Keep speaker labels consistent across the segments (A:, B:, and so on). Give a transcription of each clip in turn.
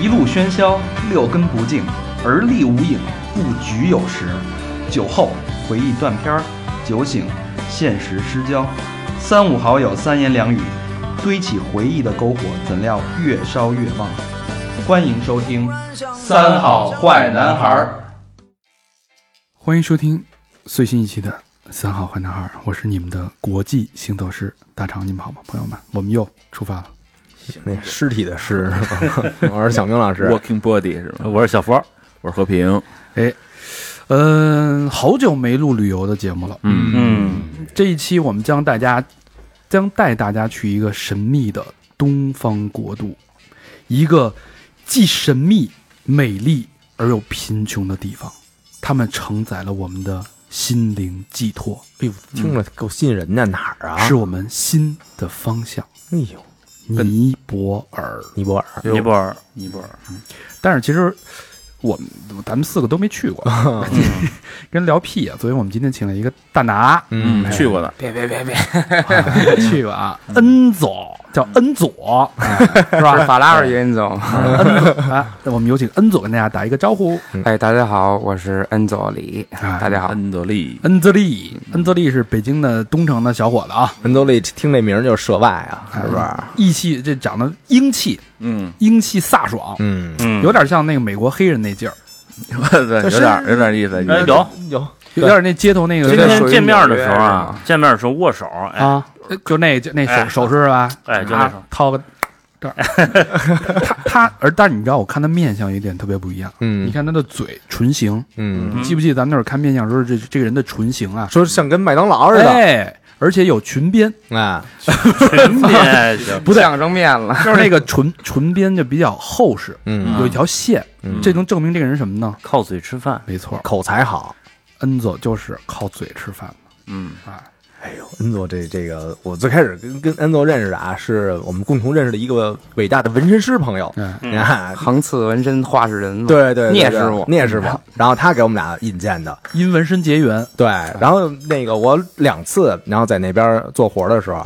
A: 一路喧嚣，六根不净，而立无影，不局有时。酒后回忆断片儿，酒醒现实失焦。三五好友三言两语，堆起回忆的篝火，怎料越烧越旺。欢迎收听《三好坏男孩》。
B: 欢迎收听最新一期的《三好坏男孩》，我是你们的国际行走师大长，你们好吗，朋友们？我们又出发了。
C: 那尸体的尸 是吧？我是小明老师，
D: Walking Body 是吧？
E: 我是小佛，
D: 我是和平，
B: 哎，嗯、好久没录旅游的节目了。
D: 嗯，
E: 嗯，
B: 这一期我们将大家将带大家去一个神秘的东方国度，一个既神秘、美丽而又贫穷的地方。它们承载了我们的心灵寄托，
C: 哎呦，听着够吸引人的，哪儿啊？
B: 是我们心的方向。
C: 哎呦，
B: 尼泊尔，
C: 尼泊尔，
D: 嗯
E: 尼泊尔，
A: 尼泊尔，
B: 但是其实我们咱们四个都没去过，跟聊屁啊！所以我们今天请了一个大拿，哎
D: 嗯，去过的，
C: 别别别别，
B: 去过啊，恩佐叫恩佐，
F: 是吧？法拉尔严总，
B: 啊，那我们有请恩佐跟大家打一个招呼。
F: 哎，大家好，我是恩佐里，
B: 哎
F: 大家好，
D: 安德利，
B: 恩泽利，恩泽利是北京的东城的小伙子啊，
C: 文都利听这名儿就涉外啊，是不是？
B: 义气这长得英气，
D: 嗯，
B: 英气飒爽，
C: 嗯，
E: 嗯
B: 有点像那个美国黑人那劲儿，
D: 对，有点有点意思，
E: 哎有
C: 有
B: 有点那街头那个
E: 今
F: 这
E: 天
F: 属于
E: 见面的
F: 纽约
E: 时候啊，见面的时候握手， 哎，
B: 啊，就那就那手
E: 哎
B: 手势是吧？
E: 哎就那
B: 啊
E: 手
B: 掏个这儿， 他他而但是你知道，我看他面相有一点特别不一样。
C: 嗯
B: 你看他的嘴唇形，
C: 嗯，
E: 嗯
B: 记不记得咱们那会儿看面相的时候，这这个人的唇形啊，
C: 说像跟麦当劳似的，
B: 哎，而且有裙 边，
C: 哎，
E: 群面行
F: 不想正面了，
B: 就是那个唇唇边就比较厚实，
C: 嗯，
B: 有一条线，这能证明这个人什么呢？
E: 靠嘴吃饭，
B: 没错，
C: 口才好。
B: 恩佐就是靠嘴吃饭的。
D: 嗯
C: 哎呦，恩佐这这个，我最开始跟跟恩佐认识的啊，是我们共同认识的一个伟大的纹身师朋友，
B: 嗯
C: 你看。
F: 横刺纹身画事人嘛，
C: 对对，对
F: 聂
C: 对
F: 师傅
C: 聂师傅，然后他给我们俩引荐的，
B: 因纹身结缘，
C: 对，然后那个我两次，然后在那边做活的时候，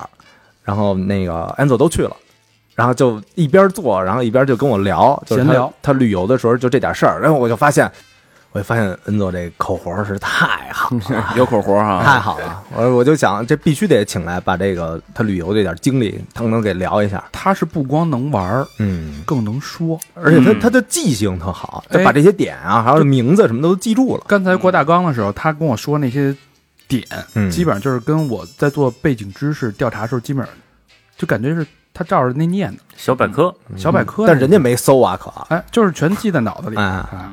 C: 然后那个安佐都去了，然后就一边做，然后一边就跟我聊，就是
B: 闲
C: 他
B: 聊
C: 他旅游的时候就这点事儿，然后我就发现，我就发现恩佐这口活是太好了。
D: 有口活哈，
C: 太好了，我我就想，这必须得请来，把这个他旅游这点经历，他能给聊一下。
B: 他是不光能玩儿，
C: 嗯，
B: 更能说。
C: 而且他、
D: 嗯
C: 他的记性特好，
B: 哎
C: 他把这些点啊，还有名字什么都记住了。
B: 刚才郭大纲的时候，他跟我说那些点，
C: 嗯
B: 基本上就是跟我在做背景知识调查的时候，基本上就感觉是他照着那念的
E: 小百科，
C: 嗯
B: 小百科那种。
C: 但人家没搜啊，可
B: 哎，就是全记在脑子里
C: 哎
B: 啊。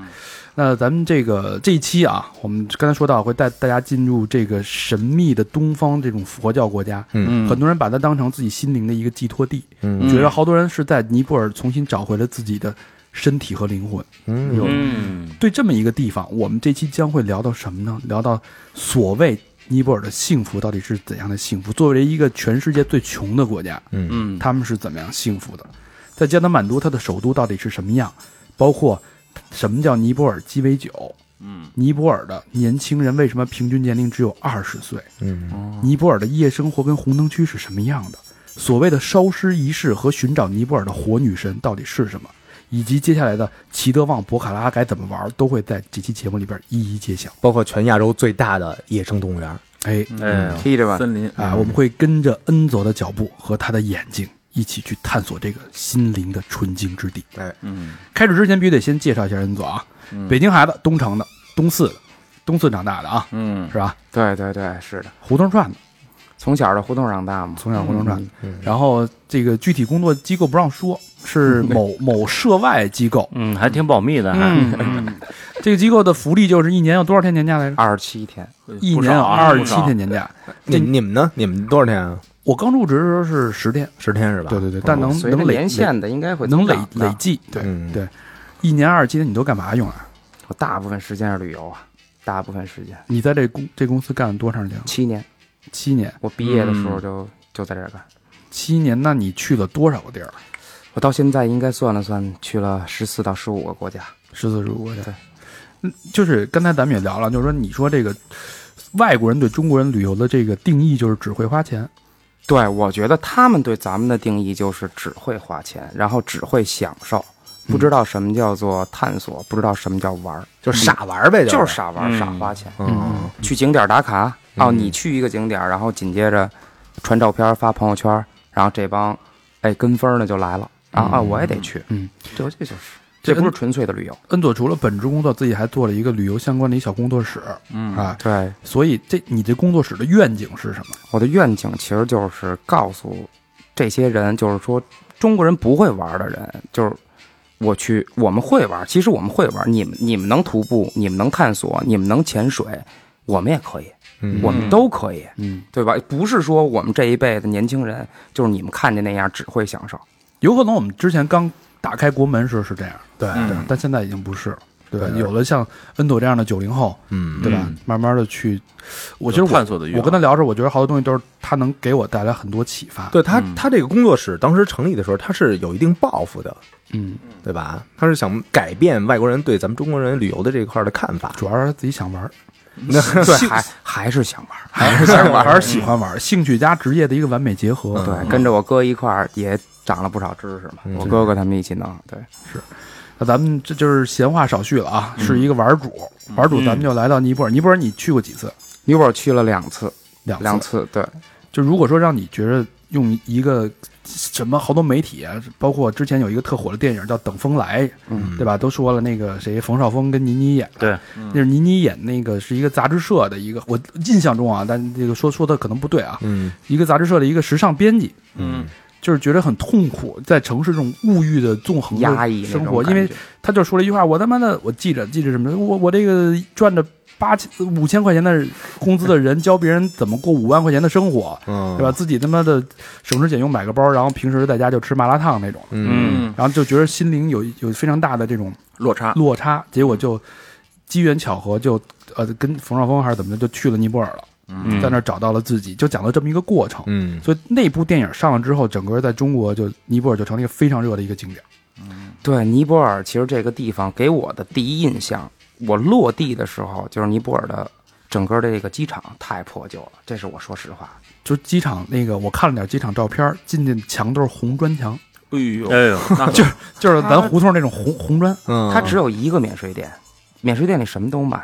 B: 那咱们这个这一期啊，我们刚才说到会带大家进入这个神秘的东方这种佛教国家，
D: 嗯
B: 很多人把它当成自己心灵的一个寄托地，
C: 嗯
B: 觉得好多人是在尼泊尔重新找回了自己的身体和灵魂。
C: 嗯，
E: 嗯，
B: 对这么一个地方，我们这期将会聊到什么呢？聊到所谓尼泊尔的幸福到底是怎样的幸福？作为一个全世界最穷的国家，
C: 嗯
D: 嗯，
B: 他们是怎么样幸福的？在加德满都，它的首都到底是什么样？包括什么叫尼泊尔鸡尾酒？
D: 嗯，
B: 尼泊尔的年轻人为什么平均年龄只有二十岁？
C: 嗯。
B: 尼泊尔的夜生活跟红灯区是什么样的？所谓的烧尸仪式和寻找尼泊尔的火女神到底是什么？以及接下来的齐德旺博卡拉该怎么玩，都会在这期节目里边一一揭晓。
C: 包括全亚洲最大的野生动物园。
B: 哎，
D: 嗯
E: 哎，
F: 踢着吧，
D: 森林，
B: 啊，我们会跟着恩佐的脚步和他的眼睛一起去探索这个心灵的纯净之地。
C: 哎，
D: 嗯
B: 开始之前必须得先介绍一下恩佐啊，北京孩子，东城的，东四的，东四长大的啊，
D: 嗯
B: 是吧？
F: 对对对，是的，
B: 胡同串的，
F: 从小就胡同长大嘛，
B: 从小胡同串的。然后这个具体工作机构不让说，是某某涉外机构。
E: 嗯，还挺保密的，还
B: 嗯，嗯 这个机构的福利就是一年有多少天年假来着？
F: 二十七天，
B: 一
D: 啊
B: 年有
E: 啊
B: 二十七天，年假。
C: 你你们呢？你们多少天啊？
B: 我刚入职的时候是十天，
C: 十天是吧？哦
B: 对对对，但能
F: 随着
B: 能累
F: 连线的应该会啊
B: 能累
F: 增长的
B: 累。计，对
C: 嗯
B: 对，一年二十七天你都干嘛用啊？
F: 我大部分时间是旅游啊，大部分时间
B: 你在这公这公司干了多长时间了？
F: 七年，
B: 七年，
F: 我毕业的时候就就在这儿干，
B: 七年，那你去了多少个地儿？
F: 我到现在应该算了算，去了十四到十五个国家，
B: 十四十五个国家
F: 对。
B: 嗯，就是刚才咱们也聊了，就是说，你说这个外国人对中国人旅游的这个定义，就是只会花钱。
F: 对，我觉得他们对咱们的定义就是只会花钱，然后只会享受，不知道什么叫做探索，不知道什么叫玩儿，
C: 就傻玩儿呗，
F: 就是是傻玩
E: 嗯
F: 儿、傻花钱。
C: 嗯，
F: 去景点打卡，哦，
C: 嗯
F: 你去一个景点，然后紧接着传照片发朋友圈，然后这帮哎跟风儿的就来了，啊啊，我也得去，
B: 嗯，
F: 就这就是，这不是纯粹的旅游，
B: 恩佐除了本职工作，自己还做了一个旅游相关的一小工作室，嗯啊，
F: 对，
B: 所以这你这工作室的愿景是什么？
F: 我的愿景其实就是告诉这些人，就是说中国人不会玩的人，就是我去，我们会玩，其实我们会玩，你们你们能徒步，你们能探索，你们能潜水，我们也可以，
C: 嗯
F: 我们都可以，
B: 嗯，
F: 对吧？不是说我们这一辈子年轻人就是你们看见那样只会享 受，
B: 有可能我们之前刚打开国门时是这样，
C: 对，
D: 嗯
B: 但现在已经不是了，对吧？有了像恩佐这样的九零后，
C: 嗯
B: 对吧？
D: 嗯
B: 慢慢的去，我觉得
D: 有探索的欲
B: 我
D: 望
B: 我跟他聊着，我觉得好多东西都是他能给我带来很多启发。，
C: 对他，他这个工作室当时成立的时候，他是有一定抱负的，
B: 嗯，
C: 对吧？他是想改变外国人对咱们中国人旅游的这一块的看法，
B: 主要是自己想玩儿，
F: 对，还还是想玩，嗯
B: 还是想玩， 还是喜欢玩儿，兴趣加职业的一个完美结合。
F: 对，跟着我哥一块儿也长了不少知识嘛，
B: 嗯
F: 我哥哥他们一起弄，对，
B: 那咱们这就是闲话少叙了啊，是一个玩主，玩主咱们就来到尼泊尔。尼泊尔你去过几次？
F: 尼泊尔去了两次，
B: 两
F: 两。次，对。
B: 就如果说让你觉得用一个什么好多媒体啊，包括之前有一个特火的电影叫《等风来》，
C: 嗯
B: 对？吧？都说了那个谁，冯绍峰跟倪妮演的，
E: 对，
F: 嗯
B: 那是倪妮演那个是一个杂志社的一个，我印象中啊，但这个说说的可能不对啊，
C: 嗯
B: 一个杂志社的一个时尚编辑，
C: 嗯
B: 就是觉得很痛苦，在城市这种物欲的纵横的
F: 压抑那种
B: 生活，因
F: 感
B: 为
F: 觉
B: 他就说了一句话，我他妈的，我记着记着什么，我我这个赚着八千五千块钱的工资的人，教别人怎么过五万块钱的生活，
C: 嗯，
B: 对吧？？自己他妈的省吃俭用买个包，然后平时在家就吃麻辣烫那种，
C: 嗯，
B: 然后就觉得心灵有有非常大的这种
D: 落差，
B: 落差，结果就机缘巧合就呃跟冯绍峰还是怎么的，就去了尼泊尔了，
E: 嗯
B: 在那儿找到了自己，就讲了这么一个过程。
C: 嗯，
B: 所以那部电影上了之后，整个在中国就尼泊尔就成了一个非常热的一个景点。
F: 对，尼泊尔其实这个地方给我的第一印象，我落地的时候就是尼泊尔的整个的这个机场太破旧了，这是我说实话。
B: 就机场那个，我看了点机场照片，进去墙都是红砖墙，
D: 哎呦，
E: 哎呦，
D: 那 就
B: 就是咱胡同那种红红砖。
C: 嗯，
F: 它只有一个免税店，免税店里什么都卖，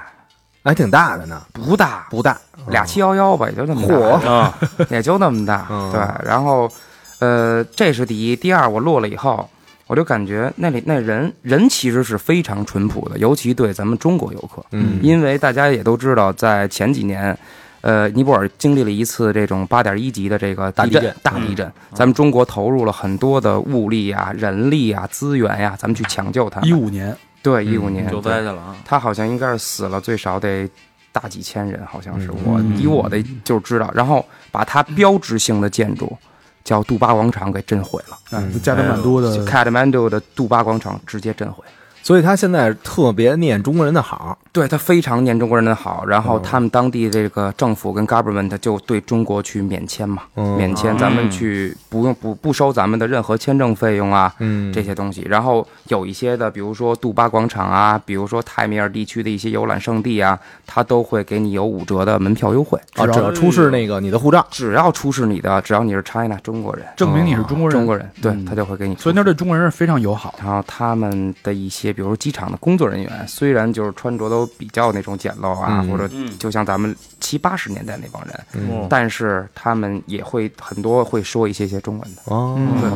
C: 还挺大的呢，
F: 不大，
C: 不大，
F: 俩七幺幺吧，也就那么
C: 嚯
F: 大，
E: 啊，
F: 也就那么大。
C: 嗯
F: 对，然后呃，这是第一，第二，我落了以后。我就感觉那里那人人其实是非常淳朴的，尤其对咱们中国游客，
C: 嗯，
F: 因为大家也都知道，在前几年，呃，尼泊尔经历了一次这种八点一级的这个
C: 大地
F: 震，
C: 震嗯
F: 大地震。咱们中国投入了很多的物力啊、人力啊、资源呀、咱们去抢救他们。
B: 一五年，
F: 对一五
C: 嗯
F: 年，
D: 救灾去了啊，
F: 他好像应该是死了最少得大几千人，好像是
C: 嗯
F: 我以我的就知道。然后把它标志性的建筑叫杜巴广场给震毁了，
B: 啊
C: 嗯，
B: 就加德满都的
F: 就 Kathmandu 的杜巴广场直接震毁。
C: 所以他现在特别念中国人的好，
F: 对他非常念中国人的好，然后
C: 嗯
F: 他们当地这个政府跟 government 就对中国去免签嘛，
C: 嗯
F: 免签
E: 嗯
F: 咱们去不用不不收咱们的任何签证费用啊。
C: 嗯，
F: 这些东西，然后有一些的，比如说杜巴广场啊，比如说泰米尔地区的一些游览胜地啊，它都会给你有五折的门票优惠，
C: 啊，只要出示那个你的护照，
F: 只要出示你的，只要你是 China 中国人，
B: 证明你是中国人，
F: 中国人，对
B: 嗯，
F: 他就会给你出示。
B: 所以那儿对中国人是非常友好的。
F: 然后他们的一些，比如说机场的工作人员，虽然就是穿着都比较那种简陋啊，
C: 嗯
F: 或者
E: 嗯哦
F: 就像咱们七八十年代那帮人，
C: 嗯
F: 但是他们也会很多会说一些些中文的。
C: 哦，
F: 对，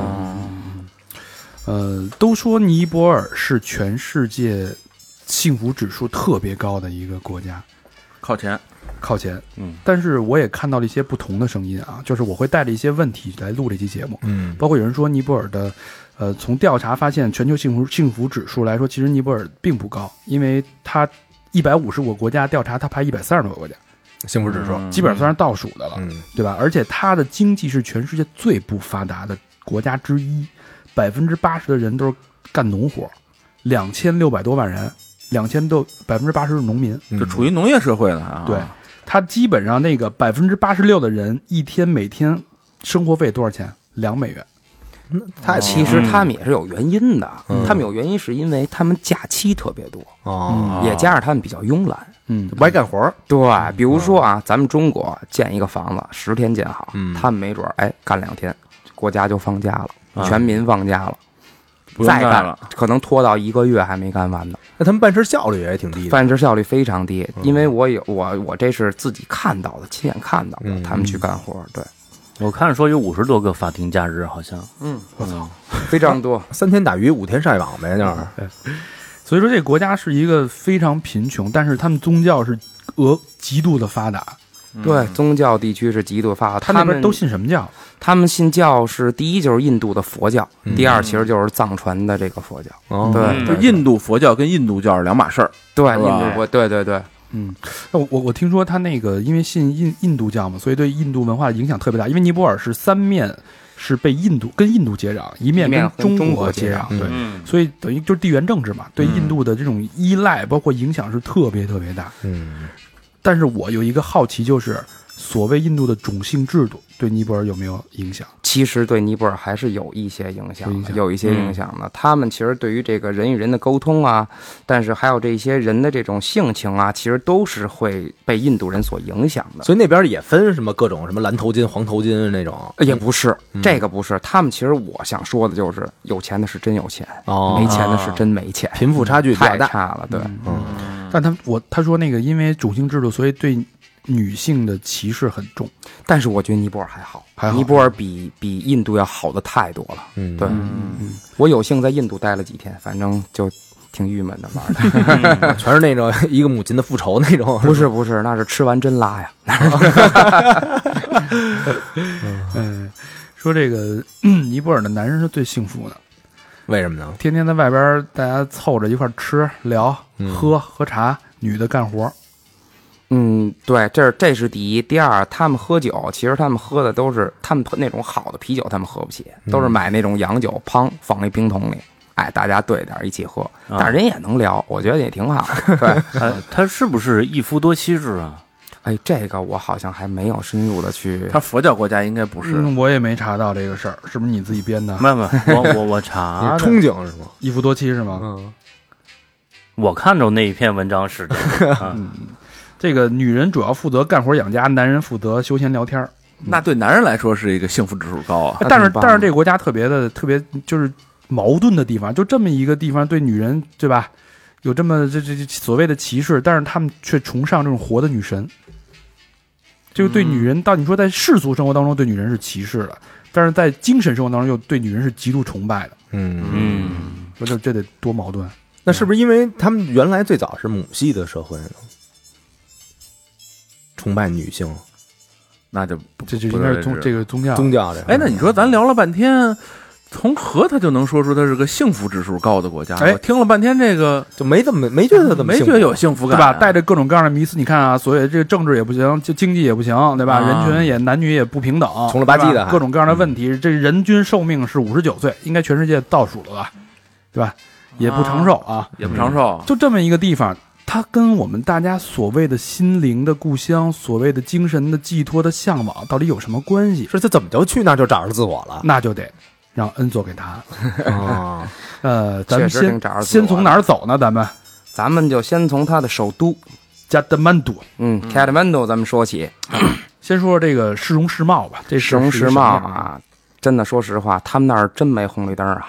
B: 呃，都说尼泊尔是全世界幸福指数特别高的一个国家，
D: 靠前，
B: 靠前。
E: 嗯，
B: 但是我也看到了一些不同的声音啊，就是我会带着一些问题来录这期节目，
C: 嗯
B: 包括有人说尼泊尔的，呃，从调查发现，全球幸福幸福指数来说，其实尼泊尔并不高，因为它一百五十个国家调查，它排一百三十多个国家，
C: 幸福指数，
B: 基本上算是倒数的了。
C: 嗯
B: 对吧？而且它的经济是全世界最不发达的国家之一，百分之八十的人都是干农活，两千六百多万人，两千多百分之八十是农民。
C: 嗯
D: 就处于农业社会了啊，
B: 对，它基本上那个百分之八十六的人一天每天生活费多少钱？两美元。
C: 太
F: 其实他们也是有原因的，
C: 嗯
F: 他们有原因是因为他们假期特别多，
C: 哦，
D: 啊
F: 也加上他们比较慵懒。
B: 嗯，
C: 不爱干活儿，
F: 对，比如说啊，咱们中国建一个房子十天建好，
C: 嗯
F: 他们没准儿哎干两天，国家就放假了，全民放假了。
D: 不用
F: 再
D: 干
F: 干
D: 了，
F: 可能拖到一个月还没干完呢。
C: 那他们办事效率也挺低的。
F: 办事效率非常低，因为我有我我这是自己看到的，亲眼看到的，
C: 嗯
F: 他们去干活，对，
E: 我看说有五十多个法定假日，好像
F: 非常多。
C: 三天打鱼五天晒网呗，就是
B: 所以说这个国家是一个非常贫穷，但是他们宗教是俄极度的发达。
D: 嗯
F: 对，宗教地区是极度发达，
B: 他
F: 他
B: 那
F: 们
B: 边都，信什么教？
F: 他们信教是第一就是印度的佛教，
C: 嗯
F: 第二其实就是藏传的这个佛教。
C: 哦
F: 对，
D: 就
F: 对
D: 印度佛教跟印度教是两码事儿。
F: 对
D: 是
F: 印
D: 吧
F: 度佛，对对对，
B: 嗯，那我我我听说他那个因为信印印度教嘛，所以对印度文化的影响特别大。因为尼泊尔是三面是被印度跟印度接壤，一面
F: 一面
B: 跟
F: 跟中
B: 国
F: 国
B: 接
F: 接
B: 壤，
C: 壤
B: 对，
E: 嗯
B: 所以等于就是地缘政治嘛，对印度的这种依赖包括影响是特别特别大。
C: 嗯，
B: 但是我有一个好奇，就是所谓印度的种姓制度对尼泊尔有没有影响？
F: 其实对尼泊尔还是有一些影响
B: 有影
F: 的，
B: 响
F: 有一
C: 嗯
F: 些影响的。他们其实对于这个人与人的沟通啊，但是还有这些人的这种性情啊，其实都是会被印度人所影响的。
C: 所以那边也分什么各种什么蓝头巾、黄头巾那种，
F: 也不是、
C: 嗯
F: 这个不是，他们其实我想说的就是，有钱的是真有钱，
C: 哦，
F: 没钱的是真没钱，
C: 贫富差距比较
F: 太
C: 大。
F: 差了。对，
B: 嗯
C: 嗯
B: 但他我他说那个因为种姓制度，所以对女性的歧视很重。
F: 但是我觉得尼泊尔还好，
B: 还好
F: 尼泊尔比比印度要好的太多了。
C: 嗯，
F: 对、我有幸在印度待了几天，反正就挺郁闷的玩 的。
C: 全是那种 一个母亲的复仇那 种。
F: 不 是不是，那是吃完真拉呀。
B: 嗯，说这个 嗯尼泊尔的男人是最幸福的，
C: 为什么呢？
B: 天天在外边儿大家凑着一块儿吃、聊、
C: 嗯
B: 喝、喝茶，女的干活。
F: 嗯，对，这是这是第一。第二，他们喝酒，其实他们喝的都是他们那种好的啤酒，他们喝不起，都是买那种洋酒，砰放一冰桶里，哎，大家兑点儿一起喝，但是人也能聊，我觉得也挺好。 对，
E: 哎，他是不是一夫多妻制啊？
F: 哎，这个我好像还没有深入的去
D: 他佛教国家应该不是，
B: 嗯，我也没查到这个事儿，是不是你自己编的？
E: 没有没有，我我我
C: 你
E: 查的，
C: 憧憬是吗？
B: 一夫多妻是吗？
C: 嗯，
E: 我看着那一篇文章是这样 啊
B: 嗯这个女人主要负责干活养家，男人负责休闲聊天儿。
D: 那对男人来说是一个幸福指数高啊。
F: 那
B: 但是
F: 挺棒
B: 但是
F: 的
B: 这个国家特别的特别就是矛盾的地方，就这么一个地方对女人对吧，有这么这这这所谓的歧视，但是他们却崇尚这种活的女神，就对女人，到你说在世俗生活当中对女人是歧视的，但是在精神生活当中又对女人是极度崇拜的，
C: 嗯，
E: 嗯，
B: 我这这得多矛盾。啊
C: 那是不是因为他们原来最早是母系的社会呢？崇拜女性
D: 那就不
B: 这就
D: 不
B: 应该
D: 得
B: 是
D: 而
B: 宗
D: 知
B: 这个宗教，啊
C: 宗教这嗯块
D: 哎，那你说咱聊了半天，从何他就能说出他是个幸福指数高的国家？
B: 哎
D: 我听了半天这个，
C: 就没怎么没觉得怎么
D: 没
C: 幸福
D: 觉
C: 啊
D: 得有幸福
B: 对
D: 感、啊
B: 吧？带着各种各样的迷思，你看啊，所以这个政治也不行，就经济也不行，对吧？
D: 啊
B: 人群也男女也不啊平等，
C: 穷了吧唧的
B: 对吧
C: 还
B: 各种各样的问题。这人均寿命是五十九岁，应该全世界倒数了吧？对吧？也不长寿啊，
D: 也不长寿，
B: 就这么一个地方。它跟我们大家所谓的心灵的故乡、所谓的精神的寄托的向往，到底有什么关系？
C: 是他怎么就去那儿就找着自我了
B: 那就得让恩佐给答案。
C: 啊？
B: 呃，咱们
F: 确实
B: 先
F: 挺找着自我
B: 先从哪儿走啊呢？咱们
F: 咱们就先从它的首都，
B: 加德满都，
F: 嗯 c a t m a n d u 咱们说起，
B: 先说说这个市容市貌吧。这
F: 时
B: 市容
F: 容时貌，啊，真的，说实话，他们那儿真没红绿灯啊，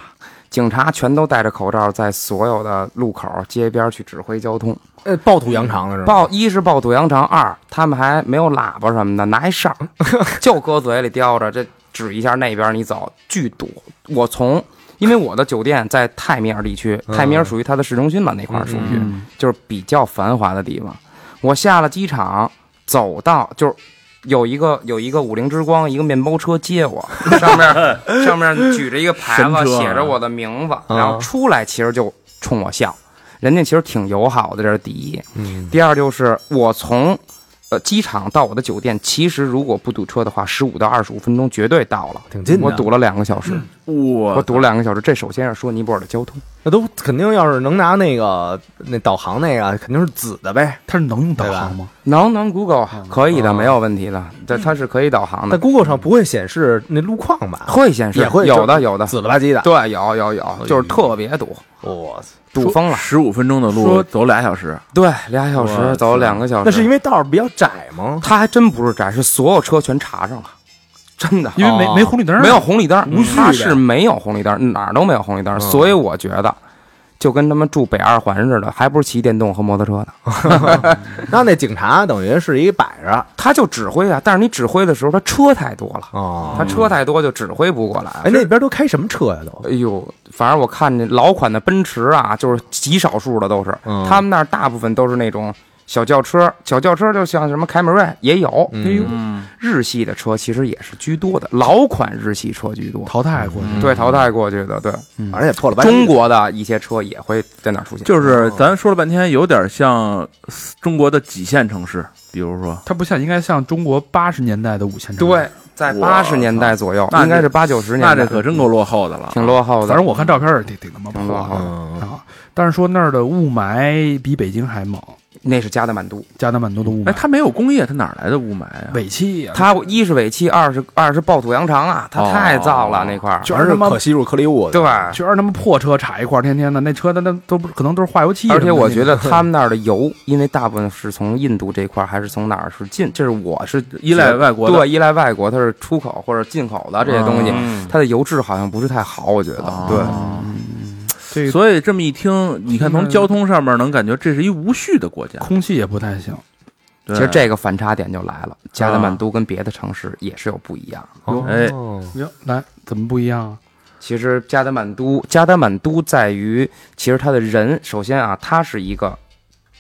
F: 警察全都戴着口罩，在所有的路口、街边去指挥交通。
C: 呃，暴土扬长了是吧？
F: 暴一是暴土扬长，二他们还没有喇叭什么的，拿一哨儿 就搁嘴里叼着，这指一下那边你走，巨堵。我从因为我的酒店在泰米尔地区，
D: 嗯
F: 泰米尔属于它的市中心吧，那块儿属于、
B: 嗯
F: 就是比较繁华的地方。我下了机场，走到就是。有一个有一个五菱之光，一个面包车接我，上面上面举着一个牌
D: 神
F: 子，
D: 车啊嗯
F: 写着我的名字，
C: 啊
F: 然后出来其实就冲我笑，人家其实挺友好的，这是第一。
C: 嗯，
F: 第二就是我从呃机场到我的酒店，其实如果不堵车的话，十五到二十五分钟绝对到了。
C: 挺近
F: 我
C: 的。
F: 堵了两个小时，
D: 嗯
F: 我
D: 我
F: 堵了两个小时。这首先是说尼泊尔的交通，
C: 那都肯定要是能拿那个那导航那个，肯定是紫的呗。
B: 它是能用导
C: 对吧
B: 航吗？
F: 能能 Google 可以的，
C: 啊
F: 没有问题的，这它是可以导航
C: 在
F: 的，
C: Google 上不会显示那路况吧？
F: 会显示
C: 也会
F: 有的有的，
C: 紫了吧唧 的。
F: 对有有有，就是特别堵，
C: 我操！
F: 堵疯了。
D: 十五分钟的路
B: 说
D: 走俩小时，
F: 对，俩小时
D: 我
F: 走了两个小时，
C: 那是因
F: 为
C: 为道儿比较窄吗？
F: 它还真不是窄，是所有车全查上了。真的
B: 因为没没红绿
C: 啊
B: 灯，啊
F: 没有，红绿灯，
B: 无序的
F: 它是没有红绿灯，哪儿都没有红绿灯，
C: 嗯
F: 所以我觉得就跟他们住北二环似的，还不是骑电动和摩托车呢。
C: 然后那警察等于是一摆着
F: 他就指挥啊，但是你指挥的时候，他车太多了，
C: 哦
F: 他车太多就指挥不过来。啊
C: 哎，那边都开什么车呀？都
F: 哎呦，反正我看见老款的奔驰啊，就是极少数的都是，
C: 嗯
F: 他们那儿大部分都是那种小轿车，小轿车就像什么凯美瑞也有，
C: 嗯
B: 哎呦，
D: 嗯，
F: 日系的车其实也是居多的，老款日系车居多，
B: 淘汰过去，
C: 嗯
F: 对，淘汰过去的，对，
C: 反正也破了吧唧
F: 中国的一些车也会在那儿出现，
D: 就是咱说了半天，有点像中国的几线城市，比如说，
B: 它不像应该像中国八十年代的五线城市
F: 对，，在八十年代左右，
D: 那这
F: 应该是八九十年代，
D: 那这可真够落后的了。
F: 挺落后的，
B: 反正我看照片儿也挺挺他妈
F: 挺落
B: 破
F: 后的，
C: 嗯
B: 啊！但是说那儿的雾霾比北京还猛，
F: 那是加的满都。
B: 加拿大蛮多的雾
D: 哎，
B: 霾，
D: 它没有工业，它哪来的雾霾啊？
F: 嗯
B: 尾气呀，
F: 它一是尾气，二是二是暴土扬长啊，它
D: 哦
F: 太燥了那块儿，
B: 全是他妈
C: 可吸入颗粒物的。
F: 对，
B: 全是他妈破车插一块儿，天天的那车的那都不可能都是化油器什么
F: 而
B: 的那
F: 且
B: 种，
F: 我觉得他们那儿的油，因为大部分是从印度这块儿，还是从哪儿是进，这是我是
D: 依赖外国的哦
F: 对依赖外国，它是出口或者进口的这些东西，
E: 嗯，
F: 它的油质好像不是太好，我觉得、对。
D: 哦
B: 这个
D: 所以这么一听，你看从交通上面能感觉这是一无序的国家。
B: 空气也不太行。
D: 对啊
F: 其实这个反差点就来了，加德满都跟别的城市也是有不一样。
D: 哎
C: 哦
B: 哟，来怎么不一样啊？
F: 其实加德满都，加德满都在于，其实它的人，首先啊，它是一个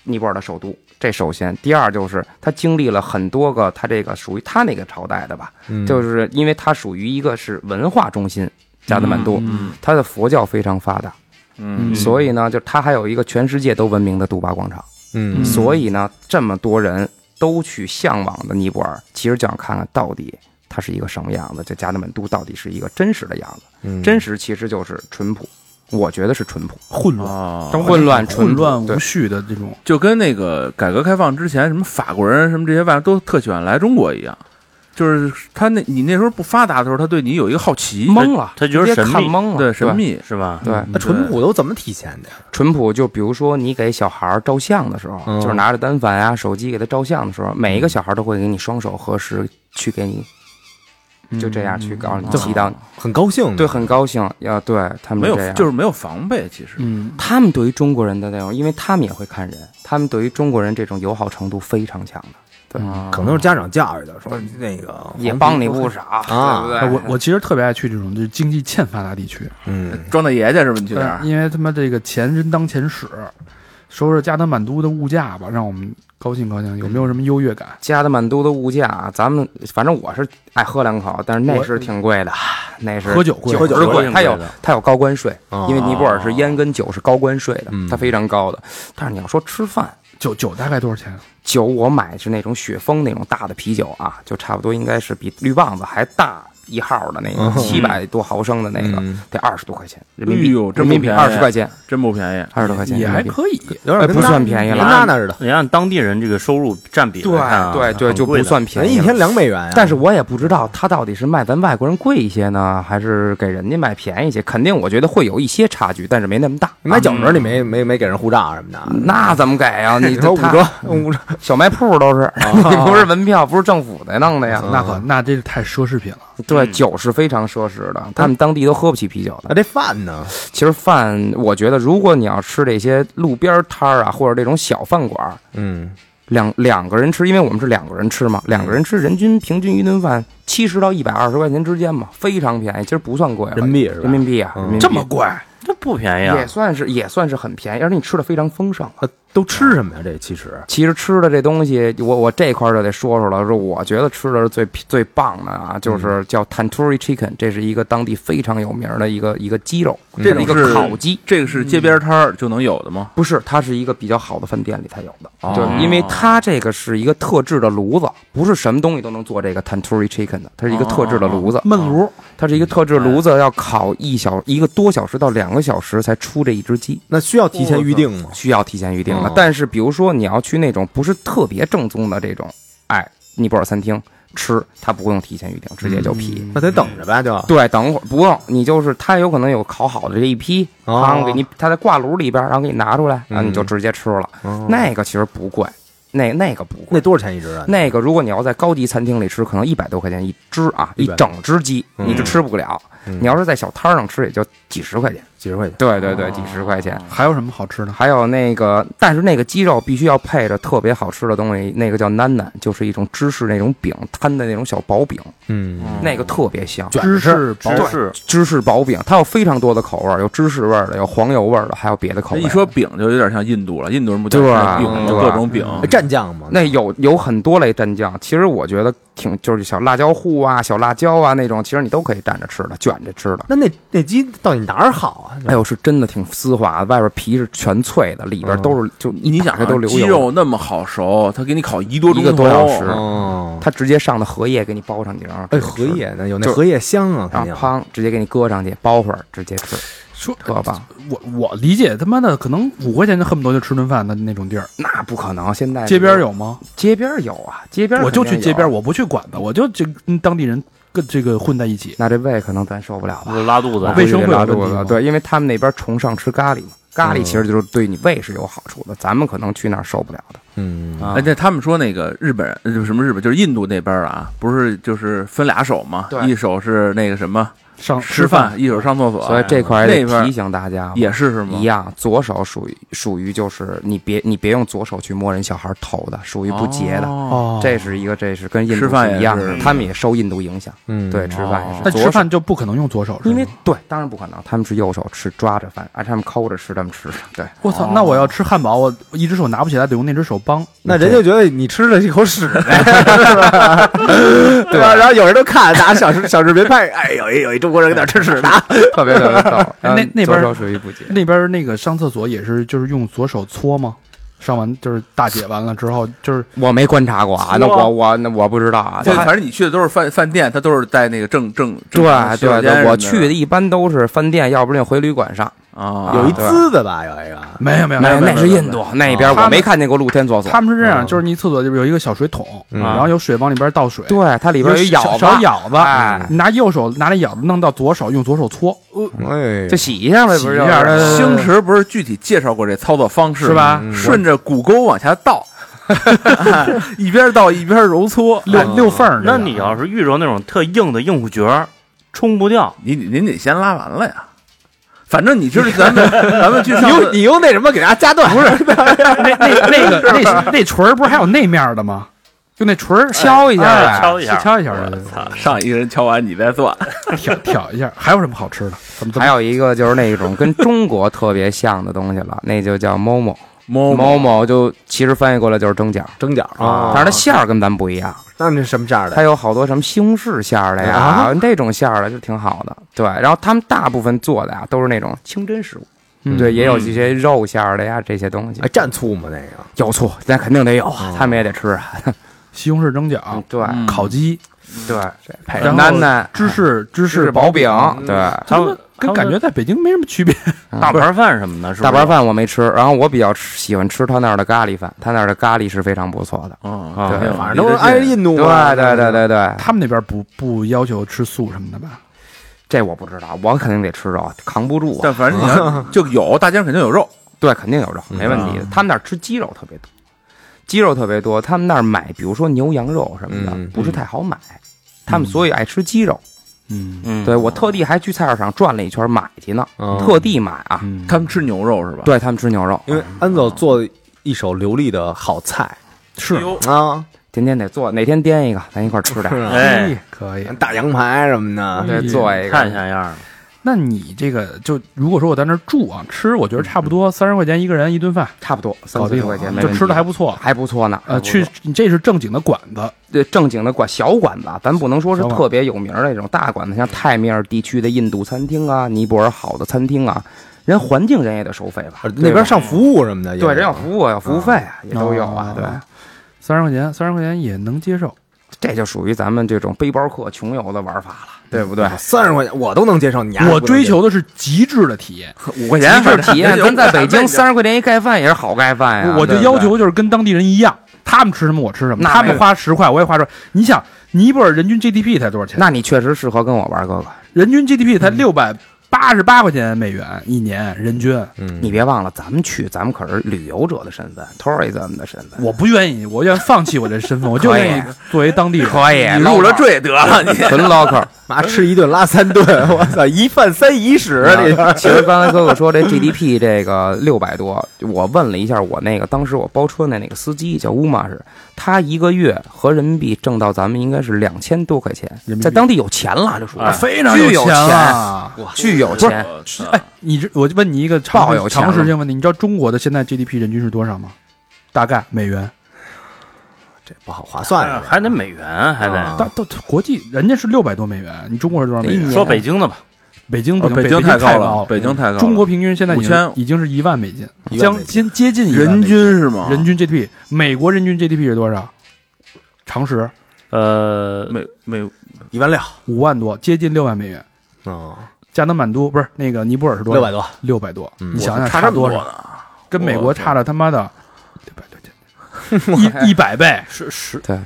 F: 尼泊尔的首都，这首先；第二就是它经历了很多个，它这个属于它那个朝代的吧，
C: 嗯
F: 就是因为它属于一个是文化中心，加德满都，
D: 嗯
F: 它的佛教非常发达，
D: 嗯
F: 所以呢，就它还有一个全世界都闻名的杜巴广场，
C: 嗯
F: 所以呢，这么多人都去向往的尼泊尔，其实就想看看到底它是一个什么样子，这加德满都到底是一个真实的样子。
C: 嗯
F: 真实其实就是淳朴，我觉得是淳朴，
B: 混乱，
D: 啊，
F: 混乱
B: 混乱
F: 淳朴
B: 无序的这种，
D: 就跟那个改革开放之前，什么法国人什么这些外国都特喜欢来中国一样，就是他那你那时候不发达的时候，他对你有一个好奇，
F: 懵了，
E: 他觉得
F: 直接
E: 神秘
F: 看懵了，
D: 对神。秘，
E: 是吧？
F: 对，
C: 那淳朴都怎么体现的呀？
F: 淳朴就比如说你给小孩儿照相的时候，
C: 嗯
F: 就是拿着单反啊、手机给他照相的时候，每一个小孩儿都会给你双手合十，去给你，就嗯这样去告诉你
D: 嗯
F: 祈祷你，
C: 很高兴的，啊
F: 对，很高兴。要对他们
D: 没有
F: 这样，
D: 就是没有防备，其实
B: 嗯，
F: 他们对于中国人的那种，因为他们也会看人，他们对于中国人这种友好程度非常强的，对，
C: 可能是家长教育的，说那个
F: 也帮你嗯不少，
C: 啊
F: 对
B: 哎
F: 不
B: 我
F: 对？
B: 我其实特别爱去这种就是经济欠发达地区，
C: 嗯
D: 装大爷去是吧？你去哪
B: 但是因为他妈这个钱真当钱使，收拾加德满都的物价吧，让我们高兴高兴。有没有什么优越感？
F: 加德满都的物价啊，咱们反正我是爱喝两口，但是那是挺贵的， 那是
B: 喝酒贵
F: 酒
C: 喝酒
F: 是
C: 贵
F: 贵，它有
E: 贵的
F: 它有高关税，
C: 哦
F: 因为尼泊尔是烟跟酒是高关税的
C: 嗯，
F: 它非常高的。但是你要说吃饭，
B: 酒酒大概多少钱？
F: 酒我买是那种雪峰那种大的啤酒啊，就差不多应该是比绿棒子还大一号的那
C: 哦
F: 个，七百多毫升的那个
C: 嗯，
F: 得二十多块钱人民币，
D: 哎呦这
F: 人
D: 么
F: 民币
D: 便宜
F: 二十块钱，
D: 真不便宜。
F: 二十多块钱
B: 也
F: 人
B: 还
F: 民币。
B: 可以，
C: 有点跟
F: 哎不
C: 那
F: 算便宜
C: 跟
F: 了
C: 那那似的，
E: 你按当地人这个收入占比来看啊，
F: 对对对，
E: 很
F: 就
E: 贵
F: 不
E: 的
F: 算便
C: 人
F: 宜
C: 一
F: 了。
C: 天两美元呀。
F: 但是我也不知道他到底是卖咱外国人贵一些呢，还是给人家卖便宜一些。肯定我觉得会有一些差距，但是没那么大。啊
C: 你买饺子你没没没给人护照什么的，
F: 那怎么给 啊？你
C: 你说
F: 这
C: 五
F: 他啊
C: 折五折，
F: 小卖铺都是， 不是门票，不是政府的弄的呀。
B: 那可那这是太奢侈品了。
F: 对，
E: 嗯
F: 酒是非常奢侈的，他们当地都喝不起啤酒
C: 那啊
F: 的。
C: 这饭呢？
F: 其实饭，我觉得如果你要吃这些路边摊儿啊，或者这种小饭馆儿，
C: 嗯，
F: 两两个人吃，因为我们是两个人吃嘛，两个人吃人均平均一顿饭七十到一百二十块钱之间嘛，非常便宜，其实不算贵了，
C: 人民币是吧？
F: 人民币啊，
C: 嗯
F: 人民币
B: 这么贵，
E: 这不便宜
F: 也
D: 哎
E: 啊。
F: 算是也算是很便宜，而且你吃的非常丰盛。啊
C: 呃都吃什么呀？这其实
F: 其实吃的这东西，我我这块儿就得说说了，说我觉得吃的是最最棒的啊，
D: 嗯
F: 就是叫 Tandoori Chicken，这是一个当地非常有名的一个一个鸡肉，
D: 嗯这
F: 是一
D: 种
F: 个
D: 是
F: 烤鸡，
D: 这个是街边摊儿就能有的吗？
F: 不是，它是一个比较好的饭店里才有的，
D: 哦
F: 对，因为它这个是一个特制的炉子，不是什么东西都能做这个 Tandoori Chicken 的，它是一个特制的
D: 哦
F: 炉子，啊
B: 焖炉
F: 它是一个特
D: 哎
F: 制炉子，要烤一小一个多小时到两个小时才出这一只鸡。
C: 那需要提前预定吗？
F: 需要提前预定的
C: 哦。
F: 但是比如说你要去那种不是特别正宗的这种，哎，尼泊尔餐厅吃，它不用提前预定，直接就批。
C: 那得等着呗，就
F: 对，等会儿不用，你就是它有可能有烤好的这一批，
C: 哦
F: 然后给你它在挂炉里边，然后给你拿出来，然后你就
C: 嗯
F: 直接吃了。
C: 哦
F: 那个其实不贵，那那个不贵，
C: 那多少钱一只啊？
F: 那个如果你要在高级餐厅里吃，可能一百多块钱一只啊，一
C: 100
F: 整只鸡
C: 嗯
F: 你就吃不了。
C: 嗯
F: 你要是在小摊儿上吃，也就几十块钱。哦
C: 几十块钱。
F: 对对对，几十块钱。
B: 还有什么好吃的？
F: 还有那个，但是那个鸡肉必须要配着特别好吃的东西，那个叫囡囡，就是一种芝士那种饼摊的那种小薄
D: 哦
F: 饼，
C: 嗯，
F: 那个特别香。
B: 芝士包
D: 芝士，
F: 芝士薄饼，它有非常多的口味儿，有芝士味儿的，有黄油味儿的，还有别的口
D: 这
F: 味。
D: 一说饼就有点像印度了，印度人不就
F: 对啊
D: 饼吗
F: 对
D: 各种饼，
C: 蘸酱嘛，
F: 那有有很多类蘸酱，其实我觉得挺就是小辣椒糊啊、小辣椒啊那种，其实你都可以蘸着吃的、卷着吃的。
C: 那那那鸡到底哪儿好
D: 嗯
C: 啊？
F: 哎呦，是真的挺丝滑的，外边皮是全脆的，里边都是就
D: 你
F: 一
D: 想
F: 打
D: 啊
F: 开都流
D: 鸡
F: 油。
D: 肉那么好熟，他给你烤一多钟
F: 一个多小时
C: 哦，
F: 它直接上的荷叶给你包上去，然后
C: 哎，
F: 直接
C: 荷
F: 吃，
C: 叶呢？有那
F: 就
C: 荷叶香啊，肯
F: 然
C: 定
F: 后。砰，直接给你搁上去，包会儿直接吃，
B: 说
F: 特棒。
B: 我我理解他妈的可能五块钱就恨不得就吃顿饭的那种地儿，
F: 那不可能，现在
B: 街边，有吗？
F: 街边有啊，街边
B: 我就去
F: 肯定有啊
B: 街边，。我不去馆子，我就这跟当地人跟这个混在一起。
F: 那这胃可能咱受不了吧？
E: 拉肚子啊
B: 卫生会有
F: 拉
B: 问
F: 肚
B: 题吗嗯
F: 子，对，因为他们那边崇尚吃咖喱嘛，咖喱其实就是对你胃是有好处的，咱们可能去那儿受不了的。
C: 嗯，
E: 啊
D: 哎，那他们说那个日本人呃就是什么日本，就是印度那边儿啊，不是就是分俩手嘛，
F: 对
D: 一手是那个什么
B: 上
D: 吃
B: 饭，
D: 饭，一手上厕所，
F: 所以这块儿
D: 那
F: 也
D: 边儿
F: 得提醒大家，
D: 也是是吗
F: 一？样，左手属于属于就是你别你别用左手去摸人小孩头的，属于不洁的。
D: 哦
B: 哦，
F: 这是一个，这是跟印
D: 吃
F: 度
D: 饭
F: 是
D: 也
F: 一样
D: 是
F: 的，他们也受印度影响。
C: 嗯
F: 对，吃饭也是。
B: 哦但
F: 左
B: 吃
F: 手，
B: 饭就不可能用左手，是吗
F: 因为对，当然不可能，他们是右手吃抓着饭，按啊他们抠着吃，他们吃。对，
B: 我操，那我要吃汉堡，我一只手拿不起来，得用那只手帮。
C: 那人就觉得你吃了一口屎， 是吧？对吧？然后有人都看，拿小视小视频拍，哎呦，有一中国人在那吃屎呢。
F: 特别特别 逗。嗯
B: 哎那那边
F: 左
B: 儿
F: 手属于不洁。
B: 那边那个上厕所也是，就是用左手搓吗？上完就是大解完了之后，就是
F: 我没观察过啊，那我我那我不知道啊。
D: 对，反正你去的都是饭饭店，他都是带那个正正
F: 对
D: 正常洗手
F: 对
D: 间什
F: 对，
D: 么
F: 我去的一般都是饭店，要不然就回旅馆上。
D: 啊，
C: 有一滋的吧，有一个。
B: 没有没有
F: 那
B: 没
F: 那是印度那边，
B: 他
F: 我
B: 们
F: 没看见过露天厕所。
B: 他们是这样，就是你厕所里边有一个小水桶，
C: 嗯
B: 然后有水往里边倒水，
F: 对，它里边有
B: 小
F: 舀子，
B: 小舀子，
F: 哎
B: 你拿右手拿那舀子弄到左手，用左手搓，
C: 哎
F: 就洗一下呗，
B: 洗
F: 不是
B: 一
F: 就
B: 下
F: 是
B: 呃
D: 星驰不是具体介绍过这操作方式
B: 是
D: 吗？
B: 吧？
C: 嗯
D: 顺着骨沟往下倒，一边倒一边揉搓。
B: 六六缝儿，
E: 那你要是遇着那种特硬的硬骨角儿，冲不掉，
D: 您您得先拉完了呀。反正你就是咱们咱们去
C: 你
D: 上
C: 用
D: 次
C: 你用那什么给大家夹断？不是，
B: 那那那个那那锤儿不是还有那面儿的吗？就那锤儿
F: 敲一下
E: 哎
F: 呗，
E: 敲一下，
B: 敲一下儿，
D: 上一个人敲完你再算，
B: 挑挑一下儿。还有什么好吃的？怎么怎么
F: 还有一个就是那种跟中国特别像的东西了，那就叫 momo
D: 某
F: momo，就其实翻译过来就是蒸饺
C: 蒸饺
B: 哦
F: 但是它馅儿跟咱不一样，
C: 啊那那什么馅儿
F: 啊它？有好多什么西红柿馅儿的呀
C: 啊，
F: 这种馅儿的就挺好的。对，然后他们大部分做的呀都是那种清真食物，对，也有一些肉馅儿的呀这些东西
C: 哎，。蘸醋吗？那个
F: 有醋，那肯定得有啊
C: 哦，
F: 他们也得吃啊。
B: 西红柿蒸饺、
F: 对
D: 嗯
B: 烤鸡、
F: 对，配
B: 然后
F: 囡囡
B: 芝士芝
F: 芝士
B: 士
F: 薄饼，嗯对。
E: 他
B: 跟
E: 们
B: 跟感觉在北京没什么区别。
E: 大盘饭什么的，是不
F: 大
E: 是
F: 白饭我没吃，然后我比较吃喜欢吃他那儿的咖喱饭，他那儿的咖喱是非常不错的。
D: 嗯，
E: 啊
D: 肯定
C: 反正都是挨着印度啊
F: 对
C: 嘛。
F: 对对对对，
B: 他们那边不不要求吃素什么的吧？
F: 这我不知道，我肯定得吃肉，扛不住啊。
D: 但反正你要就有，大街上肯定有肉，
F: 对，肯定有肉，没问
B: 嗯
F: 题。他们那儿吃鸡肉特别多，鸡肉特别多。他们那儿买，比如说牛羊肉什么
C: 嗯
F: 的，不是太好买。他们所以爱吃鸡肉。
B: 嗯，哦
E: 嗯，
F: 对我特地还去菜市场转了一圈买去呢，
C: 嗯
F: 特地买啊。
D: 他们吃牛肉是吧？，
F: 对他们吃牛肉，
C: 因为安总做一手流利的好菜
B: 是
C: 啊，
F: 天天得做，哪天颠一个，咱一块儿吃点 儿。
E: 哎，
B: 可以。
F: 嗯
C: 大羊排什么
B: 哎
C: 的，
F: 对，做一个
E: 看像样儿，
B: 那你这个就如果说我在那儿住啊，吃我觉得差不多三十块钱一个人一顿饭，
F: 差不多嗯三
B: 搞
F: 四
B: 定
F: 十
B: 了
F: 块钱，没
B: 就
F: 问
B: 吃
F: 题
B: 的还不错。
F: 还不错呢。
B: 呃，
F: 还不错
B: 去你这是正经的馆子，
F: 对正经的馆小馆子啊，咱不能说是
B: 小馆嗯
F: 特别有名儿的那种大馆子，像泰米尔地区的印度餐厅啊、尼泊尔好的餐厅啊，人环境人也得收费吧？
C: 呃
B: 呃
C: 那边上服务什么的也有，
F: 对人有服务啊，有服务费啊，也都有啊。对，
B: 哦三十块钱，三十块钱也能接受。
F: 这就属于咱们这种背包客穷游的玩法了，对不对？
C: 三十块钱我都能接受，你还
B: 我
C: 不能接
B: 追
C: 受
B: 求的是极致的体验，
D: 五块钱
F: 极致
D: 反正
F: 体验，
D: 就
F: 咱在北京
D: 就
F: 三十块钱一盖饭也是好盖饭哎呀。
B: 我就
F: 对不
B: 要
F: 对
B: 求就是跟当地人一样，他们吃什么我吃什么，
F: 那
B: 他
F: 没
B: 们
F: 有
B: 花十块我也花十块。你想，尼泊尔人均 GDP 才多少钱？
F: 那你确实适合跟我玩，哥哥。
B: 人均 GDP 才六百八十八块钱美元一年人均，
C: 嗯，
F: 你别忘了，咱们去，咱们可是旅游者的身份，tourism 的身份。
B: 我不愿意，我愿意放弃我这身份，我就
F: 可以
B: 愿意作为当地人。
F: 可以
D: 你入了赘得了，你
F: 纯 local。
C: 妈吃一顿拉三顿，我操，一饭三一食，
F: 啊
C: 这个
F: 其实刚才哥哥说这 GDP 这个六百多，我问了一下我那个当时我包车的那个司机叫乌马是，他一个月合人民币挣到咱们应该是两千多块钱
B: 人民，币
F: 在当地有钱了，这属于
E: 哎
B: 非常
F: 巨有
B: 钱
F: 钱
B: 了。
F: 巨有钱。
B: 哎，你这我就问你一个常
F: 爆有钱
B: 常
F: 了
B: 识性问题，你知道中国的现在 GDP 人均是多少吗？大概美元，
C: 这不好划算
E: 哎
C: 啊。
E: 还得美元，还得
C: 啊
B: 但都国际人家是六百多美元，你中国是多少美元？
E: 说北京的吧，
B: 北京不行
D: 北
B: 京
D: 太
B: 高
D: 了，北京太高了。
B: 中国平均现在已经
D: 5000
B: 已经是一万美金，
C: 一万美
B: 将近
C: 金
B: 接近一万
D: 人
B: 美金
D: 均是吗？
B: 人均 GDP，美国人均 GDP 是多少？常识
E: 呃，
D: 每每
C: 一万六，
B: 五万多，接近六万美元。
C: 嗯，
B: 加德满都不是那个尼泊尔是多少？
C: 六百多，
B: 六百多，
C: 嗯
B: 你想想
D: 差
B: 差
D: 这么
B: 多
D: 多
B: 少？
D: 呢？
B: 跟美国
D: 我操
B: 差了他妈的六百多千，一一百倍。
E: 是是，
F: 对，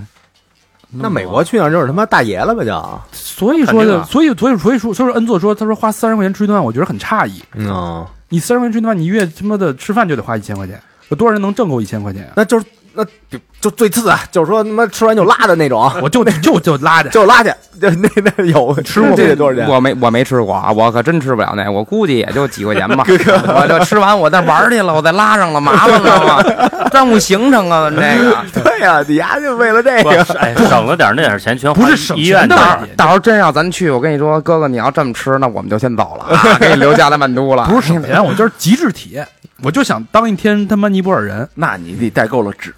C: 那美国去那儿就是他妈大爷了吧就，
B: 所以说
E: 肯定
B: 的，
E: 啊
B: 所以所以所以说，所以说恩佐说，他说花三十块钱吃一顿饭，我觉得很诧异。
C: 嗯，
B: 你三十块钱吃一顿饭，你一月他妈的吃饭就得花一千块钱，有多少人能挣够一千块钱呀？啊
C: 那就是那就就最次啊，就是说他妈吃完就拉的那种，
B: 我就就就拉着，
C: 就拉去，就那那有
F: 吃过
C: 这得多少钱？
F: 我没我没吃过啊，我可真吃不了那，我估计也就几块钱 吧。我就吃完我再玩去了，我再拉上了，麻烦了嘛，耽误行程啊，那 个。
C: 对呀、你丫就为了这
E: 不
C: 个，
E: 是哎，省了点儿那点儿钱，全
B: 不
E: 花
B: 是省
E: 医院
B: 钱的
E: 去
B: 问
E: 了
B: 题，
F: 到时候真让咱去，我跟你说，哥哥，你要这么吃，那我们就先走了， 啊，给你留加德满都了。
B: 不是省钱，我就是极致体验，我就想当一天他妈尼泊尔人。
D: 那你得带够了纸，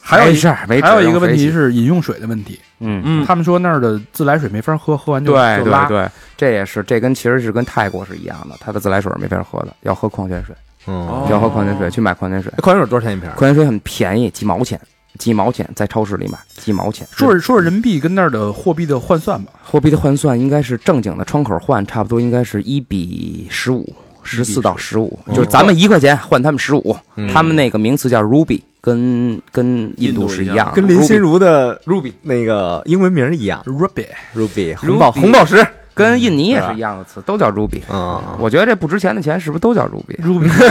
B: 还有一
F: 没事儿，没
B: 还有一
F: 指
B: 个
F: 望
B: 问
F: 飞
B: 题
F: 起
B: 是饮用水的问题，
E: 嗯，
D: 嗯，
B: 他们说那儿的自来水没法喝，喝完就
F: 对
B: 就拉
F: 对。对，这也是这跟其实是跟泰国是一样的，它的自来水没法喝的，要喝矿泉水，
C: 嗯
D: 哦，
F: 要喝矿泉水去买矿泉水，
C: 矿泉水多少钱一瓶？
F: 矿泉水很便宜，几毛钱，几毛钱在超市里买几毛钱。
B: 说是说是人民币跟那儿的货币的换算吧，
F: 货币的换算应该是正经的窗口换，差不多应该是一比十五。十四到十五，哦就是咱们一块钱换他们十五、
C: 嗯
F: 他们那个名词叫 ruby，跟跟印度是一样的，
C: 跟林心
F: ruby，
C: 如的 Ruby 那个英文名一样
B: ruby
C: ，Ruby 红宝红宝石，
F: 跟印尼也
C: 是吧
F: 嗯是一样的词，都叫 ruby。
C: 嗯，
F: 我觉得这不值钱的钱是不是都叫 ruby？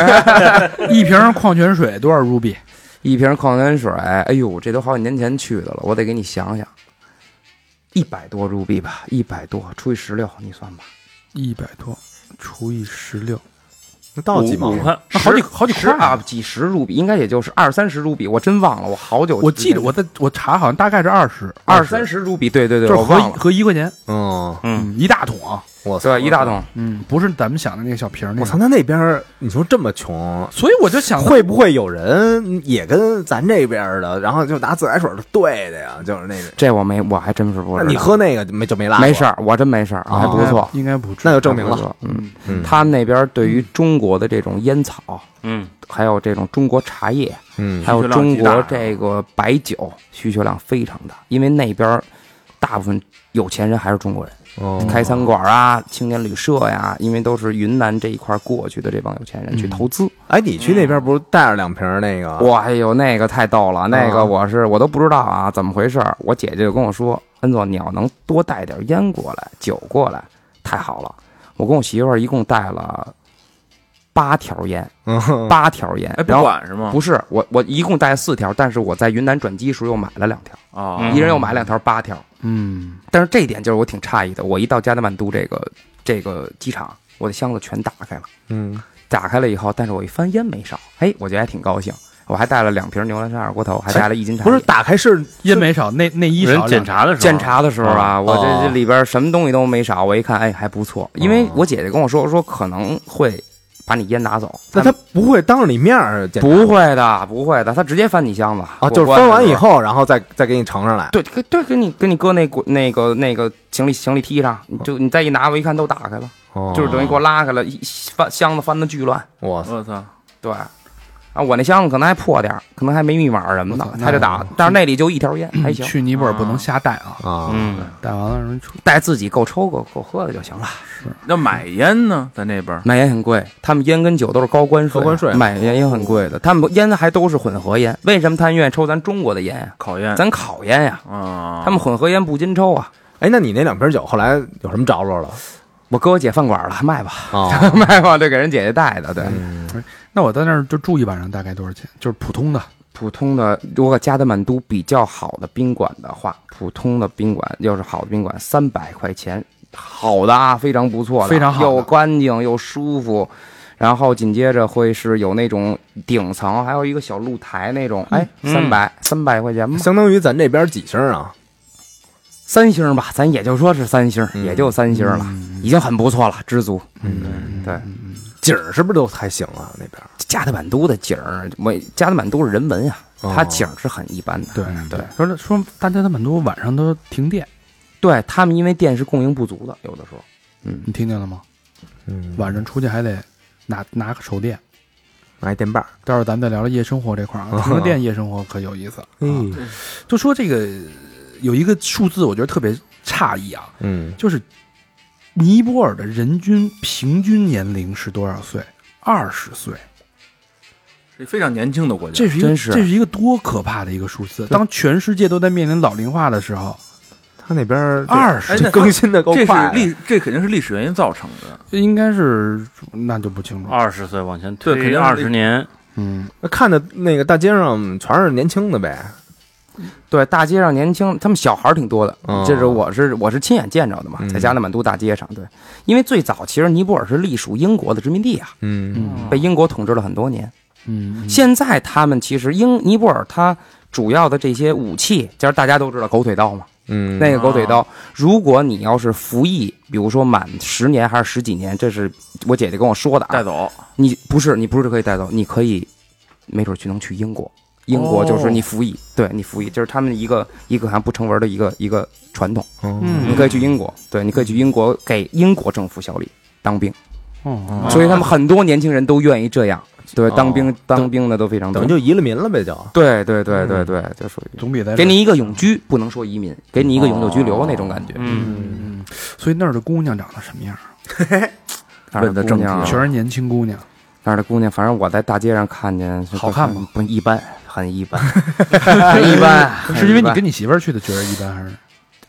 B: ruby，一 瓶矿泉水多少 ruby？
F: 一瓶矿泉水，哎呦，这都好几年前去的了，我得给你想想，一百多卢比吧，一百多除以十六，你算吧，
B: 一百多除以十六，
C: 那到底几毛
E: 五？块，
B: 那好几好几
F: 十
B: 块
F: 啊
B: 啊！，
F: 几十卢比，应该也就是二三十卢比，我真忘了，我好久
B: 我记得我在我查好像大概是二十
F: 二三，十卢比，对对
B: 就
F: 对，
B: 是
F: 我
B: 合
F: 忘
B: 一
F: 了，
B: 合一块钱，
C: 嗯，
E: 嗯，
B: 嗯，一大桶啊，
C: 我操
F: 对，，一大。桶，
B: 嗯，不是咱们想的那个小瓶儿那
C: 我操，
B: 个。
C: 那那边儿你说这么穷，
B: 所以我就想，
C: 会不会有人也跟咱这边儿的，然后就拿自来水儿兑的呀？就是那个，
F: 这我没，我还真是不
C: 那
F: 知道。
C: 你喝那个就没就没拉过，
F: 没事儿，我真没事儿，
C: 啊
F: 还不错，
B: 哎应该不至于
C: 那就证明
F: 还不
C: 了。
F: 错，嗯，
C: 嗯
F: 他们那边对于中国的这种烟草，
E: 嗯，
F: 还有这种中国茶叶，
C: 嗯
F: 还有中国这个白酒需求量非常大，因为那边儿大部分有钱人还是中国人，
C: 哦
F: 开餐馆啊、青年旅社呀、因为都是云南这一块儿过去的这帮有钱人去投资。
C: 哎，你去那边不是带着两瓶儿那
D: 啊
C: 个？
F: 哇，哎呦，那个太逗了，那个我是我都不知道啊，怎么回事儿？我姐姐就跟我说，恩佐，你要能多带点烟过来、酒过来，太好了。我跟我媳妇儿一共带了八条烟，
C: 嗯
F: 八条烟，
D: 哎，不
F: 然后。
D: 管是吗？
F: 不是我，我一共带四条，但是我在云南转机时候又买了两条。
D: 啊，
E: 嗯
F: 一人又买两条八条。
B: 嗯，
F: 但是这一点就是我挺诧异的，我一到加德满都这个这个机场，我的箱子全打开了，
C: 嗯，
F: 打开了以后，但是我一翻烟没少，哎，我觉得还挺高兴。我还带了两瓶牛栏山二锅头，还带了一斤茶叶。
C: 不是打开是
B: 烟没少，内内衣
E: 人
B: 少，
E: 检查的时候，
F: 检查的时候啊，我
C: 哦
F: 这这里边什么东西都没少，我一看，哎，还不错。因为我姐姐跟我说，说可能会把你烟拿走，
C: 那他不会当着你面儿检查
F: 不会的，不会的，他直接翻你箱子
C: 啊，就是
F: 过关
C: 分
F: 的
C: 完
F: 时
C: 以
F: 候
C: 后，然后再再给你盛上来。
F: 对，给对，给你给你搁那锅那个那个行李行李梯上，你就你再一拿，我一看都打开了，
C: 哦
F: 就是等于给我拉开了，一翻箱子翻的巨乱，
C: 我操，
D: 我操，
F: 对。啊，我那箱子可能还破点儿，可能还没密码什么
B: 我操
F: 的，
B: 那嗯
F: 他就打，但是那里就一条烟，还行，
B: 去尼泊尔不能瞎带啊，
C: 啊，
E: 嗯，
B: 带完了人出
F: 带自己够抽够够喝的就行了。
D: 那买烟呢，在那边儿
F: 买烟很贵，他们烟跟酒都是高关税，
C: 高关税
F: 买烟也很贵的，他们烟还都是混合烟，为什么他们愿意抽咱中国的烟呀？
D: 烤烟
F: 咱烤烟呀，
D: 啊，
F: 他们混合烟不禁抽啊。
C: 哎，那你那两瓶酒后来有什么着落了？
F: 我哥我姐饭馆了，卖吧
C: 啊，
F: 卖吧，对，给人姐姐带的，对，
B: 那我在那儿就住一晚上，大概多少钱？就是普通的，
F: 普通的，如果加德满都比较好的宾馆的话，普通的宾馆要是好的宾馆，三百块钱，好的啊，非常不错的，
B: 非常好的
F: 又干净又舒服。然后紧接着会是有那种顶层，还有一个小露台那种，
B: 嗯
F: 哎，三百三百块钱吧，
C: 相当于咱这边几星啊？
F: 三星吧，咱也就说是三星，
C: 嗯
F: 也就三星了，
B: 嗯
F: 已经很不错了，知足。
C: 嗯，
F: 对，
C: 景儿是不是都还行啊？那边
F: 加德满都的景儿，我加德满都是人文啊，
C: 哦
F: 它景儿是很一般的。
B: 嗯对
F: 对
B: 说说大家他们都晚上都停电，
F: 对他们因为电是供应不足的，有的时候。
B: 你听见了吗？
C: 嗯，
B: 晚上出去还得拿拿个手电。
C: 拿一电棒，
B: 待会儿咱们再聊聊夜生活这块儿啊，停了电夜生活可有意思啊。
C: 嗯
B: 就说这个有一个数字，我觉得特别诧异啊，
C: 嗯，
B: 就是尼泊尔的人均平均年龄是多少岁？二十岁，
D: 是非常年轻的国家
B: 这。是一个
F: 真是啊
B: 这是一个多可怕的一个数字！当全世界都在面临老龄化的时候，
C: 他那边儿这
B: 二十
D: 哎那
C: 这更新的够
D: 这
C: 快
D: 是
C: 啊，
D: 历，这肯定是历史原因造成的。
B: 应该是那就不清楚了。
E: 二十岁往前
D: 对肯
E: 推
D: 定是
E: 二十年，
B: 嗯，
C: 那看着那个大街上全是年轻的呗，
F: 对，大街上年轻，他们小孩儿挺多的，
C: 哦
F: 这是我是我是亲眼见着的嘛，
C: 嗯
F: 在加勒满都大街上。对，因为最早其实尼泊尔是隶属英国的殖民地啊，
C: 嗯
F: 被英国统治了很多年。
B: 嗯，
F: 现在他们其实英尼泊尔它主要的这些武器，就是大家都知道狗腿刀嘛，
C: 嗯，
F: 那个狗腿刀
D: 哦，
F: 如果你要是服役，比如说满十年还是十几年，这是我姐姐跟我说的啊，
D: 带走，
F: 你不是你不是可以带走，你可以没准去能去英国。英国就是你服役，对你服役，就是他们一个一个还不成文的一个一个传统。
C: 嗯
F: 你可以去英国，对，你可以去英国给英国政府效力当兵，
B: 哦，
D: 啊
F: 所以他们很多年轻人都愿意这样。对，
C: 哦
F: 当兵当
C: 等
F: 兵的都非常多
C: 等于。就移了民了呗，就
F: 对对对
B: 嗯
F: 对对，就属于
B: 总比在
F: 给你一个永居，不能说移民，给你一个永久居留那种感觉。
E: 嗯，
B: 嗯，所以那儿的姑娘长得什么样？哦
F: 哪儿
D: 问得
F: 姑
D: 正
F: 娘
D: 题
B: 全是年轻姑娘，
F: 那儿的姑娘，反正我在大街上看见，
B: 好看吗？
F: 不一般，很 一般，很一般。
B: 是因为你
F: 跟。
B: 跟你媳妇儿去的，觉得一般还是？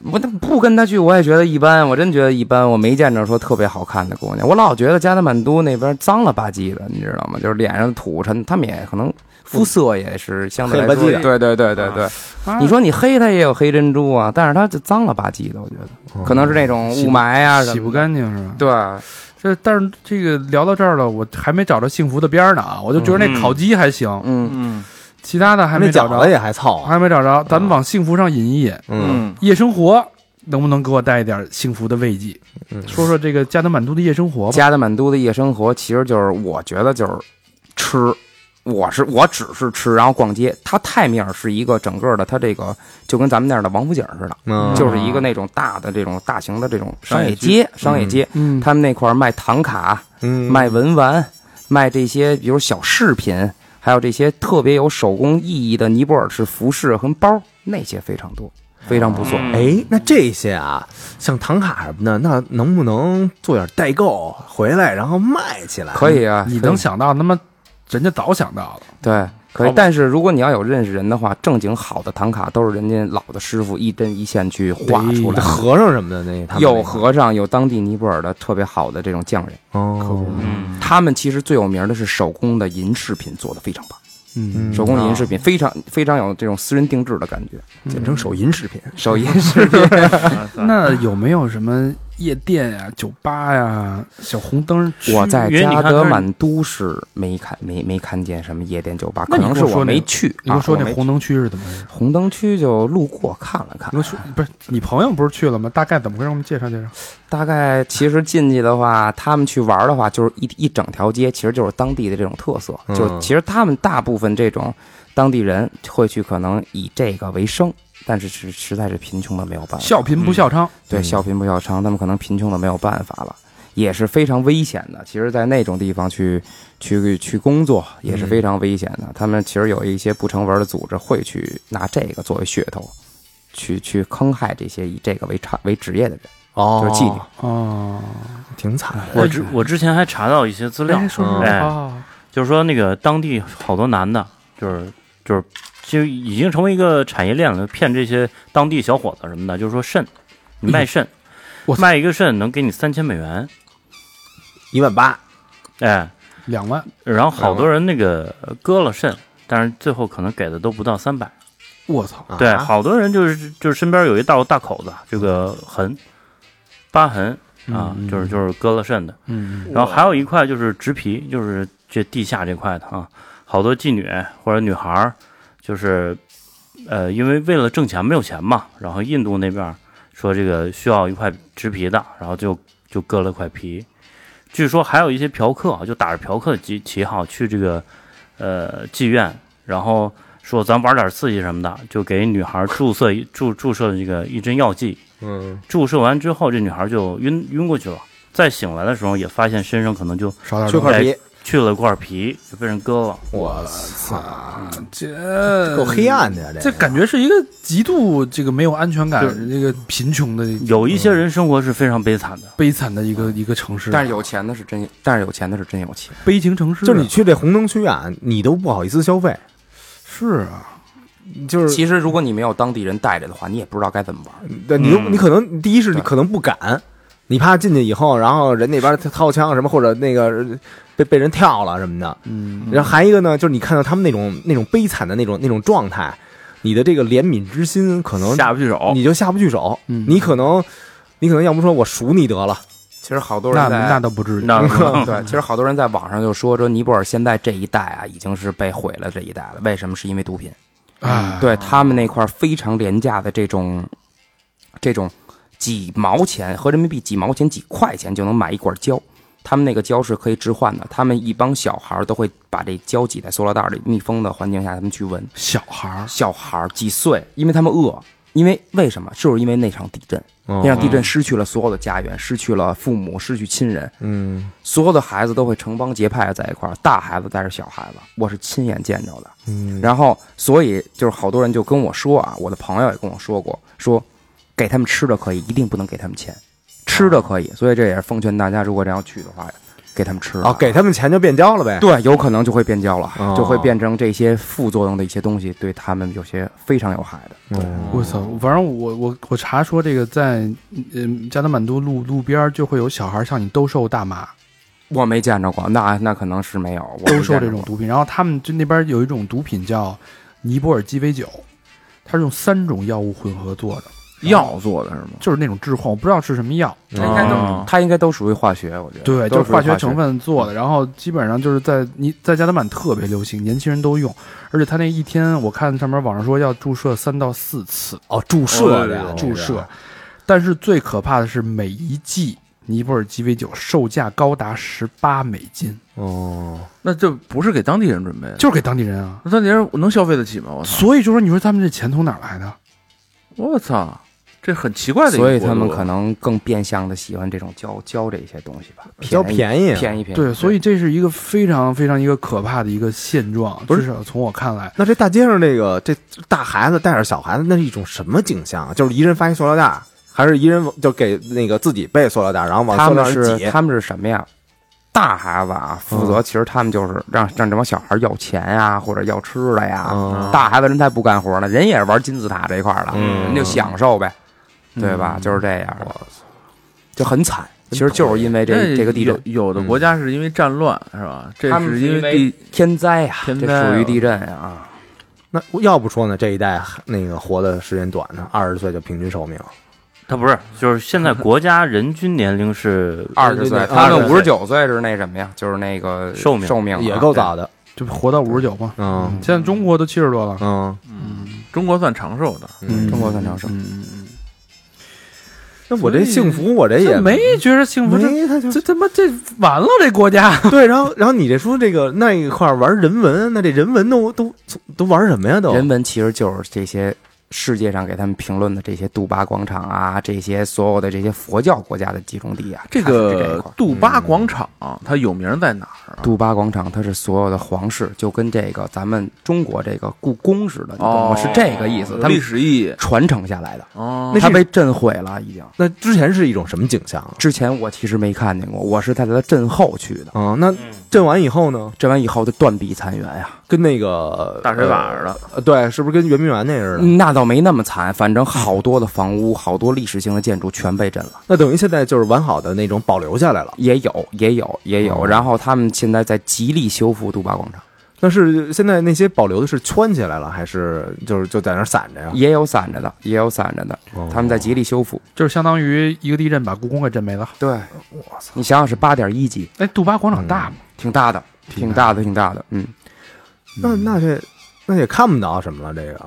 F: 我那不跟他去，我也觉得一般，我真觉得一般，我没见着说特别好看的姑娘。我老觉得加德满都那边脏了吧唧的，你知道吗？就是脸上土尘，他们也可能肤色也是相对来
C: 黑
F: 说，
C: 了吧唧的
F: 对对对对对。你说你黑他也有黑珍珠啊，但是他就脏了吧唧的，我觉得可能是那种雾霾啊什
B: 洗
F: 么
B: 不干净是吧？
F: 的。对，
B: 这但是这个聊到这儿了，我还没找着幸福的边儿呢啊！我就觉得那
E: 嗯
B: 烤鸡还行，
F: 嗯，
D: 嗯
B: 其他的还没
C: 那
B: 找
C: 饺子
B: 着，
C: 也还凑啊，
B: 还没找着。咱们往幸福上引一引，
C: 嗯，
B: 夜生活能不能给我带一点幸福的慰藉？
C: 嗯
B: 说说这个加德满都的夜生活吧。
F: 加德满都的夜生活其实就是，我觉得就是吃。我是我只是吃，然后逛街。它泰米尔是一个整个的，它这个就跟咱们那儿的王府井似的，
C: 嗯
F: 就是一个那种大的这种大型的这种商业街，商业街，
B: 嗯，
F: 他们那块儿卖唐卡、
C: 嗯
F: 卖文玩、卖这些，比如小饰品，还有这些特别有手工意义的尼泊尔式服饰和包，那些非常多，非常不错。
C: 哎，那这些啊，像唐卡什么的，那能不能做点代购回来，然后卖起来？
F: 可，以啊，
B: 你
F: 可以
B: 能想到，他妈人家早想到了。
F: 对。可
E: 好
F: 以
E: 吧，
F: 但是如果你要有认识人的话，正经好的唐卡都是人家老的师傅一针一线去画出来的，
C: 和尚什么的那他们那个
F: 有和尚，有当地尼泊尔的特别好的这种匠人。
C: 哦，
E: 嗯，
F: 他们其实最有名的是手工的银饰品做的非常棒，
B: 嗯，
F: 手工银饰品非常非常有这种私人定制的感觉，
B: 嗯
C: 简称手银饰品。
F: 手银饰品。
B: 那有没有什么夜店呀、酒吧呀、小红灯区？
F: 我在
E: 因为你
F: 加
E: 看
F: 德
E: 他是
F: 满都市没看没没看见什么夜店酒吧，
B: 那
F: 可
B: 你
F: 能
B: 跟
F: 是
B: 我说
F: 我
B: 那
F: 啊没
B: 个
F: 去。
B: 你跟我说那
F: 红
B: 红灯区是怎么回事？
F: 红灯区就路过看了看啊
B: 你，说不是你朋友不是去了吗？大概怎么回事？我们介绍介绍。
F: 大概其实进去的话，他们去玩的话，就是一一整条街，其实就是当地的这种特色，
C: 嗯
F: 就是其实他们大部分这种当地人会去可能以这个为生，但是是实在是贫穷的没有办法。
B: 笑贫不笑娼，
F: 对，
C: 嗯
F: 笑贫不笑娼，他们可能贫穷的没有办法了，也是非常危险的。其实，在那种地方去去去工作也是非常危险的。他们其实有一些不成文的组织会去拿这个作为噱头，去去坑害这些以这个为产为职业的人，
C: 哦
F: 就是妓女。
B: 哦，
C: 挺惨的。
E: 我之哎我之前还查到一些资料，
B: 哎说说
E: 哎
B: 啊，
E: 就是说那个当地好多男的，就是就是就已经成为一个产业链了，骗这些当地小伙子什么的，就是说肾，你卖肾，
B: 嗯我操
E: 卖一个肾能给你三千美元，
C: 一万八，
E: 哎，
B: 两万，
E: 然后好多人那个呃割了肾，但是最后可能给的都不到三百。
B: 我操！
C: 啊
E: 对，好多人就是就是身边有一道大口子，这个痕疤痕啊，
B: 嗯
E: 就是就是割了肾的。
B: 嗯，
E: 然后还有一块就是植皮，就是这地下这块的啊，好多妓女或者女孩儿，就是呃，因为为了挣钱没有钱嘛，然后印度那边儿说这个需要一块植皮的，然后就就割了块皮。据说还有一些嫖客啊，就打着嫖客的旗旗号去这个呃妓院，然后说咱玩点刺激什么的，就给女孩注射一注注射这个一针药剂，
C: 嗯，
E: 注射完之后，这女孩就晕晕过去了。再醒来的时候，也发现身上可能就
B: 少点
C: 缺
B: 东西
C: 块皮，
E: 去了块皮，就被人割了。
C: 我操，
B: 这
C: 够黑暗的呀，
B: 这
C: 个
B: 感觉是一个极度这个没有安全感、这个贫穷的、
E: 有一些人生活是非常悲惨的，
B: 悲惨的一个一个城市，
F: 但是有钱的是真，但是有钱的是真有钱。
B: 悲情城市啊，
C: 就是你去这红灯区啊，你都不好意思消费，
B: 是啊，
C: 就是
F: 其实如果你没有当地人带着的话，你也不知道该怎么玩。
C: 对，你又
E: 嗯
C: 你可能第一是你
F: 对
C: 可能不敢，你怕进去以后，然后人那边掏枪什么，或者那个呃被被人跳了什么的。
B: 嗯，
C: 然后还一个呢，就是你看到他们那种那种悲惨的那种那种状态，你的这个怜悯之心可能
D: 下不去手，
C: 你就下不去手，
B: 嗯
C: 你可能你可能要不说我赎你得了，
F: 其实好多
B: 那
F: 人
B: 那
F: 在嗯
B: 倒不至于，嗯
E: 那
F: 对，其实好多人在网上就说说尼泊尔现在这一带啊，已经是被毁了这一带了。为什么？是因为毒品。
B: 啊，
F: 对他们那块儿非常廉价的这种，这种几毛钱合人民币几毛钱几块钱就能买一管胶，他们那个胶是可以置换的。他们一帮小孩儿都会把这胶挤在塑料袋里，密封的环境下他们去闻。
B: 小孩儿，
F: 小孩儿几岁？因为他们饿，因为为什么？就是因为那场地震，
C: 嗯
F: 那场地震失去了所有的家园，失去了父母，失去亲人，
C: 嗯
F: 所有的孩子都会成帮结派的在一块儿，大孩子带着小孩子，我是亲眼见着的。
C: 嗯，
F: 然后，所以就是好多人就跟我说啊，我的朋友也跟我说过，说给他们吃的可以，一定不能给他们钱，吃的可以。所以这也是奉劝大家，如果真要去的话，给他们吃的啊
C: 哦，给他们钱就变交了呗，
F: 对，有可能就会变焦了，
C: 哦
F: 就会变成这些副作用的一些东西，对他们有些非常有害的。
C: 嗯
B: 我操，反正我我我查说这个在嗯加德满都路路边儿就会有小孩儿向你兜售大麻，
F: 我没见着过，那那可能是没有我没
B: 兜售
F: 见着
B: 这种
F: 过
B: 毒品，然后他们就那边有一种毒品叫尼泊尔鸡尾酒，它是用三种药物混合做的，
D: 药做的是吗？
B: 就是那种置换，我不知道是什么药，
F: 它应该都、
D: 哦
F: 它应该都属于化学，我觉得
B: 对，
F: 都
B: 就是是化
F: 学
B: 学嗯成。分做的，然后基本上就是在你在加德满特别流行，年轻人都用，而且他那一天我看上面网上说要注射三到四次
C: 哦，注射的
D: 哦
C: 呀，
B: 注射，但是最可怕的是每一剂尼泊尔鸡尾酒售价高达十八美金，
C: 哦，
D: 那这不是给当地人准备的，
B: 就是给当地人啊，
D: 那当地人能消费得起吗？我操！
B: 所以就说你说他们这钱从哪儿来的？
D: 我操！这很奇怪的一个
F: 所
D: 国
F: 以
D: 度，
F: 他们可能更变相的喜欢这种胶胶这些东西吧，
C: 交
F: 便
C: 便宜
F: 宜，啊便宜便宜。
B: 对，所以这是一个非常非常一个可怕的一个现状，
C: 不是
B: 至少从我看来，
C: 那这大街上这个这大孩子带着小孩子，那是一种什么景象啊？就是一人发一塑料袋儿，还是一人就给那个自己备塑料袋儿，然后往
F: 他
C: 塑料
F: 们
C: 袋儿
F: 是
C: 上挤？
F: 他们是什么呀？大孩子啊，负责其实他们就是让让这帮小孩要钱呀，或者要吃的呀。
C: 嗯
F: 大孩子人才不干活呢，人也是玩金字塔这一块儿的，
C: 嗯
F: 人就享受呗，对吧？就是这样的，就很惨。其实就是因为
D: 这
F: 这这个地震嗯
D: 有有的国家是因为战乱是吧？这
F: 他们
D: 是
F: 是因
D: 因
F: 为
D: 地
F: 天灾呀，
D: 天灾
F: 这属于地震呀啊。
C: 那要不说呢，这一代那个活的时间短呢，二十岁就平均寿命，
E: 他不是，就是现在国家人均年龄是
C: 啊
F: 二十岁
C: 对，对
F: 他
E: 对
F: 们五十九岁是那什么呀？就是那个
E: 寿命
F: 寿命啊
C: 也够早的。
B: 就活到五十九嘛。
C: 嗯
B: 现在中国都七十多了，
C: 嗯，
D: 中国算长寿的，
C: 嗯
F: 中国算长寿
B: 嗯嗯
C: 那我这幸福，我这也
B: 这没觉着幸福，这
C: 哎没他就
B: 这他妈这完了，这国家
C: 对。然后然后你这说这个那一块儿玩人文，那这人文都都都玩什么呀？都
F: 人文其实就是这些世界上给他们评论的这些杜巴广场啊，这些所有的这些佛教国家的集中地啊。
D: 这
F: 它是这一
D: 个
F: 块儿嗯
D: 杜巴广场，它有名在哪儿啊？
F: 杜巴广场它是所有的皇室，就跟这个咱们中国这个故宫似的，你懂吗？是这个意思，他
D: 哦历
F: 们
D: 史意义
F: 传承下来的。
D: 哦。
C: 那是
F: 它被震毁了，已经。
C: 那之前是一种什么景象啊？
F: 之前我其实没看见过，我是在它的震后去的。
C: 嗯，那震完以后呢，
F: 这完以后就断壁残垣啊呀、
C: 跟那个
D: 大水瓦似的，
C: 呃，对，是不是跟圆明园那似的？
F: 那倒没那么惨，反正好多的房屋、好多历史性的建筑全被震了。
C: 那等于现在就是完好的那种保留下来了。
F: 也有，也有，也有。然后他们现在在极力修复杜巴广场，
C: 那是现在那些保留的是圈起来了，还是就是就在那儿散着呀？哦
F: 也有散着的，也有散着的。他们在极力修复。
B: 就是相当于一个地震把故宫给震没了。
F: 对，你想想是八点一级，
B: 哎，杜巴广场
C: 嗯
B: 大吗？
F: 挺大的，挺大的，挺大的。嗯，
C: 那那这那也看不着什么了，这个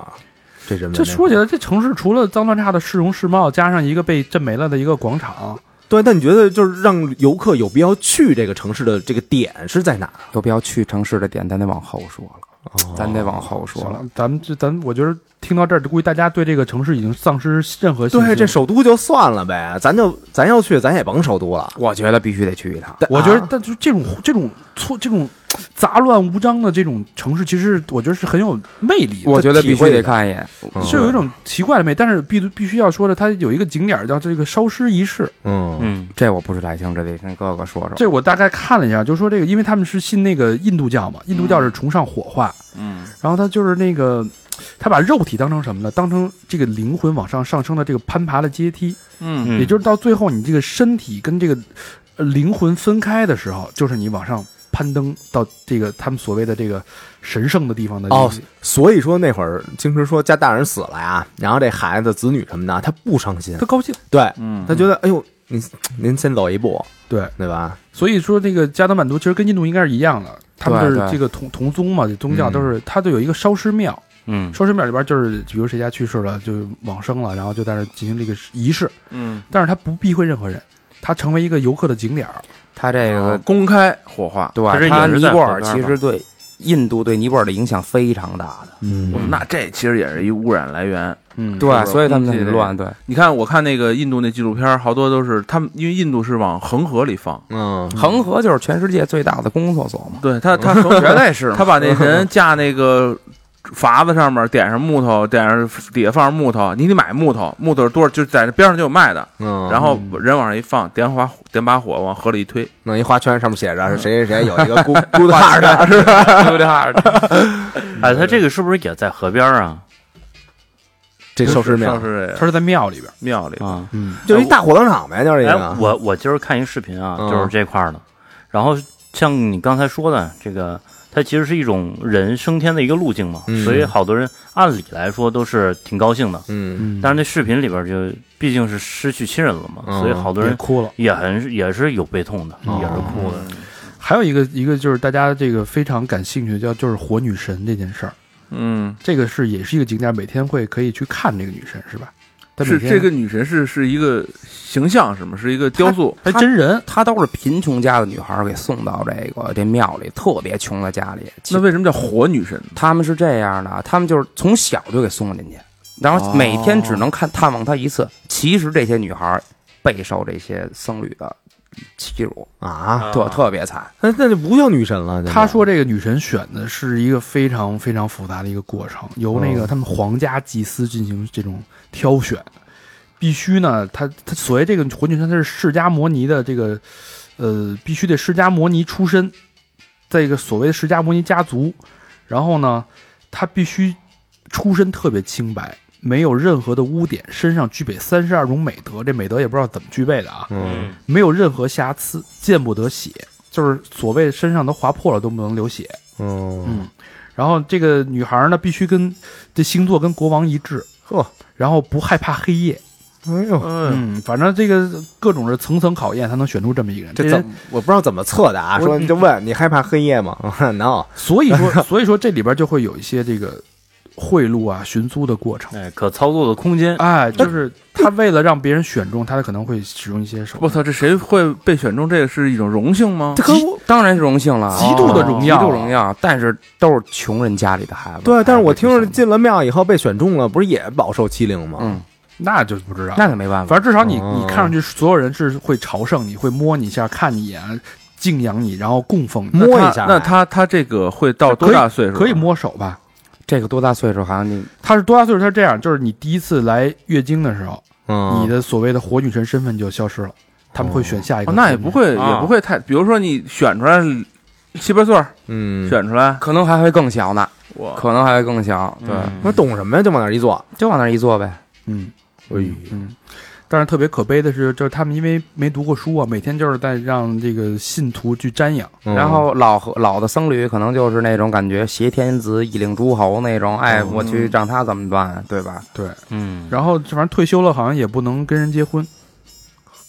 C: 这人文
B: 这
C: 那
B: 说起
C: 块儿
B: 来，这城市除了脏乱差的市容市貌，加上一个被震没了的一个广场，
C: 对，但你觉得就是让游客有必要去这个城市的这个点是在哪儿？
F: 有必要去城市的点，咱得往后说了，
C: 哦
F: 咱得往后说
B: 行
F: 了
B: 了。，咱们这咱我觉得听到这儿，估计大家对这个城市已经丧失任何信心。
C: 对，这首都就算了呗，咱就咱要去，咱也甭首都了。
F: 我觉得必须得去一趟。
C: 但
B: 我觉得
C: 啊，
B: 但就这种这种错这种杂乱无章的这种城市，其实我觉得是很有魅力的。嗯
F: 我觉得必
C: 体
F: 须
C: 会
F: 得看一眼。
B: 是有一种奇怪的魅力，但是必必须要说的，它有一个景点儿叫这个烧尸仪式，
C: 嗯
E: 嗯，
F: 这我不是太清，这得跟哥哥说说。
B: 这我大概看了一下，就说这个，因为他们是信那个印度教嘛，印度教是崇尚火化，
D: 嗯，
B: 然后他就是那个，他把肉体当成什么呢？当成这个灵魂往上上升的这个攀爬的阶梯，
D: 嗯
E: 嗯
B: 也就是到最后你这个身体跟这个呃灵魂分开的时候，就是你往上攀登到这个他们所谓的这个神圣的地方的
C: 哦，所以说那会儿经常说家大人死了呀，然后这孩子子女什么的，他不伤心
B: 他，高兴，
C: 对
D: 嗯，
C: 他觉得哎呦，您您先走一步，
B: 对，
C: 对吧？
B: 所以说这个加德满都其实跟印度应该是一样的，他们
F: 对
B: 是
F: 对
B: 这个同同宗嘛，这宗教都是，他就有一个烧尸庙。
E: 嗯
B: 烧尸庙里边就是，比如谁家去世了，就往生了，然后就在那儿进行这个仪式，
D: 嗯，
B: 但是他不避讳任何人，他成为一个游客的景点儿。
F: 他这个
D: 嗯哦公开火化，
E: 他
F: 对，
E: 这
F: 他
E: 也是
F: 尼
E: 在
F: 泊
E: 河
F: 尔
E: 边
F: 其
E: 吧
F: 实对印度对尼泊尔的影响非常大的，
C: 嗯
D: 哦那这其实也是一污染来源。
B: 嗯，
D: 是吧
F: 对，所以他们
D: 空气
F: 很
D: 的
F: 乱，对，
D: 你看，我看那个印度那纪录片儿，好多都是他们，因为印度是往恒河里放，
C: 嗯，
F: 恒河就是全世界最大的公共厕所嘛，
D: 对他，他恒
F: 绝
D: 河，
F: 对是嘛
D: 他把那人架那个筏子上面，点上木头，点上底下放上木头，你得买木头，木头是多少？就是在那边上就有卖的，
C: 嗯，
D: 然后人往上一放，点把火点把火往河里一推，
C: 弄一花圈，上面写着谁谁谁有一个 孤孤单的，嗯是吧？
F: 有点儿
E: 哎，他这个是不是也在河边儿啊？
C: 这寿司
D: 庙
C: 庙
D: 是这
B: 他是在庙里边，
D: 庙里，
E: 啊，
C: 就是一大火葬场呗，就是一
E: 哎
C: 个，，
E: 我我今儿看一视频啊，
C: 啊嗯
E: 就是这块儿的。然后像你刚才说的，这个它其实是一种人升天的一个路径嘛，
C: 嗯
E: 所以好多人按理来说都是挺高兴的。
C: 嗯
E: 但是那视频里边就毕竟是失去亲人了嘛，
C: 嗯
E: 所以好多
B: 也
E: 人
B: 哭了。
E: 也很也是有悲痛的，也是哭的。
B: 还有一个一个就是大家这个非常感兴趣的叫就是火女神这件事儿，
D: 嗯，
B: 这个是也是一个景点，每天会可以去看这个女神是吧？她每
D: 是
B: 天
D: 这个女神是是一个形象，是吗？是一个雕塑，
B: 还哎真人，
F: 他都是贫穷家的女孩儿给送到这个这庙里，特别穷的家里。其
D: 那为什么叫火女神呢？
F: 他们是这样的，他们就是从小就给送进去，然后每天只能看探望她一次。其实这些女孩儿备受这些僧侣的欺辱，
C: 啊，
F: 特特别惨。
C: 那那就不叫女神了。
B: 她说这个女神选的是一个非常非常复杂的一个过程，由那个他们皇家祭司进行这种挑选，必须呢，她她所谓这个火女神，她是释迦摩尼的这个，呃，必须得释迦摩尼出身，在一个所谓的释迦摩尼家族，然后呢，她必须出身特别清白。没有任何的污点，身上具备三十二种美德，这美德也不知道怎么具备的啊。
C: 嗯，
B: 没有任何瑕疵，见不得血，就是所谓身上都划破了都不能流血。
C: 嗯
B: 嗯，然后这个女孩呢，必须跟这星座跟国王一致，
C: 呵，
B: 然后不害怕黑夜。
C: 嗯，哎呦，
D: 嗯，
B: 嗯，反正这个各种是层层考验，才能选出这么一个人。呃
C: 这
B: 人
C: 怎嗯我不知道怎么测的啊？说你就问你害怕黑夜吗 ？No，
B: 所以 说，所以说这里边就会有一些这个贿赂啊、寻租的过程。
E: 哎，可操作的空间，
B: 哎，就是他为了让别人选中，他可能会使用一些手
D: 我
B: 段，
D: 操，这谁会被选中？这个是一种荣幸吗？
F: 极当然是荣幸了，
B: 极度的荣耀
F: 极度荣耀。但是都是穷人家里的孩子。
C: 对，啊但是我听说
F: 这，
C: 进了庙以后被选中了，不是也饱受欺凌吗？
F: 嗯，
B: 那就不知道。
F: 那可没办法。
B: 反正至少你
C: 哦
B: 你看上去所有人是会朝圣你，会摸你一下，看你一眼，敬仰你，然后供奉你。
C: 摸
D: 那
C: 一下
D: 他那他他这个会到
B: 可以
D: 多大岁数？啊
B: 可以，摸手吧？
F: 这个多大岁数好像你
B: 他是多大岁数？他是这样，就是你第一次来月经的时候，
C: 嗯，
B: 你的所谓的火女神身份就消失了，他们会选下一个、
D: 哦哦那也不。会
E: 啊
D: 也不会太，比如说你选出来七八岁儿
C: 嗯，
D: 选出来，
F: 可能还会更小呢，
D: 我
F: 可能还会更小，对，
C: 我懂什么呀？就往那儿一坐，
F: 就往那儿一坐呗。
B: 嗯，
C: 哎呦
B: 嗯，但是特别可悲的是，就是他们因为没读过书啊，每天就是在让这个信徒去瞻仰。
C: 嗯
F: 然后老和老的僧侣可能就是那种感觉挟天子以令诸侯那种，哎，我去让他怎么办，对吧？
B: 对，
E: 嗯，
B: 然后反正退休了，好像也不能跟人结婚。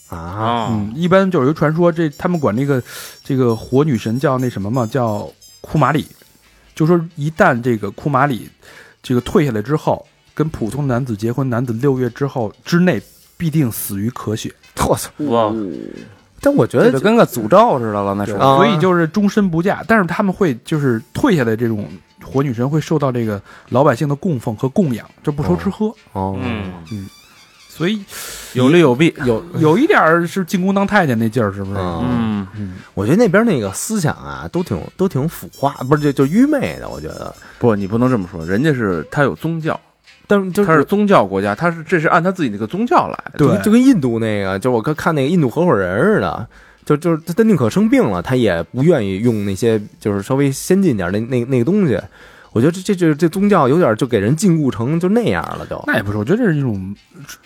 C: 啊，
E: 啊，
B: 嗯，一般就是有一传说，这他们管这个这个火女神叫那什么嘛，叫库马里，就说一旦这个库马里这个退下来之后，跟普通男子结婚，男子六月之后之内必定死于咳血，
C: 我操！
E: 哇，
C: 但我觉
F: 这
C: 得
F: 就跟个诅咒似的了，那是。
C: 呃啊
B: 所以就是终身不嫁。但是他们会就是退下来这种火女神会受到这个老百姓的供奉和供养，就不愁吃喝。
C: 哦，
E: 嗯，
B: 所以
D: 有利有弊，
B: 有有一点儿是进宫当太监那劲儿，是不是？
C: 嗯，
D: 嗯，
C: 我觉得那边那个思想啊，都挺都挺腐化，不是就就愚昧的，我觉得。
D: 不，你不能这么说，人家是他有宗教，
C: 但是就
D: 他
C: 是
D: 是宗教国家，他是这是按他自己那个宗教来的，
B: 对
C: 就跟印度那个，就我看看那个印度合伙人似的，就就是他他宁可生病了，他也不愿意用那些就是稍微先进点儿那那那个东西。我觉得这这这这宗教有点就给人禁锢成就那样了，就
B: 那也不是，我觉得这是一种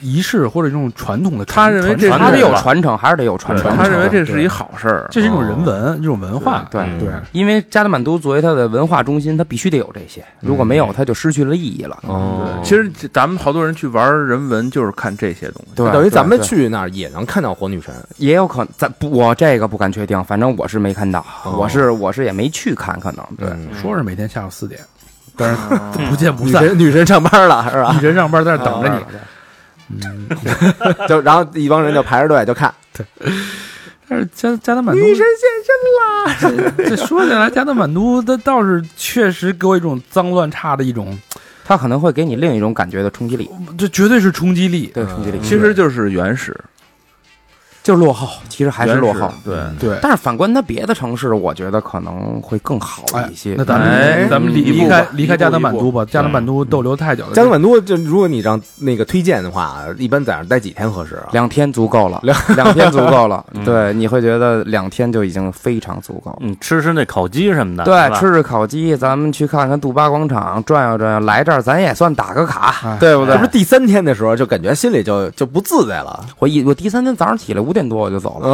B: 仪式或者一种传统的传。
D: 他认为这
B: 传
F: 还
D: 是
F: 得有传承，还是得有传
D: 对
F: 承。
D: 他认为这是一好事儿，
B: 这是一种人文，一种文化。
F: 对
C: 嗯
B: 对，
F: 因为加德满都作为它的文化中心，它必须得有这些，如果没有，它就失去了意义了。
C: 哦，
D: 其实这咱们好多人去玩人文，就是看这些东西。
F: 对，
C: 等于咱们
F: 对
C: 去那儿也能看到火女神，
F: 也有可能，咱不，我这个不敢确定，反正我是没看到，
C: 哦
F: 我是我是也没去看，可能对。
C: 嗯
B: 说是每天下午四点，但是不见不
C: 女
B: 散。
C: 神女神上班了是吧？
B: 女神上班在那儿等着你
C: 啊
F: 哦，
C: 嗯 就然后一帮人就排着队就 看，
B: 但是加加德满都女神现身啦！这说起来，加德满都它倒是确实给我一种脏乱差的一种，
F: 它可能会给你另一种感觉的冲击力，
B: 这绝对是冲击力。
F: 对冲击力，
D: 其实就是原始，
F: 就落后，其实还是落后
D: 原始。嗯对，
B: 对，
F: 但是反观它别的城市，我觉得可能会更好
B: 哎
F: 一些。
B: 那咱
D: 哎
B: 们咱们离
D: 一
B: 离
D: 步
B: 开
D: 吧
B: 离开加德满
D: 一步
B: 都吧，加德满都逗留太久了。
C: 加德满都就如果你让那个推荐的话，一般在那儿待几天合适啊？
F: 两天足够了，两嗯两天足够 了。对，你会觉得两天就已经非常足够了。
E: 嗯，吃吃那烤鸡什么的，是
F: 对，
E: 吧
F: 吃吃烤鸡，咱们去看看杜巴广场，转悠转悠，来这儿咱也算打个卡
B: 哎，
F: 对不
C: 这
F: 对
C: 不？是第三天的时候就感觉心里就就不自在了，
F: 我一我第三天早上起来五点多我就走了，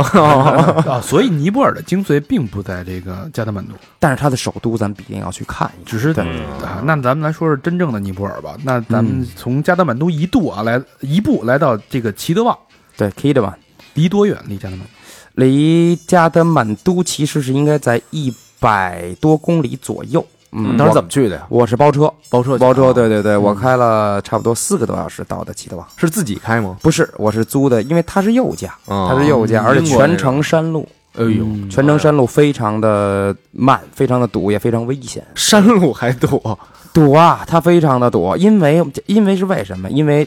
B: 啊，所以尼泊尔的精髓并不在这个加德满都，
F: 但是它的首都咱必定要去看一看。
B: 只是
E: 对
B: 啊，那咱们来说说真正的尼泊尔吧。那咱
C: 嗯
B: 们从加德满都一度啊来一步来到这个齐德旺，
F: 对 k i d m a n
B: 离多远？离加德满
F: 离加德满都其实是应该在一百多公里左右。嗯，
C: 当时怎
F: 么？
C: 么去的呀？
F: 我是包车，
C: 包车去
F: 包车，
C: 啊
F: 对对对，我开了差不多四个多小时到的齐德旺。
C: 是自己开吗？
F: 不是，我是租的，因为它是右驾，
C: 啊
F: 它是右驾，
D: 嗯
F: 而且
D: 英国那
F: 全
D: 种
F: 程山路，
C: 哎呦，
F: 全程山路非常的慢，非常的堵，也非常危险。
C: 山路还堵，
F: 堵啊，它非常的堵，因为因为是为什么？因为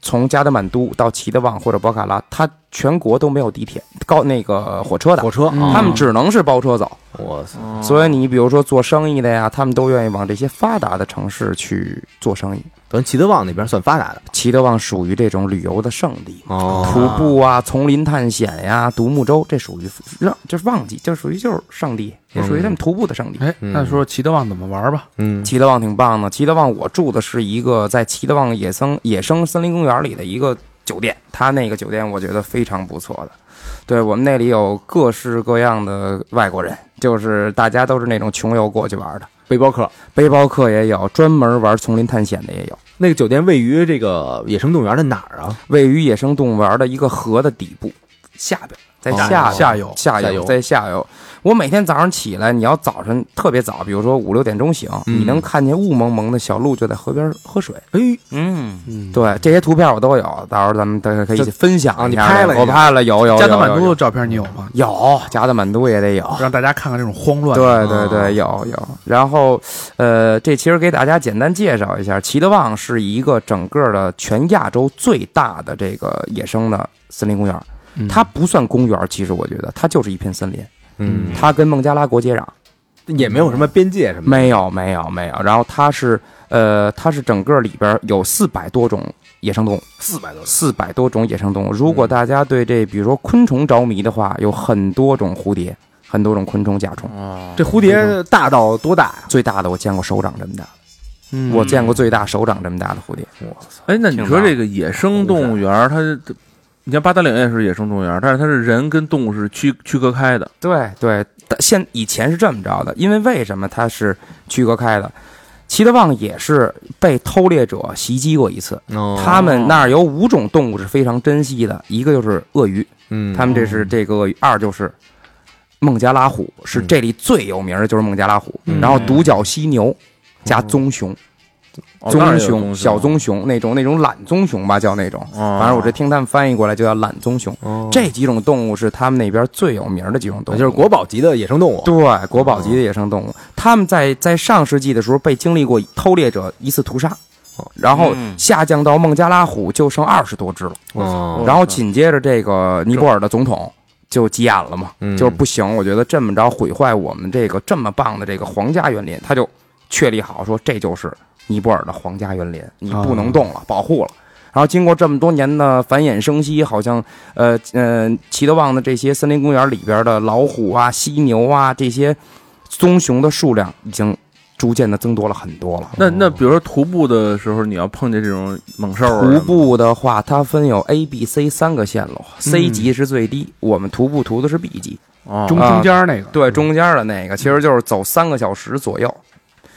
F: 从加德满都到齐德旺或者博卡拉，它全国都没有地铁高那个火车的，
C: 火车，
B: 嗯
C: 啊
F: 他们只能是包车走。
C: 我操，
F: 所以你比如说做生意的呀，他们都愿意往这些发达的城市去做生意。
C: 咱齐德旺那边算发达的
F: 齐德旺属于这种旅游的圣地，
C: 哦
F: 徒步啊、丛林探险呀、独木舟，这属于让就是旺季，这属于就是圣地，也属于他们徒步的圣地。
B: 哎，
C: 嗯
B: 那说说齐德旺怎么玩吧？
C: 嗯，
F: 齐德旺挺棒的，齐德旺我住的是一个在齐德旺野生野生森林公园里的一个酒店，它那个酒店我觉得非常不错的。对我们那里有各式各样的外国人，就是大家都是那种穷游过去玩的，
C: 背包客。
F: 背包客也有，专门玩丛林探险的也有。
C: 那个酒店位于这个野生动物园的哪儿啊？
F: 位于野生动物园的一个河的底部下边，在下
B: 哦下游
F: 下
C: 下游
F: 在下游。我每天早上起来，你要早晨特别早，比如说五六点钟醒，
C: 嗯
F: 你能看见雾蒙蒙的小鹿就在河边喝水。
C: 哎，
E: 嗯，
B: 嗯，
F: 对，这些图片我都有，到时候咱们大家可以一起分享
C: 啊
F: 一
C: 你
F: 下。
C: 拍了
F: 我
C: 一下
F: 拍了，有有有
B: 加德满
F: 有
B: 都的照片你有吗？
F: 有，加德满都也得有。
B: 让大家看看这种慌乱。
F: 对对
C: 啊
F: 对，有有。然后，呃，这其实给大家简单介绍一下，齐德旺是一个整个的全亚洲最大的这个野生的森林公园。
B: 嗯，
F: 它不算公园儿，其实我觉得它就是一片森林，
C: 嗯，
F: 它跟孟加拉国接壤，
C: 也没有什么边界什么的。
F: 没有没有没有。然后它是呃，它是整个里边儿有四百多种野生动物，
C: 四百多，嗯
F: 四百多种野生动物。如果大家对这比如说昆虫着迷的话，有很多种蝴蝶，很多种昆虫甲虫。
D: 哦，
C: 这蝴蝶大到多大呀？
F: 最大的我见过手掌这么大，
C: 嗯
F: 我见过最大手掌这么大的蝴蝶。
D: 哎，那你
E: 挺
D: 说
E: 大
D: 这个野生动物园儿，它是你像八达岭也是野生动物园儿，但是它是人跟动物是区区隔开的。
F: 对对，但现以前是这么着的，因为为什么它是区隔开的？齐德旺也是被偷猎者袭击过一次，
C: 哦
F: 他们那儿有五种动物是非常珍惜的，一个就是鳄鱼，
C: 嗯，
F: 他们这是这个鳄鱼，二就是孟加拉虎，是
C: 嗯
F: 这里最有名的就是孟加拉虎，
C: 嗯
F: 然后独角犀牛加棕熊，
D: 哦当然有
F: 棕熊、小
D: 棕
F: 棕熊那种那种懒棕熊吧，叫那种，
D: 哦
F: 反正我这听他们翻译过来就叫懒棕熊。
C: 哦啊
F: 这几种动物是他们那边最有名的几种动物，
C: 就是国宝级哦的野生动物。
F: 对国宝级的野生动物，他们在在上世纪的时候被经历过偷猎者一次屠杀
C: 哦，
F: 然后
E: 嗯
F: 下降到孟加拉虎就剩二十多只了，
C: 哦，
F: 然后紧急接着这个尼泊尔的总统就急眼了嘛，
C: 嗯
F: 就是不行，我觉得这么着毁坏我们这个这么棒的这个皇家园林，他就确立好说这就是尼泊尔的皇家园林，你不能动了，保护了。然后经过这么多年的繁衍生息，好像呃呃，齐德旺的这些森林公园里边的老虎啊、犀牛啊这些棕熊的数量已经逐渐的增多了很多了。
D: 那那比如说徒步的时候，你要碰见这种猛兽儿啊什么的，
F: 徒步的话，它分有 A、B、C 三个线路，C 级是最低，我们徒步图的是 B 级，
D: 哦
B: 中中间那个，
F: 对，中间的那个其实就是走三个小时左右，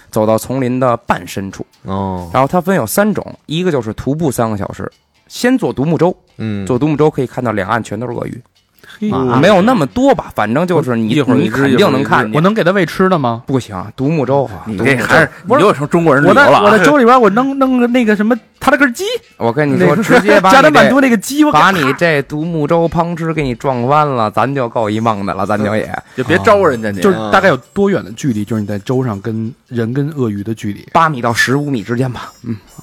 F: 走到丛林的半深处。
C: 哦，
F: 然后它分有三种，一个就是徒步三个小时，先做独木舟，
C: 嗯，
F: 做独木舟可以看到两岸全都是鳄鱼，
B: 嘿
C: 啊
F: 没有那么多吧，反正就是你
D: 一会儿一
F: 你
D: 只
F: 肯定能
D: 一会儿一
F: 看
D: 只
B: 我
F: 见。
B: 能给它喂吃的吗？
F: 不行，独木舟啊，
D: 你
F: 独
D: 这
F: 木舟
D: 还是你
B: 不是
D: 又成中国人旅
B: 我
D: 游
B: 在
D: 了啊。
B: 我在粥里边，我弄弄个那个什么塔拉根鸡，
F: 我跟你
B: 那
F: 说，
B: 个
F: 直 接 把
B: 加
F: 你
B: 德满都
F: 这
B: 那个鸡，我给
F: 把你这独木舟旁枝给你撞弯了，咱就够一梦的了，咱就也
D: 就别招人家你。
B: 就是
F: 嗯
B: 大概有多远的距离？就是你在舟上跟人跟鳄鱼的距离，
F: 八米到十五米之间吧。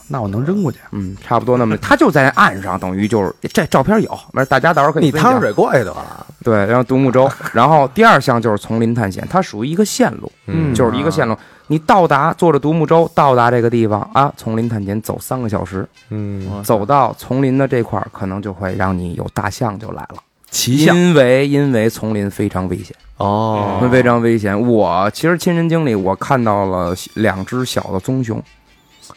B: 那我能扔过去。
F: 嗯，差不多那么，它就在岸上，等于就是这照片有，没事，大家到时候可以
C: 你
F: 分
C: 趟
F: 享
C: 上水过去得了。
F: 对，然后独木舟，然后第二项就是丛林探险，它属于一个线路，
C: 嗯
F: 就是一个线路。你到达坐着独木舟到达这个地方啊，丛林探险走三个小时，
C: 嗯，
F: 走到丛林的这块儿，可能就会让你有大象就来了，
B: 骑象
F: 因为因为丛林非常危险，
C: 哦
F: 非常危险。我其实亲身经历，我看到了两只小的棕熊。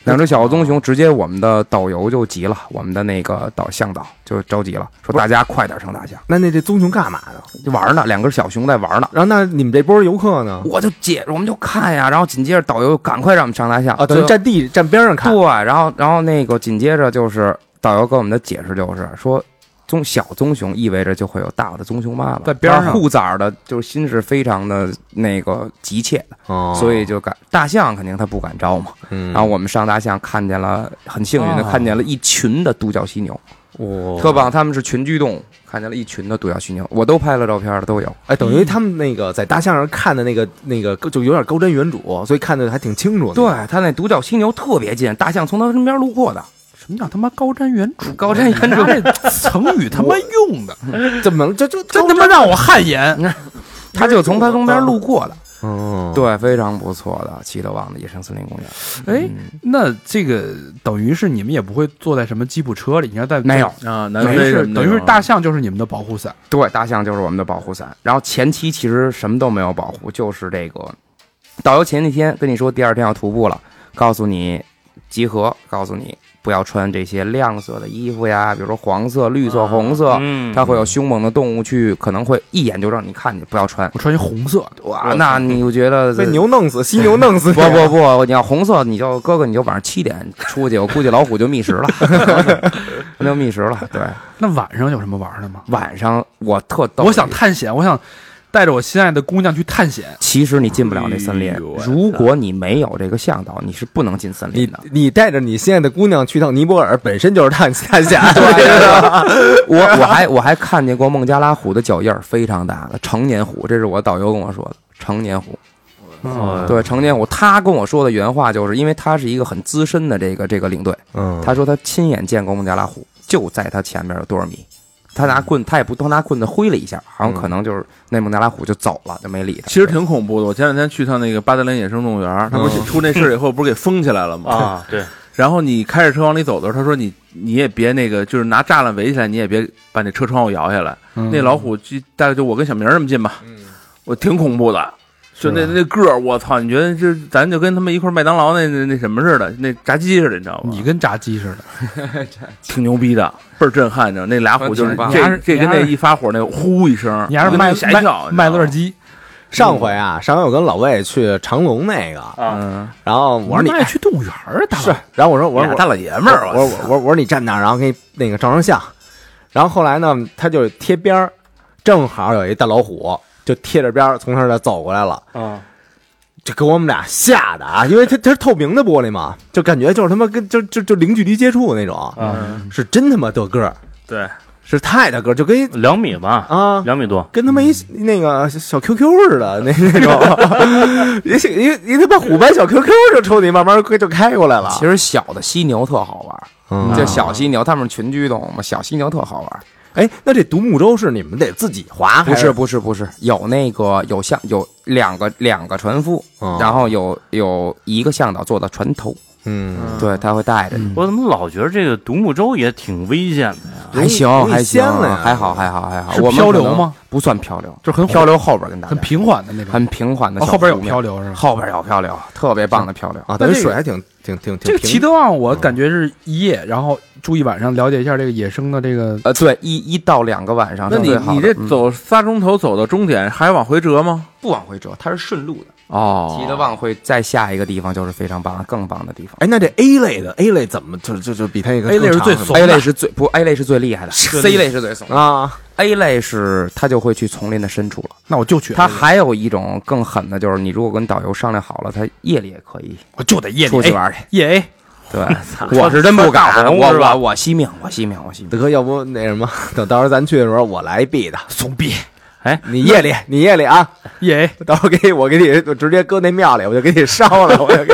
F: 两只小的棕熊，直接我们的导游就急了，我们的那个导向导就着急了，说大家快点上大象，
C: 那那这棕熊干嘛呢？
F: 就玩呢，两个小熊在玩呢。
C: 然后那你们这波游客呢？
F: 我就解，我们就看呀，然后紧接着导游赶快让我们上大象
C: 啊，等于
F: 这
C: 站地站边上看。
F: 对，然后然后那个紧接着就是导游给我们的解释就是说，棕小棕熊意味着就会有大的棕熊妈妈
B: 在边上
F: 然后护崽儿的，就是心是非常的那个急切的，
C: 哦
F: 所以就敢大象肯定它不敢招嘛。
C: 嗯，
F: 然后我们上大象看见了，很幸运的
B: 哦
F: 看见了一群的独角犀牛，
C: 我
F: 特棒，他们是群居动物，看见了一群的独角犀牛，我都拍了照片了，都有。
C: 哎，等于他们那个在大象上看的那个那个，就有点高瞻远瞩，所以看的还挺清楚的。
F: 对，它那独角犀牛特别近，大象从它身边路过的。
B: 什么叫他妈高瞻远瞩？
F: 高瞻远 瞩
B: 你拿这成语他妈用的，
C: 怎么这这
B: 真他妈让我汗颜。
F: 他就嗯从他旁边路过的，
C: 哦，
F: 对，非常不错的齐德旺的野生森林公园，
B: 哎，那这个等于是你们也不会坐在什么吉普车里，你要在
F: 没有，
D: 啊，南
B: 等于
D: 非什
B: 是
D: 么的
B: 等于是
D: 有
B: 大象就是你们的保护伞。
F: 对，大象就是我们的保护伞。然后前期其实什么都没有保护，就是这个导游前几天跟你说第二天要徒步了，告诉你集合，告诉你不要穿这些亮色的衣服呀，比如说黄色、绿色、红色，
E: 嗯，
F: 它会有凶猛的动物去，可能会一眼就让你看见，不要穿。
B: 我穿一红色，
F: 哇，那你就觉 得
C: 被牛弄死，犀牛弄死。
F: 不不不，你要红色，你就哥哥你就晚上七点出去，我估计老虎就觅食了，那就觅食了。对，
B: 那晚上有什么玩的吗？
F: 晚上我特逗，
B: 我想探险，我想带着我心爱的姑娘去探险。
F: 其实你进不了那森林
D: 哎呦，
F: 如果你没有这个向导，你是不能进森林
C: 你
F: 的。
C: 你带着你心爱的姑娘去趟尼泊尔，本身就是探探险。
F: 我我还我还看见过孟加拉虎的脚印儿非常大的成年虎，这是我导游跟我说的成年虎。
E: 哦
F: 对，成年虎，他跟我说的原话就是，因为他是一个很资深的这个这个领队，
C: 嗯
F: 他说他亲眼见过孟加拉虎，就在他前面有多少米。他拿棍，他也不，他拿棍子挥了一下，好像可能就是那孟加拉虎就走了，就没理他。
D: 其实挺恐怖的。我前两天去趟那个巴德林野生动物园，他不是出那事儿以后，不是给封起来了吗？
E: 啊，对，
D: 然后你开着车往里走的时候，他说你你也别那个，就是拿栅栏围起来，你也别把那车窗户摇下来。那老虎就大概就我跟小明儿那么近吧，我挺恐怖的。就那
C: 是吧
D: 那个儿，我操！你觉得这咱就跟他们一块儿麦当劳那那那什么似的，那炸鸡似的，你知道吗？
B: 你跟炸鸡似的，
D: 挺牛逼的，倍儿震撼，你知道那俩火就是
C: 挺棒
B: 你还
D: 这
B: 是
D: 这跟
B: 你还
D: 那
B: 是
D: 一发火那呼一声，
B: 你还是
D: 我
B: 卖
D: 吓一跳，
B: 卖卖乐
D: 乐，
B: 鸡，
C: 上回啊，上回我跟老魏去长隆那个，
D: 嗯，
C: 然后我说你哎
B: 爱去动物园儿，啊大
C: 是，然后我说我说
D: 俩
C: 我
D: 大老爷们儿，啊
C: 我我我我说你站那儿，然后给你那个照张相。然后后来呢，他就贴边儿，正好有一大老虎就贴着边儿从他这儿走过来了，
B: 啊，
C: 就给我们俩吓的啊！因为他他是透明的玻璃嘛，就感觉就是他妈跟就就就零距离接触那种，
B: 啊
D: 嗯
C: 是真他妈得个儿，
D: 对，
C: 是太大个儿，就跟
E: 两米吧，
C: 啊
E: 两米多，
C: 跟他妈一
B: 嗯
C: 那个小 QQ 似的 那那种，也许也也他妈虎斑小 QQ 就冲你慢慢就开过来了。
F: 啊其实小的犀牛特好玩，
C: 嗯
F: 就小犀牛，它们是群居动物嘛，小犀牛特好玩。
C: 哎，那这独木舟是你们得自己划还
F: 不是不是不是，有那个有向有两个两个船夫，
B: 嗯
C: 哦
F: 然后有有一个向导坐在船头，
C: 嗯，
F: 对，他会带着你。
E: 我怎么老觉得这个独木舟也挺危险的呀？
C: 容易
F: 还行
C: 容易
F: 还行
C: 掀了呀，
F: 还好还好还好。
B: 是
F: 我们
B: 漂
F: 可
B: 流
F: 能
B: 吗？
F: 不算漂流，
B: 就是很
F: 漂流后边跟大家
B: 很平缓的那种，
F: 很平缓的
B: 哦
F: 小
B: 后边有
F: 湖面
B: 漂，流是吧？
F: 后边有漂流，特别棒的漂流。
C: 啊，等于
B: 那这个
C: 水还挺挺挺
B: 这
C: 挺
B: 个
C: 平
B: 齐德旺，我感觉是一夜，然后住一晚上，了解一下这个野生的这个
F: 呃，对，一一到两个晚上
D: 那
F: 是
D: 你
F: 最好的。
D: 你这
F: 嗯
D: 走仨钟头走到终点还往回折吗？
F: 不往回折，它是顺路的。
D: 哦，
F: 吉德旺会再下一个地方，就是非常棒、更棒的地方。
C: 哎，那这 A 类的 A 类怎么就就就比它那个
B: A 类是最
C: 怂
B: 怂
F: A 类
B: 的，
F: 是最不 A 类是最厉害的，C 类是最怂的。
C: 啊？
F: A 类是它就会去丛林的深处了。
B: 那我就去 A 类，
F: 它还有一种更狠的，就是你如果跟导游商量好了，他夜里也可以
B: 我就得夜
F: 出去
B: 里
F: 玩去。
B: 夜 A，
F: 对，我是真不敢，
E: 大红
F: 我
E: 是吧
F: 我我惜命，我惜命，我惜命。
C: 德哥，要不那什么， 等到时候咱去的时候，我来一 B 的，
B: 怂逼
C: 你夜里你夜里啊，
B: 夜 A，
C: 到时候给我给你我直接搁那庙里，我就给你烧了，我就给，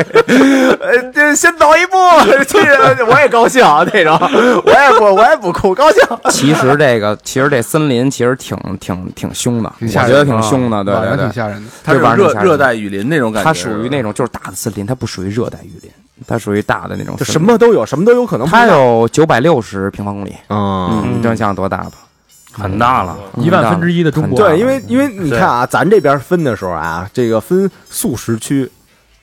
C: 呃，这先走一步， 这我也高兴啊，那种， 我也不我也不哭，高兴。
F: 其实这个，其实这森林其实挺挺挺凶的，我
B: 挺吓
F: 觉
B: 人
F: 得挺凶的，对
B: 晚上
F: 对
B: 挺
F: 对。
B: 吓人的。
D: 它是
F: 这玩意儿
D: 热
F: 吓人
D: 热带雨林那种感觉，
F: 它属于那种就是大的森林，它不属于热带雨林，它属于大的那种
C: 就
F: 森林
C: 什么都有，什么都有可能。
F: 它有九百六十平方公里，
C: 嗯，
F: 嗯，你想想多大吧？嗯
E: 很大了，
B: 一万分之一的中国，
C: 对，因为因为你看啊，咱这边分的时候啊，这个分素食区，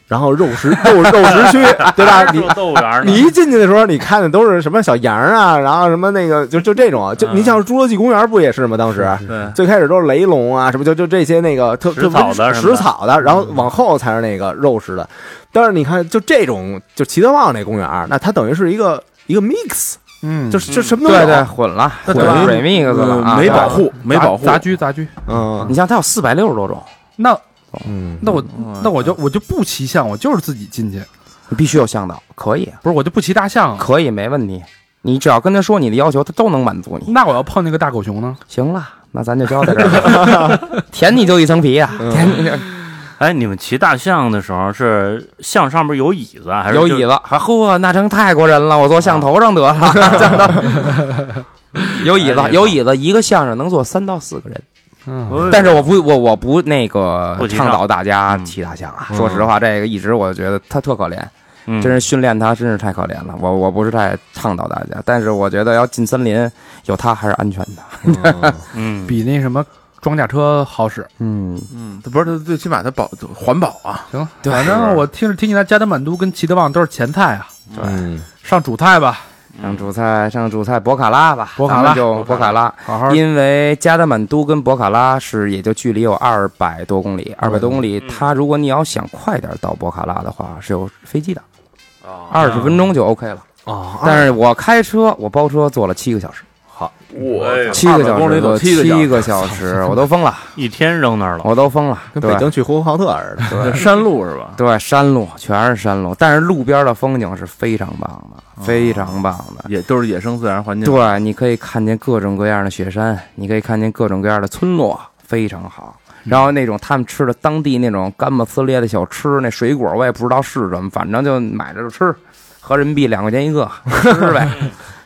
C: 然后肉食肉肉食区，对吧？你
E: 住豆园
C: 你
E: 呢，
C: 一进去的时候，你看的都是什么小 羊啊，然后什么那个就就这种，就
E: 嗯
C: 你像侏罗纪公园不也是吗？当时
D: 对
C: 最开始都是雷龙啊，什么就就这些那个特
E: 食
C: 特
E: 草的嗯什么
C: 食
E: 的
C: 草的，然后往后才是那个肉食的。但是你看，就这种就齐德旺那公园，那它等于是一个一个 mix，
B: 嗯，
C: 就是是就什么都有。
F: 对对，混了，
D: 那
F: 混
D: 对吧
F: remix 了啊，
D: 没
F: 对
D: 保护，没保护，
B: 杂居杂居。
C: 嗯
F: 你像它有四百六十多种，
B: 那
C: 嗯，
B: 那我那我就我就不骑象，我就是自己进去，
F: 你必须有向导，可以，
B: 不是我就不骑大象。
F: 可以，没问题。你只要跟他说你的要求，他都能满足你。
B: 那我要碰那个大狗熊呢？
F: 行了，那咱就交代这儿 了，舔你就一层皮啊，舔你就
E: 哎，你们骑大象的时候是象上面有椅子啊还是
F: 有
E: 就
F: 椅子。还呵，那成泰国人了，我坐象头上得了， 象头。啊 有椅子
E: 哎，
F: 有椅子，一个相声能坐三到四个人。
B: 嗯，
E: 哎
F: 但是我不，我我不那个
E: 不提倡
F: 倡导大家
E: 嗯
F: 骑大象啊。说实话，这个一直我觉得他特可怜，
E: 嗯
F: 真是训练他真是太可怜了。我我不是太倡导大家，但是我觉得要进森林有他还是安全的。
E: 嗯，
B: 比那什么装甲车好使。
F: 嗯，
D: 嗯，它不是它最起码它保环保啊，
B: 行，反正我听着听起来，加德满都跟齐德旺都是前菜啊，
C: 嗯。
B: 上主菜吧，
F: 上主菜上主菜博卡拉吧，
B: 博卡拉
F: 咱们就博卡拉。
B: 好好
F: 因为加德满都跟博卡拉是也就距离有二百多公里，二百多公里，它如果你要想快点到博卡拉的话，是有飞机的，二十分钟就 OK 了。
C: 哦，
F: 但是我开车，我包车坐了七个小时，
D: 我
F: 七个小
D: 公里
F: 时，
D: 走
F: 我
D: 七个小时
F: 七个小时，我都疯了，
E: 一天扔那儿了，
F: 我都疯了。
C: 跟
F: 对
C: 北京去呼和浩特似的。
D: 那山路是吧？
F: 对，山路全是山路，但是路边的风景是非常棒的，非常棒的。
D: 也都是野生自然环境，
F: 对，你可以看见各种各样的雪山，你可以看见各种各样的村落，非常好。
C: 嗯
F: 然后那种他们吃的当地那种干巴呲咧的小吃，那水果我也不知道是什么，反正就买着就吃，合人民币两块钱 一个，吃呗。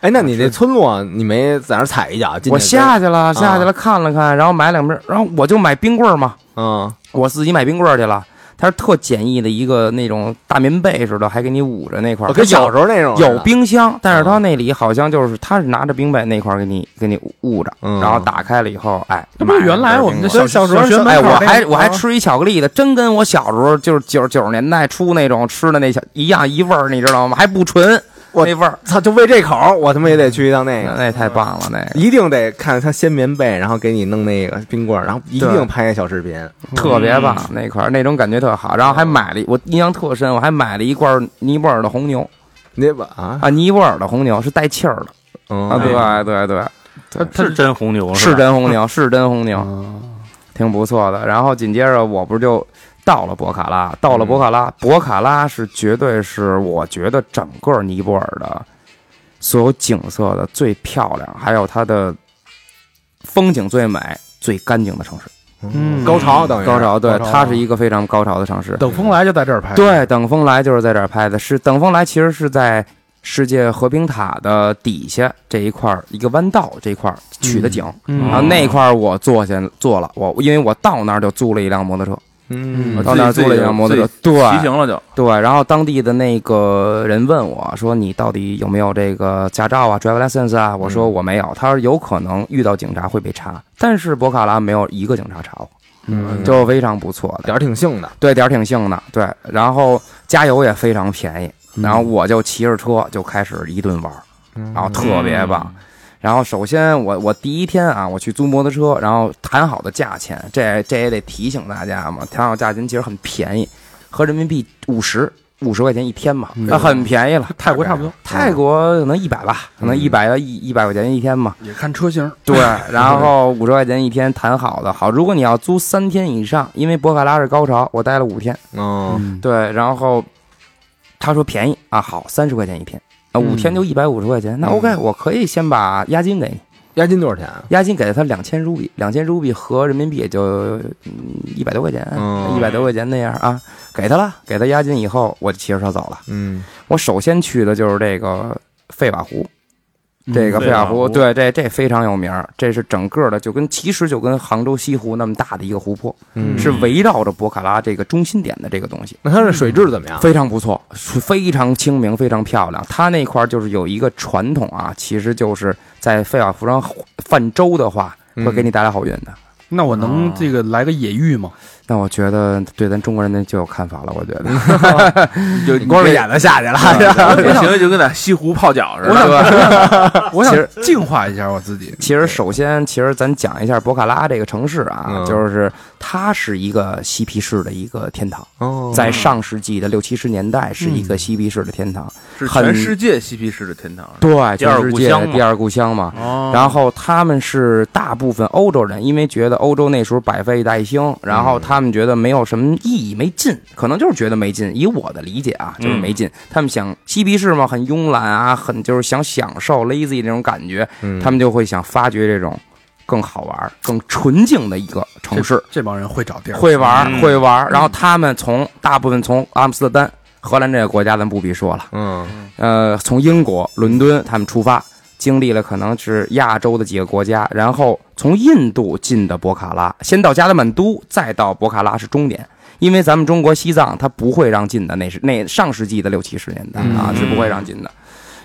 C: 哎，那你这村落你没在那儿踩一脚？进去
F: 我下去
C: 啊
F: 了，下去了，看了看，然后买两瓶，然后我就买冰棍儿嘛，
C: 嗯
F: 我自己买冰棍儿去了。它是特简易的一个那种大棉被似的，还给你捂着那块儿。
C: 哦跟
F: 它有
C: 小时候那种似的嗯
F: 有，冰箱，但是它那里好像就是它是拿着冰被那块儿给你给你捂着，
C: 嗯
F: 然后打开了以后，哎，
B: 这不是
F: 买
B: 原来我们的
F: 冰棍
B: 小
C: 小时候
B: 学门口
F: 哎，我
B: 那
F: 还
B: 个啊
F: 我还
B: 吗
F: 吃一巧克力的，真跟我小时候就是九十九十年代初那种吃的那小一样一味儿，你知道吗？还不纯，
C: 我哎
F: 那味儿，
C: 操！就为这口儿，我他妈
F: 嗯
C: 也得去一趟那个，
F: 那太棒了，那个
C: 一定得看他掀棉被，然后给你弄那个冰棍儿，然后一定拍个小视频。
F: 特别棒，那块儿那种感觉特好。然后
C: 嗯
F: 还买了一，我印象特深，我还买了一罐尼泊尔的红牛
C: 你把啊
F: 啊，尼泊尔的红牛是带气儿的啊，
C: 嗯，
F: 对对对，
E: 是真红牛
F: 哦是
E: 吧？
F: 真红牛，是真红牛，挺不错的。然后紧接着我不是就到了博卡拉，到了博卡拉，博卡拉是绝对是我觉得整个尼泊尔的所有景色的最漂亮，还有它的风景最美、最干净的城市。
B: 嗯
C: 高潮等于
F: 高潮，对
B: 高，潮哎
F: 它是一个非常高潮的城市。
B: 等风来就在这儿拍。，
F: 对，等风来就是在这儿拍的，是等风来其实是在世界和平塔的底下这一块儿一个弯道这一块儿取的景。
B: 嗯
F: 然后那块儿我坐下坐了，我因为我到那儿就租了一辆摩托车，
C: 嗯
F: 我
D: 嗯
F: 到那儿
D: 自己
F: 租了一辆摩托车
D: 自，
F: 对
D: 骑行 了就，
F: 对。然后当地的那个人问我说：“你到底有没有这个驾照啊，driver license 啊？”我
D: 嗯
F: 说：“我没有。”他说：“有可能遇到警察会被查，但是博卡拉没有一个警察查我，
C: 嗯，就
F: 就非常不错的。
C: 点儿挺性的，
F: 对，点儿挺幸的，对。然后加油也非常便宜，
D: 嗯
F: 然后我就骑着车就开始一顿玩儿，然
C: 啊
F: 后特
B: 嗯
F: 别棒。然后首先我我第一天啊，我去租摩托车，然后谈好的价钱，这这也得提醒大家嘛，谈好价钱其实很便宜，合人民币五十五十块钱一天嘛，那、很便宜了。
B: 嗯泰国差不多，
F: 泰国可能一百吧，可能一百一一百块钱一天嘛。
B: 也看车型。
F: 对，然后五十块钱一天谈好的，好，如果你要租三天以上，因为博卡拉是高潮，我待了五天。
C: 嗯，
B: 嗯，
F: 对，然后他说便宜啊，好，三十块钱一天啊，五天就一百五十块钱，那 OK，、我可以先把押金给你，
C: 押金多少钱啊？
F: 押金给了他两千卢比，两千卢比合人民币也就一百多块钱，
C: 嗯
F: 哎一百、多块钱那样啊，给他了，给他押金以后，我就骑着车走了。
C: 嗯，
F: 我首先去的就是这个费瓦湖。这个
E: 嗯
F: 费瓦湖，
E: 费瓦湖
F: 对，这这非常有名儿，这是整个的，就跟其实就跟杭州西湖那么大的一个湖泊，
C: 嗯
F: 是围绕着博卡拉这个中心点的这个东西。
C: 那它的水质怎么样？
F: 非常不错，是非常清明，非常漂亮。它那块儿就是有一个传统啊，其实就是在费瓦湖上泛舟的话，
C: 嗯
F: 会给你带来好运的。
B: 那我能这个来个野浴吗？
F: 那我觉得对咱中国人的就有看法了，我觉得。
D: 就
C: 光着眼子下去了，
F: 嗯
D: 不行就跟在西湖泡脚似的。
B: 我
F: 其实
B: 想净化一下我自己。
F: 其实首先，其实咱讲一下博卡拉这个城市啊，
C: 嗯
F: 就是它是一个嬉皮士的一个天堂，
C: 哦
F: 在上世纪的六七十年代是一个嬉皮士的天堂，
D: 是
F: 很
D: 全世界嬉皮士的天堂。
F: 对，
E: 第二
F: 全世
E: 故
F: 界
E: 乡嘛
F: 第二故乡嘛。
D: 哦
F: 然后他们是大部分欧洲人，因为觉得欧洲那时候百废待兴，然后他们觉得没有什么意义，没劲，可能就是觉得没劲。以我的理解啊，就是没劲。他们想嬉皮士嘛，很慵懒啊，很就是想享受 lazy 那种感觉，
C: 嗯
F: 他们就会想发掘这种更好玩、更纯净的一个城市。
B: 这帮人会找地儿，嗯
F: 会玩儿会玩儿，然后他们从大部分从阿姆斯特丹、荷兰这个国家，咱不必说了。
C: 嗯
F: 呃，从英国伦敦他们出发，经历了可能是亚洲的几个国家，然后从印度进的博卡拉，先到加德满都，再到博卡拉是终点。因为咱们中国西藏它不会让进的，那是那上世纪的六七十年代啊是不会让进的。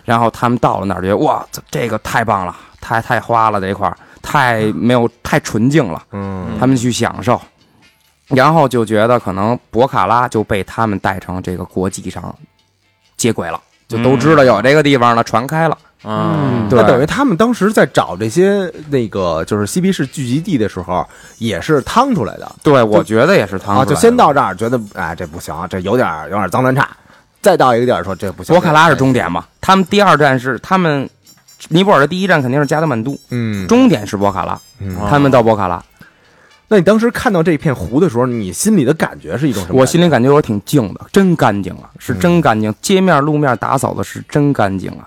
F: 然后他们到了那儿，觉得哇，这这个太棒了，太太花了这块儿，太没有太纯净了。
C: 嗯
F: 他们去享受，然后就觉得可能博卡拉就被他们带成这个国际上接轨了，就都知道有这个地方了，传开了。
D: 嗯，
F: 对
C: 那等于他们当时在找这些那个就是嬉皮士聚集地的时候，也是趟出来的
F: 对，我觉得也是他
C: 啊，就先到这儿，觉得哎这不行，这有点有点脏乱差，再到一个地儿说这不行。
F: 博卡拉是终点嘛，他们第二站是他们尼泊尔的第一站肯定是加德满都，
C: 嗯，
F: 终点是博卡拉，
C: 嗯
F: 他们到博卡拉，
C: 那你当时看到这片湖的时候，你心里的感觉是一种什么感觉？嗯
F: 我心里感觉我挺静的，真干净啊，是真干净，街面路面打扫的是真干净啊。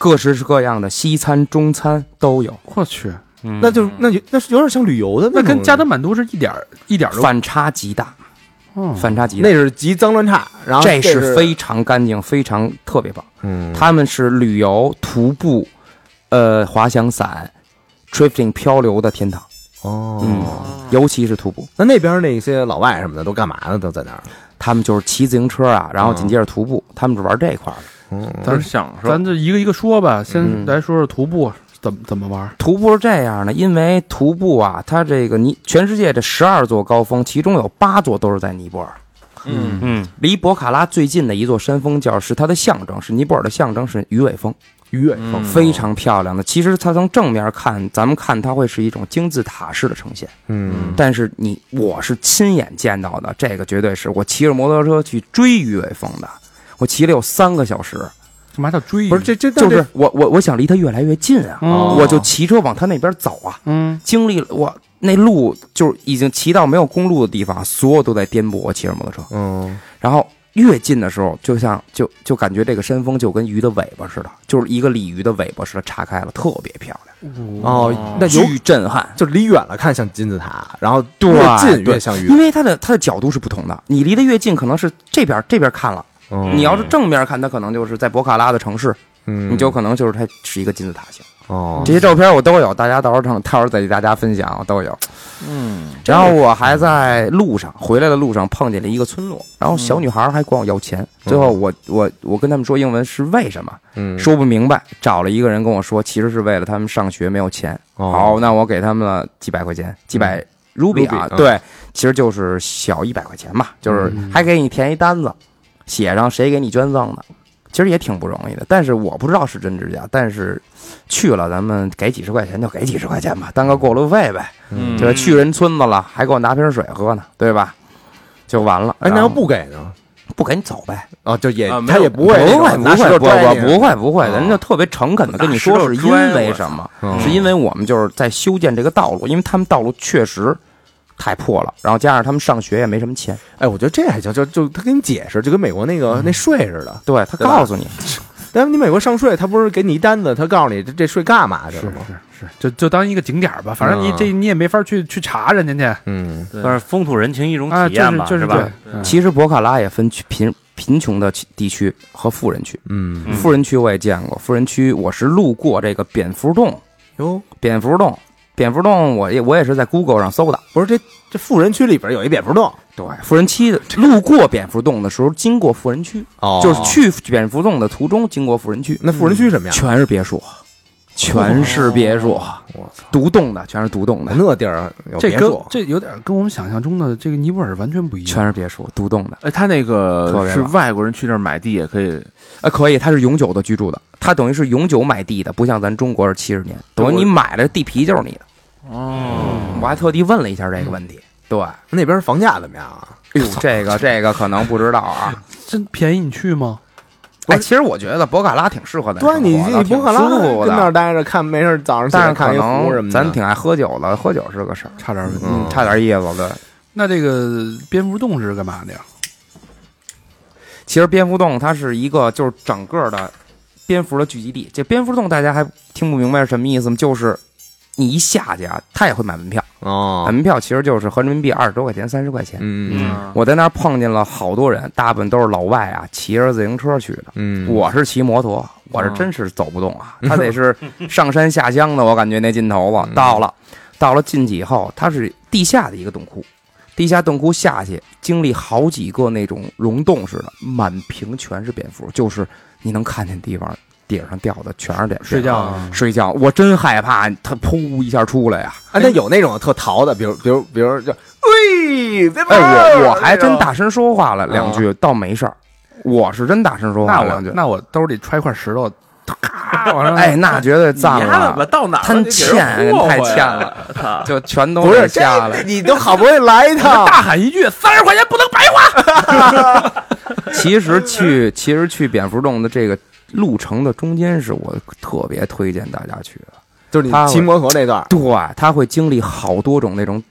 F: 各式各样的西餐、中餐都有，
B: 我去，
E: 嗯
C: 那就是那就那是有点像旅游的
B: 那
C: 种
B: 跟加德满都是一点儿一点儿都。
F: 反差极大，
B: 嗯
F: 反差极大
C: 那。是集脏乱差，然后
F: 这
C: 啊是
F: 是非常干净，非常特别棒。
C: 嗯
F: 他们是旅游、徒步、呃，滑翔伞、drifting 漂流的天堂。
C: 哦
F: 嗯尤其是徒步，
C: 那那边那些老外什么的都干嘛呢？都在那儿？
F: 他们就是骑自行车啊，然后
C: 嗯
F: 紧接着徒步，他们是玩这一块儿的。
D: 都是享受。
B: 咱就一个一个说吧，先
F: 嗯
B: 来说说徒步怎么怎么玩儿。
F: 徒步是这样的，因为徒步啊，它这个尼全世界这十二座高峰，其中有八座都是在尼泊尔。
D: 嗯，
E: 嗯，
F: 离博卡拉最近的一座山峰叫是它的象征，是尼泊尔的象征是鱼尾峰，
C: 鱼尾
D: 嗯
F: 非常漂亮的。其实它从正面看，咱们看它会是一种金字塔式的呈现，
C: 嗯
F: 但是你我是亲眼见到的，这个绝对是我骑着摩托车去追鱼尾峰的，我骑了有三个小时，
B: 干嘛叫追？
C: 不是这这
F: 就是我我我想离它越来越近啊，
B: 哦
F: 我就骑车往它那边走啊，
B: 嗯，
F: 经历了我那路就是已经骑到没有公路的地方，所有都在颠簸。我骑着摩托车，
C: 嗯
F: 然后越近的时候，就像就就感觉这个山峰就跟鱼的尾巴似的，就是一个鲤鱼的尾巴似的岔开了，特别漂亮，
C: 哦，那有
F: 巨震撼。
C: 就离远了看像金字塔，然后
F: 对
C: 越近
F: 对
C: 越像鱼
F: 因。为它的它的角度是不同的，你离得越近，可能是这边这边看了；
C: 嗯
F: 你要是正面看，它可能就是在博卡拉的城市，
C: 嗯
F: 你就可能就是它是一个金字塔形。
C: 哦
F: 这些照片我都有，大家到时候上，到时候再给大家分享，我都有。嗯，然后我还在路上回来的路上碰见了一个村落，然后
C: 嗯
F: 小女孩还管我要钱，最后我我我跟他们说英文是为什么，
C: 嗯
F: 说不明白，找了一个人跟我说，其实是为了他们上学没有钱。
C: 哦
F: 好，那我给他们了几百块钱，几百嗯 ruby 啊，
C: Ruby，
F: 嗯
C: 啊
F: 对，其实就是小一百块钱吧，就是还给你填一单子，写上谁给你捐赠的，其实也挺不容易的。但是我不知道是真是假，但是去了咱们给几十块钱就给几十块钱吧，当个过路费呗。
D: 嗯
F: 对吧？去人村子了，还给我拿瓶水喝呢，对吧？就完了。
C: 哎，那
F: 然
C: 要
F: 后
C: 不给呢？
F: 不给你走呗？
C: 哦，就也
D: 啊没
C: 他
D: 有
C: 也不会那
F: 不
C: 种
F: 会不
C: 拿石
F: 会
C: 头
F: 不
C: 拽
F: 会
C: 你啊
F: 不会不会，人家特别诚恳的跟你说
D: 拿石头
F: 是因
D: 拽
F: 为
D: 我
F: 什么
C: 嗯，
F: 是因为我们就是在修建这个道路，因为他们道路确实太破了，然后加上他们上学也没什么钱，
C: 哎，我觉得这还行，就就他给你解释，就跟美国那
F: 嗯
C: 个那税似的。
F: 对他
C: 对吧嗯
F: 告诉你，
C: 但是你美国上税，他不是给你一单子，他告诉你这这税干嘛去了吗？
B: 是就就当一个景点儿吧，反正你
C: 嗯
B: 这你也没法去去查人家去
C: 嗯
D: 对
E: 但是风土人情一种
B: 啊，
E: 体
B: 就
E: 验
B: 是
E: 吧，
B: 就是
E: 吧？
B: 对
D: 嗯
F: 其实博卡拉也分区贫贫穷的区地区和富人区，
C: 嗯，
F: 富人区我也见过，富人区我是路过这个蝙蝠洞，
C: 哟，
F: 蝙蝠洞，蝙蝠洞我也我也是在 Google 上搜的。
C: 不是这这富人区里边有一蝙蝠洞，
F: 对，富人区的路过蝙蝠洞的时候，经过富人区，
C: 哦
F: 就是去蝙蝠洞的途中经过富人区，
C: 那富人区什么样？
F: 全是别墅，全是别墅，嗯
C: 我操，
F: 独栋的全是独栋的，
C: 那地儿有
B: 这
C: 别
B: 跟
C: 墅，
B: 这有点跟我们想象中的这个尼泊尔完全不一样。
F: 全是别墅，独栋的。
D: 哎，他那
F: 特
D: 个
F: 别
D: 是
F: 棒
D: 外国人去那儿买地也可以，
F: 啊，可以，它是永久的居住的，它等于是永久买地的，不像咱中国是七十年，等于你买了地皮就是你的。哦，我还特地问了一下这个问题。对，哎
C: 那边房价怎么样啊？
F: 呦，这个这个可能不知道啊。
B: 真便宜，你去吗？
F: 哎，其 实我觉得博卡拉挺适合咱生活
C: 对，
F: 的，
C: 你你
F: 挺
C: 博克拉
F: 舒服
C: 跟那
F: 的
C: 儿。待着看，没事儿早上起
F: 但
C: 来
F: 是可
C: 看一湖什
F: 能
C: 么的。
F: 咱挺爱喝酒的，喝酒是个事儿，
B: 差点儿问。
F: 嗯，差点意思。对，
B: 那这个蝙蝠洞是干嘛的呀？
F: 其实蝙蝠洞它是一个就是整个的蝙蝠的聚集地。这蝙蝠洞大家还听不明白是什么意思吗？就是你一下去啊，他也会买门票，买
C: 哦，
F: 门票其实就是合人民币二十多块钱、三十块钱。
C: 嗯
F: 我在那儿碰见了好多人，大部分都是老外啊，骑着自行车去的。
C: 嗯，
F: 我是骑摩托，我是
D: 嗯
F: 真是走不动啊，他得是上山下乡的，我感觉那劲头
B: 嗯
F: 了。到了，到了进去以后，它是地下的一个洞窟，地下洞窟下去，经历好几个那种溶洞似的，满屏全是蝙蝠，就是你能看见地方顶上掉的全是蝙蝠。
B: 睡觉啊
F: 睡觉，我真害怕，它噗一下出来呀、
C: 哎，那有那种特淘的，比如比如比如就喂，别
B: 啊
C: 跑
F: 哎，我我
C: 那
F: 还
C: 种
F: 真大声说话了两句，倒没事儿。我是真大声说
B: 那
F: 话了
B: 我
F: 两句，
B: 那我兜里揣块石头，咔往上
F: 哎，那绝对脏了。啊
D: 到哪
F: 贪欠太欠 了，就全都
C: 不是
F: 给下来
C: 这。你都好不容易来一 趟，
B: 大喊一句：“三十块钱不能白花
F: 其实去其实去蝙蝠洞的这个路程的中间，是我特别推荐大家去的。
C: 就是你
F: 他会
C: 骑摩托那段儿，
F: 对，它会经历好多种那种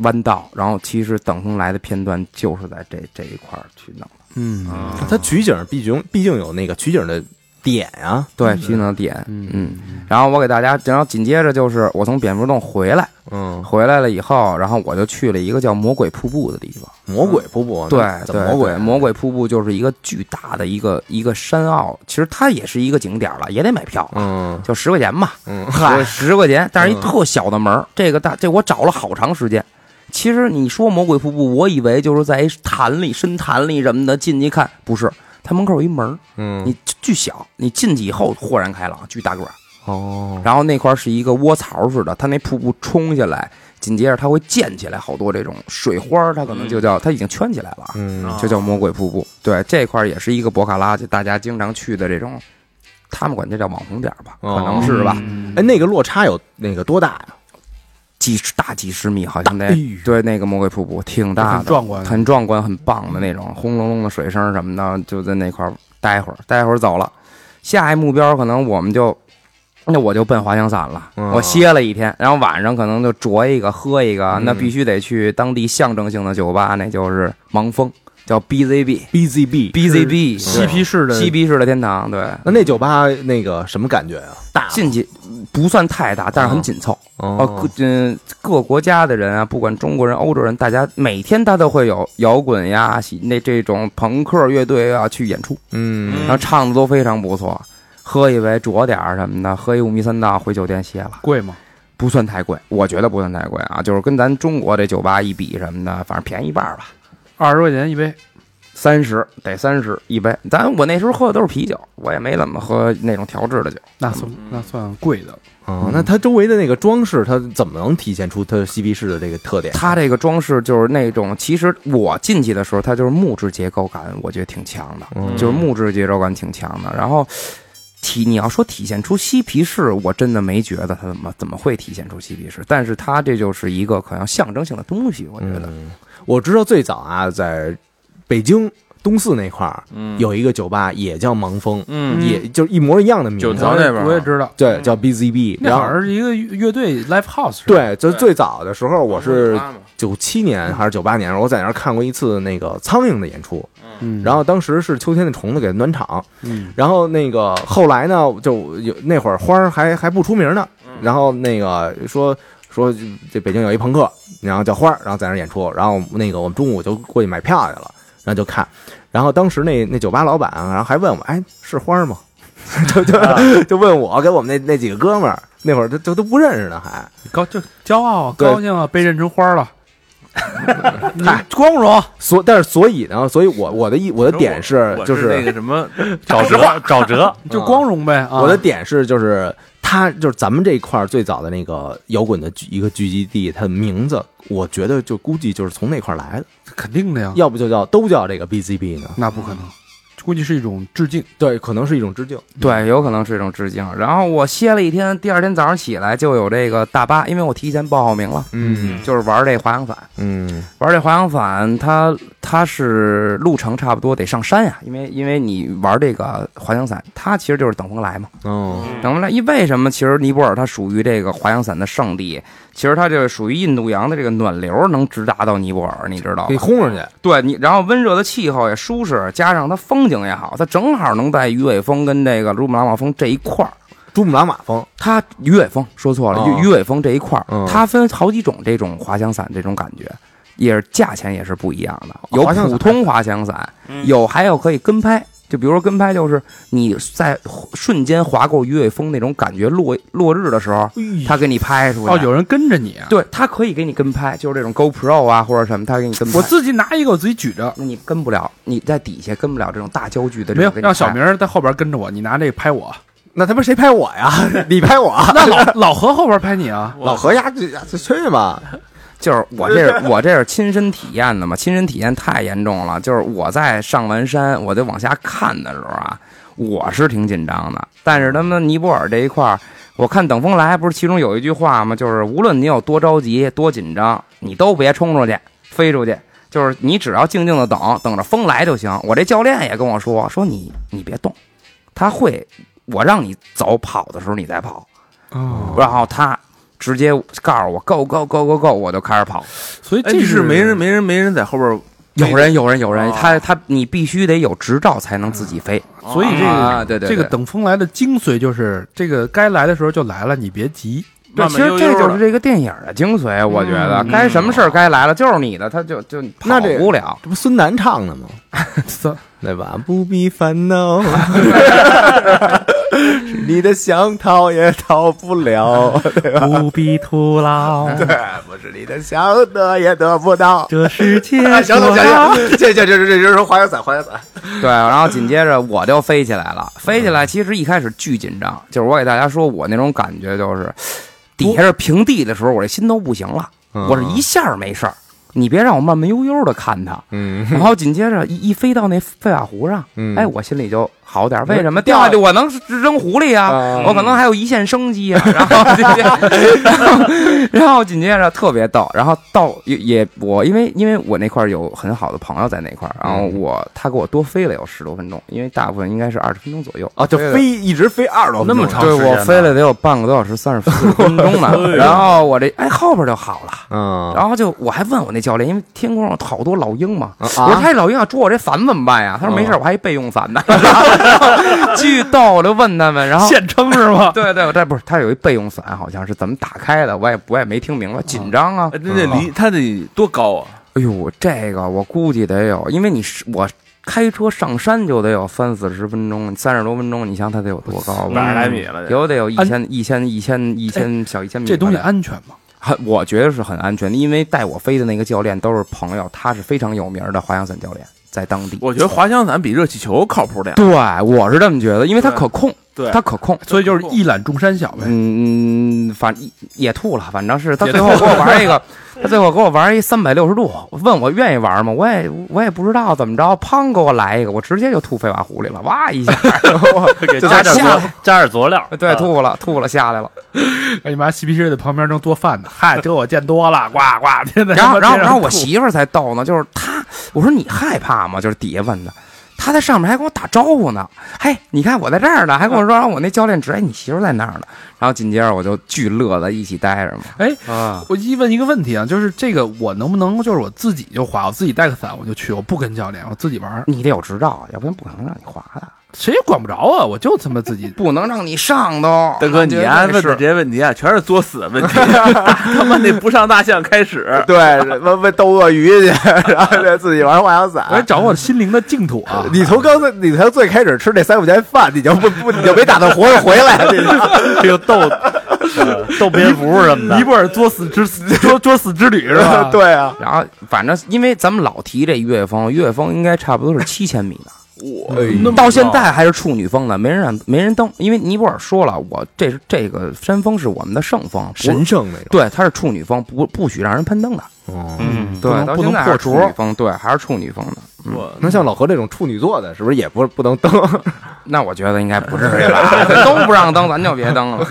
F: 弯道，然后其实等红来的片段就是在这这一块儿去弄的。！”
B: 嗯，
C: 它取景毕竟毕竟有那个取景的点啊，
F: 对，去弄点，
B: 嗯
F: 嗯。然后我给大家，然后紧接着就是我从蝙蝠洞回来，
C: 嗯，
F: 回来了以后，然后我就去了一个叫魔鬼瀑布的地方。
C: 魔鬼瀑布，
F: 对
C: 那，怎么
F: 对
C: 魔鬼
F: 对魔鬼瀑布就是一个巨大的一个一个山坳，其实它也是一个景点了，也得买票，
C: 嗯
F: 就十块 钱吧，
C: 嗯，
F: 十十块钱，但是一
C: 嗯
F: 特小的门儿这个大这我找了好长时间，其实你说魔鬼瀑布，我以为就是在一潭里、深潭里什么的进去看，不是，它门口有一门儿，
C: 嗯，
F: 你巨小，你进去以后豁然开朗，巨大个儿。
C: 哦，
F: 然后那块儿是一个窝槽似的，它那瀑布冲下来，紧接着它会溅起来好多这种水花儿，它可能就叫它已经圈起来了啊，
C: 嗯，
F: 就叫魔鬼瀑布。对，这块儿也是一个博卡拉，就大家经常去的这种，他们管这叫网红点儿吧，
C: 哦
F: 可能是
A: 嗯
F: 吧，
B: 嗯
C: 哎，那个落差有那个多大呀？
F: 几十大几十米，好像得
B: 哎呦
F: 对那个魔鬼瀑布挺
B: 很
F: 大的，
B: 壮观。
F: 很壮观，很棒的那种，轰隆隆的水声什么的，就在那块儿待会儿，待会儿走了，下一目标可能我们就，那我就奔滑翔伞了，
C: 嗯
F: 我歇了一天，然后晚上可能就酌一个喝一个，
C: 嗯
F: 那必须得去当地象征性的酒吧，那就是盲峰，叫 BZB。
C: BZB，
F: BZB
B: 嬉皮士的
F: 西皮式的天堂，对，
C: 那那酒吧那个什么感觉啊？大吗
F: 进去不算太大，但是很紧凑。哦，
C: 哦
F: 各嗯各国家的人啊，不管中国人、欧洲人，大家每天他都会有摇滚呀、喜那这种朋克乐队啊去演出，
C: 嗯
F: 然后唱的都非常不错。喝一杯酌点儿什么的，喝一五迷三道回酒店歇了，
B: 贵吗？
F: 不算太贵，我觉得不算太贵啊，就是跟咱中国这酒吧一比什么的，反正便宜一半儿吧，
B: 二十块钱一杯，
F: 三十得三十一杯。咱我那时候喝的都是啤酒，我也没怎么喝那种调制的酒。
B: 那算那算贵的。
C: 哦，那它周围的那个装饰，它怎么能体现出它嬉皮士的这个特点？
F: 它这个装饰就是那种，其实我进去的时候，它就是木质结构感，我觉得挺强的，
C: 嗯
F: 就是木质结构感挺强的。然后体你要说体现出嬉皮士，我真的没觉得它怎么怎么会体现出嬉皮士，但是它这就是一个可能象征性的东西，我觉得。
C: 嗯我知道最早啊，在北京东四那块儿
D: 嗯
C: 有一个酒吧，也叫盲峰，
D: 嗯
C: 也就是一模一样的名字。
D: 酒槽那边儿
B: 我也知道，
C: 对，叫 BZB。
B: 那
C: 然
B: 好
C: 后
B: 像是一个乐队 live house 是吧。
C: 对，就是最早的时候，我是
D: 妈妈
C: 九七年还是九八年，我在那儿看过一次那个苍蝇的演出，
B: 嗯，
C: 然后当时是秋天的虫子给暖场，
B: 嗯
C: 然后那个后来呢，就有那会儿花儿还还不出名呢，
D: 嗯
C: 然后那个说说这北京有一朋克，然后叫花儿，然后在那儿演出，然后那个我们中午就过去买票去了，然后就看，然后当时那那酒吧老板啊，然后还问我，哎，是花儿吗？ 就
D: 啊
C: 就就问我跟我们那那几个哥们儿，那会儿都都都不认识呢，还
B: 高就骄傲啊，
C: 对
B: 高兴啊，被认成花儿了，你光荣。
C: 所但是所以呢，所以我我的一我的点是
D: 我
C: 就是
D: 那个什么，
E: 找辙，找辙，
B: 就光荣呗啊！
C: 我的点是，就是他就是咱们这块儿最早的那个摇滚的聚一个聚集地，它的名字我觉得就估计就是从那块儿来的，
B: 肯定的呀，
C: 要不就叫都叫这个 BZB 呢？
B: 那不可能，估计是一种致敬。
C: 对，可能是一种致敬。
F: 对，有可能是一种致敬。然后我歇了一天，第二天早上起来就有这个大巴，因为我提前报好名了，
C: 嗯
F: 就是玩这滑翔伞。
C: 嗯
F: 玩这滑翔伞，它它是路程差不多得上山呀，因为因为你玩这个滑翔伞，它其实就是等风来嘛。
C: 哦
F: 等风来，因为什么？其实尼泊尔它属于这个滑翔伞的圣地，其实它就是属于印度洋的这个暖流能直达到尼泊尔，你知道
C: 给
F: 吗？
C: 轰上去，
F: 对你，然后温热的气候也舒适，加上它风景也好，它正好能在鱼尾峰跟这个珠穆朗玛峰这一块儿。
C: 珠穆朗玛峰。
F: 它鱼尾峰说错了，
C: 哦
F: 鱼鱼尾峰这一块
C: 嗯
F: 儿，它分好几种这种滑翔伞这种感觉，也是价钱也是不一样的。
B: 哦
F: 有
C: 滑翔伞
F: 普通滑翔伞，
B: 嗯
F: 有还有可以跟拍，就比如说跟拍就是你在瞬间划过鱼尾峰那种感觉落落日的时候，它给你拍出来。
B: 哎哦，有人跟着你啊！
F: 对，它可以给你跟拍，就是这种 GoPro 啊或者什么，它给你跟拍。
B: 我自己拿一个，我自己举着，
F: 那你跟不了，你在底下跟不了这种大焦距的这
B: 没有
F: 种给你拍。
B: 让小明儿在后边跟着我，你拿这个拍我，
C: 那他妈谁拍我呀？ 你拍我？
B: 那老老何后边拍你啊！
C: 老何呀，这这去吧。
F: 就是我这是我这是亲身体验的嘛，亲身体验太严重了。就是我在上完山，我在往下看的时候啊，我是挺紧张的。但是他们尼泊尔这一块儿，我看等风来不是其中有一句话吗？就是无论你有多着急、多紧张，你都别冲出去、飞出去。就是你只要静静的等，等着风来就行。我这教练也跟我说，说你你别动，他会我让你走跑的时候你再跑，
B: 哦，
F: 然后他直接告诉我 go go go go go，我就开始跑。
B: 所以
D: 哎，
B: 这
D: 是没人没人没人在后边儿，
F: 有人，有人，有人，
D: 哦
F: 他他你必须得有执照才能自己飞。
B: 所以这个
F: 啊，对对，
B: 这个
F: 对
B: 等风来的精髓就是这个该来的时候就来了，你别急。
F: 对，
D: 慢
F: 其
D: 慢悠
F: 实
D: 悠
F: 这就是
D: 的
F: 这个电影的精髓，我觉得该什么事儿该来了就是你的，他就就
C: 那
F: 跑
C: 这
F: 不了。
C: 这不孙楠唱的吗？
B: 这
C: 对吧？不必烦恼。你的想逃也逃不了，
G: 不必徒劳，
C: 对，不是你的想得也得不到。
G: 这世界
C: 啊，行了，
G: 多
F: 哎
C: 行了，这这这这这这花摇伞，花摇伞，
F: 对，然后紧接着我就飞起来了，飞起来其实一开始巨紧张，就是我给大家说我那种感觉就是，底下是平地的时候，我这心都不行了，嗯
C: 嗯
F: 我是一下儿没事儿，你别让我慢慢悠悠的看它，
C: 嗯
F: 然后紧接着一一飞到那费瓦湖上，
C: 嗯
F: 哎，我心里就好点儿。
C: 嗯
F: 为什么掉下去我能扔湖里啊？
C: 啊
F: 我可能还有一线生机啊。 然后紧接着，然后然后紧接着 特别逗。然后到也也我因为因为我那块儿有很好的朋友在那块儿，然后我他给我多飞了有十多分钟，因为大部分应该是二十分钟左右。
C: 啊，就飞一直飞二十多分钟
E: 那么长
F: 对
E: 时间
F: 我
E: 呢
F: 飞了得有半个多小时，三十分钟呢
E: 哎。呦
F: 然后我这哎后边就好了。
C: 嗯，
F: 然后就我还问我那教练，因为天空上好多老鹰嘛，
C: 啊
F: 我说他这老鹰要捉我这伞怎么办呀？他说没事
C: 啊
F: 儿，我还一备用伞呢， 巨逗，我就问他们，然后
B: 现称是吗？
F: 对对，这不是他有一备用伞，好像是怎么打开的，我也我也没听明白，紧张啊
D: 哎，那得离它得多高啊？
F: 哎呦，这个我估计得有，因为你是我开车上山就得有三四十分钟，三十多分钟，你想它得有多高
B: 嗯
D: 百
F: 吧？
D: 来米了得，
F: 有得有一千一千一千一千小一千米
B: 哎
F: 吧，
B: 这东西
F: 得
B: 安全吗？
F: 很，我觉得是很安全的，因为带我飞的那个教练都是朋友，他是非常有名的滑翔伞教练，在当地。
D: 我觉得滑翔伞比热气球靠谱点儿。
F: 对，我是这么觉得，因为他
D: 对
F: 可控，
D: 对
F: 他可控。
B: 所以就是一览众山小呗。
F: 嗯，反正也吐了，反正是他最后给我玩 一个，他最后给我玩一三百六十度，问我愿意玩吗？我也我也不知道怎么着，砰给我来一个，我直接就吐飞瓦湖里了，哇一下，
E: 给加点佐加点佐料，
F: 对，
E: 啊
F: 吐了吐了下来 了。
B: 哎你妈，嬉皮士在旁边正做饭呢。嗨，这我见多了，呱 呱，天天
F: 然后，
B: 他妈天上
F: 然后，然后我
B: 吐
F: 媳妇儿才逗呢，就是她，我说你害怕吗？就是底下问的，她在上面还跟我打招呼呢，嘿，你看我在这儿呢，还跟我说，然后我那教练指，哎，你媳妇儿在那儿呢。然后紧接着我就巨乐的一起待着嘛，
E: 啊，
B: 我一问一个问题啊，就是这个我能不能就是我自己就滑，我自己带个伞我就去，我不跟教练，我自己玩儿，
F: 你得有执照，要不然不可能让你滑的，
B: 谁也管不着啊，我就他妈
F: 。
B: 自己
F: 不能让你上都。
D: 大哥，
F: 觉
D: 你
F: 得
D: 啊问
F: 这
D: 的
F: 是
D: 这些问题啊，全是作死的问 题，他妈那不上大象开 始，
C: 对，问问斗鳄鱼去， 然后这自己玩花摇
B: 我得
C: 伞。
B: 掌握心灵的净土 啊！
C: 你从刚才，你从最开始吃那三块钱饭，你就不不，你就没打算活着回来，这，
E: 又逗逗蝙蝠什么
B: 尼
E: 的，
B: 泊尔作死之作作死之旅是吧？
C: 对啊，
F: 然后反正因为咱们老提这越野风，越野风应该差不多是七千米呢。到现在还是处女峰呢，没人让没人登，因为尼泊尔说了，我这是这个山峰是我们的圣峰，不
C: 神圣那种。
F: 对，它是处女峰，不不许让人攀登的。
E: 嗯，
F: 对
B: 不
C: 啊
B: 能
F: 到
B: 不能
F: 现在
B: 破
F: 还是处
B: 除
F: 女峰，对，还是处女峰的。
C: 那像老何这种处女座的，是不是也不不能登？
F: 那我觉得应该不至于吧， 都不让登，咱就别登 了。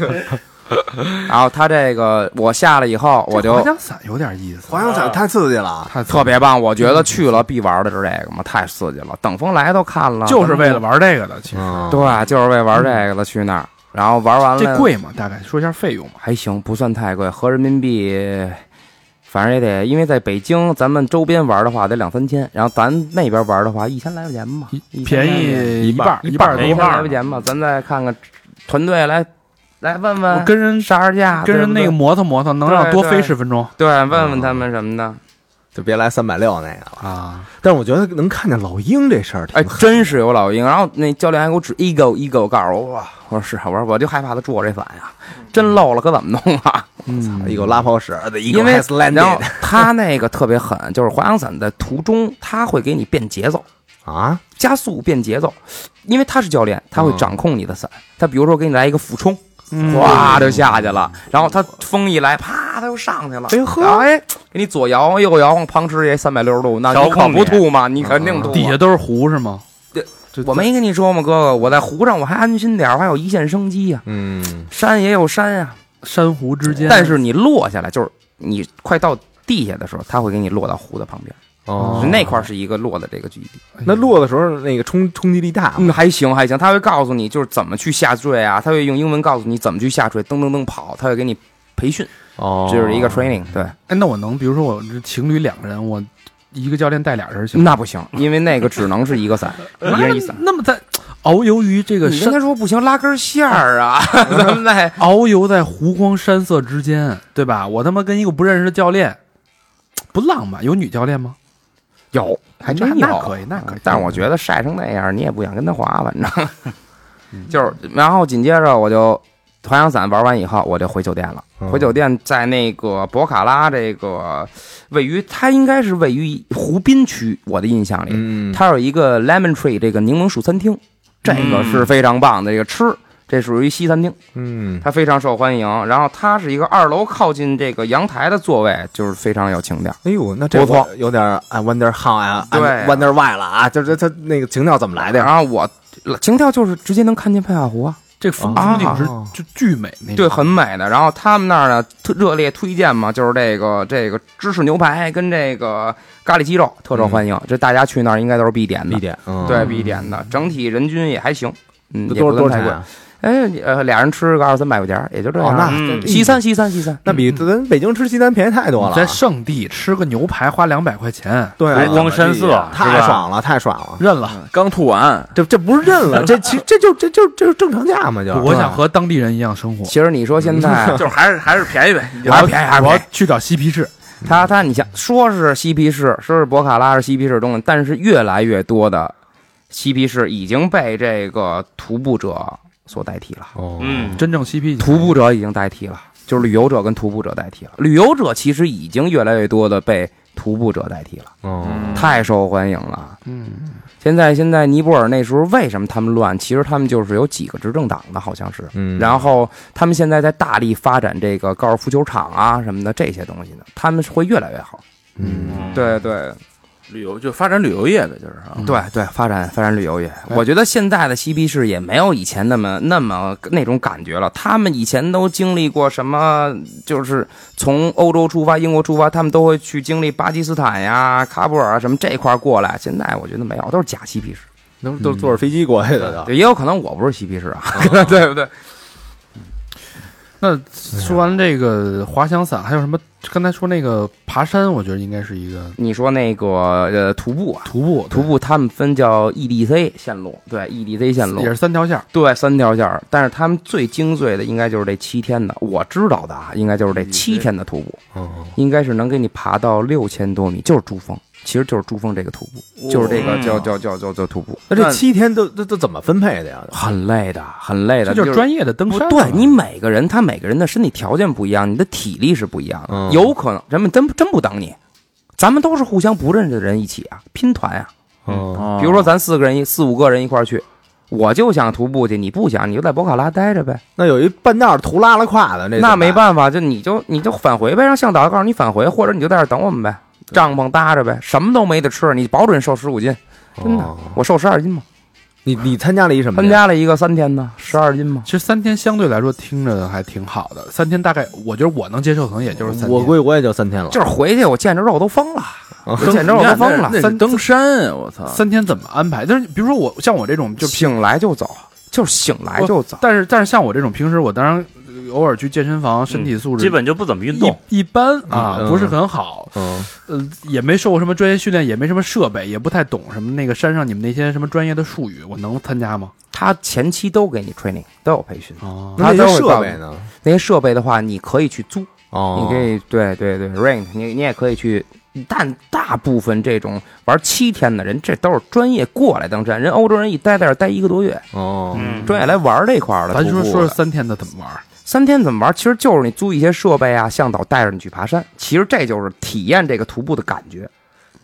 F: 然后他这个我下来以后，我
B: 滑
F: 就
B: 翔伞有点意思，
C: 滑翔伞太刺激了，
B: 太
F: 特别棒，我觉得去了必玩的是这个嘛，太刺激了。等风来都看 了，
B: 就是为了玩这个的，其实
C: 嗯，
F: 对，就是为玩这个的去那儿，然后玩完了
B: 这贵吗？大概说一下费用吧。
F: 还行，不算太贵，合人民币，反正也得，因为在北京咱们周边玩的话得两三千，然后咱那边玩的话一千来块钱吧，一千来
B: 便
F: 块钱
B: 宜
C: 一半
B: 半，一
E: 便
B: 半多
E: 宜
F: 一
E: 一
F: 千
E: 半
F: 来
E: 儿
F: 块钱吧，咱再看看团队来来问问
B: 我跟人
F: 杀杀价，
B: 跟人那
F: 对
B: 个
F: 不
B: 磨蹭磨蹭，能让多
F: 对
B: 飞
F: 对
B: 十分钟
F: 对对问问他们什么的，
C: 就别来三百六那个了。
B: 啊！
C: 但是我觉得能看见老鹰这事儿挺
F: 哎，真是有老鹰。然后那教练还给我指 ego ego，告诉我，哇我说是，我说我就害怕他捉我这伞呀，
C: 嗯
F: 真漏了可怎么弄啊？
B: 嗯哎
C: 好，一口拉泡屎，一口
F: 因为
C: has landed
F: 然后他那个特别狠，就是滑翔伞的途 中他会给你变节奏。
C: 啊，
F: 加速变节奏，因为他是教练，他会
C: 嗯
F: 掌控你的伞。他比如说给你来一个俯冲，
B: 嗯
F: 哗就下去了，然后他风一来，啪他又上去了。
C: 哎呦呵
F: 然后哎，给你左摇晃右摇晃，旁吃也三百六十度，那
E: 调
F: 你可
E: 控
F: 不
E: 你
F: 吐吗？你肯定吐
C: 嗯
F: 啊。
B: 底下都是湖是吗？
F: 我没跟你说吗，哥哥？我在湖上我还安心点儿，我还有一线生机呀、
C: 嗯，
F: 山也有山呀、
B: 珊瑚之间，
F: 但是你落下来，就是你快到地下的时候，他会给你落到湖的旁边，
C: 哦
F: 就，那块儿是一个落的这个基地。
C: 那落的时候那个冲冲击力大吗，
F: 嗯，还行还行，他会告诉你就是怎么去下坠啊，他会用英文告诉你怎么去下坠，噔噔噔跑，他会给你培训，
C: 哦
F: 这是一个 training。对，
B: 哎，那我能，比如说我这情侣两个人，我一个教练带俩人行吗？
F: 那不行，因为那个只能是一个 伞，一人一伞。
B: 那么在遨游于这个
F: 你跟
B: 山，
F: 他说不行，拉根线儿啊， 咱们再
B: 遨游在湖光山色之间，对吧？我他妈跟一个不认识的教练，不浪漫。有女教练吗？
F: 有，还
B: 那
F: 真
B: 那
F: 有，啊
C: 嗯
B: 可以那可以
F: 但是我觉得晒成那样，你也不想跟他滑，反正嗯就是然后紧接着我就团阳伞玩完以后，我就回酒店了。
C: 嗯
F: 回酒店在那个博卡拉这个位于，它应该是位于湖滨区，我的印象里，
C: 嗯，
F: 它有一个 Lemon Tree 这个柠檬树餐厅，这个是非常棒的这个吃，这属于西餐厅，
C: 嗯，
F: 它非常受欢迎。然后它是一个二楼靠近这个阳台的座位，就是非常有情调。
C: 哎呦，那这
F: 不错
C: 我有点啊 wonder how 啊，
F: 对
C: 啊 wonder why 了啊，就是他那个情调怎么来的呀？
F: 然后啊我情调就是直接能看见佩卡湖啊，
B: 这风
F: 啊
B: 风景是就巨美那种，
F: 对，很美的。然后他们那儿呢，特热烈推荐嘛，就是这个这个芝士牛排跟这个咖喱鸡肉特受欢迎，这大家去那儿应该都是嗯必点的，
C: 必点，嗯
F: 对必点的。整体人均也还行，嗯，
C: 多
F: 也不
C: 多多少
F: 算
C: 钱
F: 太贵
C: 啊？
F: 哎，呃，俩人吃个二三百块钱儿，也就这样。
C: 哦，那
E: 嗯
C: 这
F: 西餐，嗯西餐，西餐。
C: 那比咱北京吃西餐便宜太多
F: 啊
C: 了啊
B: 你，在圣地吃个牛排花两百块钱，
C: 对啊
E: 湖光山色，
C: 太
E: 是吧
C: 爽了，太爽了。
B: 认了。
D: 刚吐完，
C: 这这不是认了，这其实这就这就这就正常价嘛，
F: 嗯
C: 就啊
B: 我想和当地人一样生活，
F: 其实你说现 在
D: 就是还是还是 便宜呗，
F: 还是便宜，还是
B: 我
F: 便宜
B: 要。去找嬉皮士，
F: 他他，你像说是嬉皮士，说是博卡拉是嬉皮士东西，但是越来越多的嬉皮士已经被这个徒步者所代替了，
C: 哦
E: 嗯，
B: 真正嬉皮
F: 徒步者已经代替了，就是旅游者跟徒步者代替了。旅游者其实已经越来越多的被徒步者代替了，
C: 哦，
F: 太受欢迎了。
B: 嗯，
F: 现在现在尼泊尔那时候为什么他们乱？其实他们就是有几个执政党的，好像是。
C: 嗯，
F: 然后他们现在在大力发展这个高尔夫球场啊什么的这些东西呢，他们会越来越好。
C: 嗯，
F: 对对，
D: 旅游就发展旅游业呗，就是啊，
F: 对对，发展发展旅游业，我觉得现在的嬉皮士也没有以前那么那么那种感觉了。他们以前都经历过什么？就是从欧洲出发，英国出发，他们都会去经历巴基斯坦呀、喀布尔啊什么这块儿过来。现在我觉得没有，都是假嬉皮士。
C: 都都坐着飞机过去的都。
F: 对，也有可能我不是嬉皮士啊， 对不对？
B: 那说完这个滑翔伞，还有什么？刚才说那个爬山，我觉得应该是一个
F: 你说那个呃徒步啊，
B: 徒步，
F: 徒步他们分叫 EDC 线路，对 EDC 线路
B: 也是三条线儿。
F: 对，三条线儿，但是他们最精粹的应该就是这七天的，我知道的啊，应该就是
B: 嗯
F: 这七天的徒步，
C: 哦，
F: 应该是能给你爬到六千多米，就是珠峰，其实就是珠峰这个徒步，就是这个
E: 嗯
F: 叫叫叫叫叫徒步，
C: 那这七天都都都怎么分配的呀？
F: 很累的，很累的，
B: 这就是
F: 是
B: 专业的登
F: 不
B: 山了。啊
F: 对你每个人，他每个人的身体条件不一样，你的体力是不一样的，
C: 嗯
F: 有可能人们真真不等你，咱们都是互相不认识的人一起啊，拼团啊，
C: 哦，
D: 哦
F: 比如说咱四个人一四五个人一块儿去，我就想徒步去，你不想你就在博卡拉待着呗。
C: 那有一半道儿途拉了胯的，那
F: 那
C: 那
F: 没办法，就你就你就返回呗，让向导告诉你返回，或者你就在这儿等我们呗，帐篷搭着呗，什么都没得吃，你保准瘦十五斤，真的，我瘦十二斤嘛，
C: 哦你你参加了一什么？
F: 参加了一个三天呢，十二斤嘛，
B: 其实三天相对来说听着还挺好的，三天大概我觉得我能接受，可能也就是三天。
C: 我估计我也就三天了。
F: 就是回去我见着肉都疯了，
C: 啊
F: 我见着肉
D: 哦你
F: 都
D: 看
F: 疯
D: 那
F: 了
D: 那，是
B: 三
D: 登山啊，我操，
B: 三天怎么安排？就是比如说我像我这种就
F: 就醒来就走，就是醒来就走，
B: 但是但是像我这种平时我当然呃偶尔去健身房，身体素
E: 嗯
B: 质
E: 基本就不怎么运动，
B: 一一般啊，
C: 嗯
B: 不是很好。
C: 嗯，
B: 呃，也没受过什么专业训练，也没什么设备，也不太懂什么那个山上你们那些什么专业的术语，我能参加吗？
F: 他前期都给你 training，都有培训，
B: 哦
C: 那
F: 他
C: 些
F: 都会告
C: 设
F: 诉
C: 备
F: 你？
C: 呢？
F: 那些设备的话，你可以去租。
C: 哦，
F: 你可以对对对 rent，你你也可以去，但大部分这种玩七天的人，这都是专业过来登山，人欧洲人一待在这儿待一个多月，
C: 哦，
E: 嗯，
F: 专业来玩这块儿的。
B: 咱说
F: 徒步
B: 说
F: 的
B: 三天的怎么玩？
F: 三天怎么玩，其实就是你租一些设备啊，向导带着你去爬山，其实这就是体验这个徒步的感觉。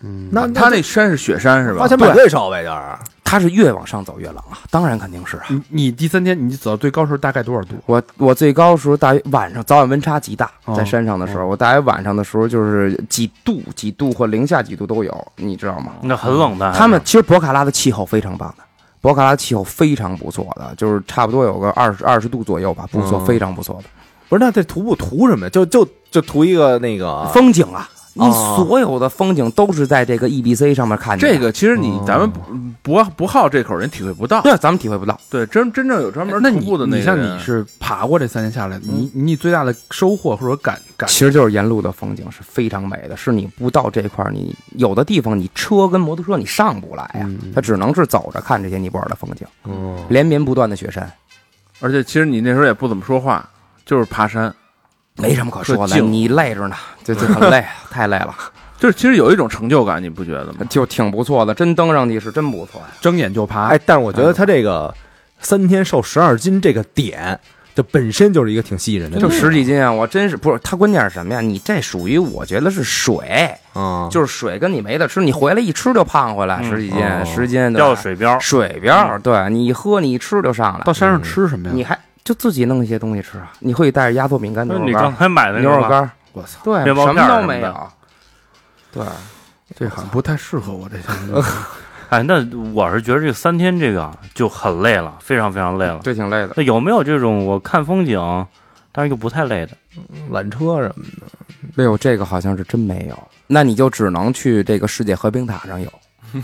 C: 嗯那
D: 他那山是雪山是吧
C: 花？钱买对手呗，就是。
F: 它是越往上走越冷啊，当然肯定是啊。
B: 你你第三天你走到最高时候大概多少度？
F: 我我最高时候大约晚上早晚温差极大
B: 哦，
F: 在山上的时候，我大约晚上的时候就是几度几度或零下几度都有，你知道吗？
E: 那很冷的，
F: 他们其实博卡拉的气候非常棒的，博卡拉气候非常不错的，就是差不多有个二十二十度左右吧，不错，
C: 嗯
F: 非常不错的
C: 不是，那这徒步图什么呀？就就就图一个那个
F: 风景啊！你
C: 哦
F: 所有的风景都是在这个 EDC 上面看见的。
D: 这个其实你咱们不不不好这口，人体会不到。
F: 对，咱们体会不到。
D: 对，真真正有专门
B: 那
D: 哎徒
B: 你
D: 步的
B: 你
D: 个
B: 像
D: 人嗯
B: 你是爬过这三天下来，你你最大的收获或者感感
F: 其实就是沿路的风景是非常美的，是你不到这块儿，你有的地方你车跟摩托车你上不来呀、它只能是走着看这些尼泊尔的风景，
C: 哦
F: 嗯连绵不断的雪山，
D: 而且其实你那时候也不怎么说话，就是爬山，
F: 没什么可说
D: 特
F: 的。
D: 静
F: 你累着呢，就就很 累，啊太累了，
D: 就是其实有一种成就感，你不觉得吗？
F: 就挺不错的。真登上去是真不错呀、
C: 哎
B: 睁眼就爬。
C: 哎，但是我觉得他这个三天瘦十二斤这个点，这本身就是一个挺吸引人的
F: 就十几斤啊！我真是不是，它关键是什么呀？你这属于我觉得是水，
C: 啊，
F: 就是水跟你没得吃，你回来一吃就胖回来，
E: 嗯
F: 十几斤
C: 哦，
F: 十斤对吧
E: 掉水嗯标，
F: 水标，对你一喝你一吃就上来
B: 到，山上吃什么呀？
F: 你还就自己弄一些东西吃啊？你会带着压缩饼干、牛
E: 你
F: 肉
E: 刚
F: 干、
E: 才买的
F: 牛肉
E: 那个
F: 干，
B: 我操，
F: 对，
E: 面包
F: 什
E: 片
F: 么
E: 儿
F: 都
E: 什
F: 没
E: 么的
F: 有，对，
B: 这好像不太适合我这项运动。
E: 哎，那我是觉得这三天这个就很累了，非常非常累了。
F: 这挺累的。
E: 那有没有这种我看风景，但是又不太累的？
C: 缆车什么
F: 哎呦，这个好像是真没有，那你就只能去这个世界和平塔上有，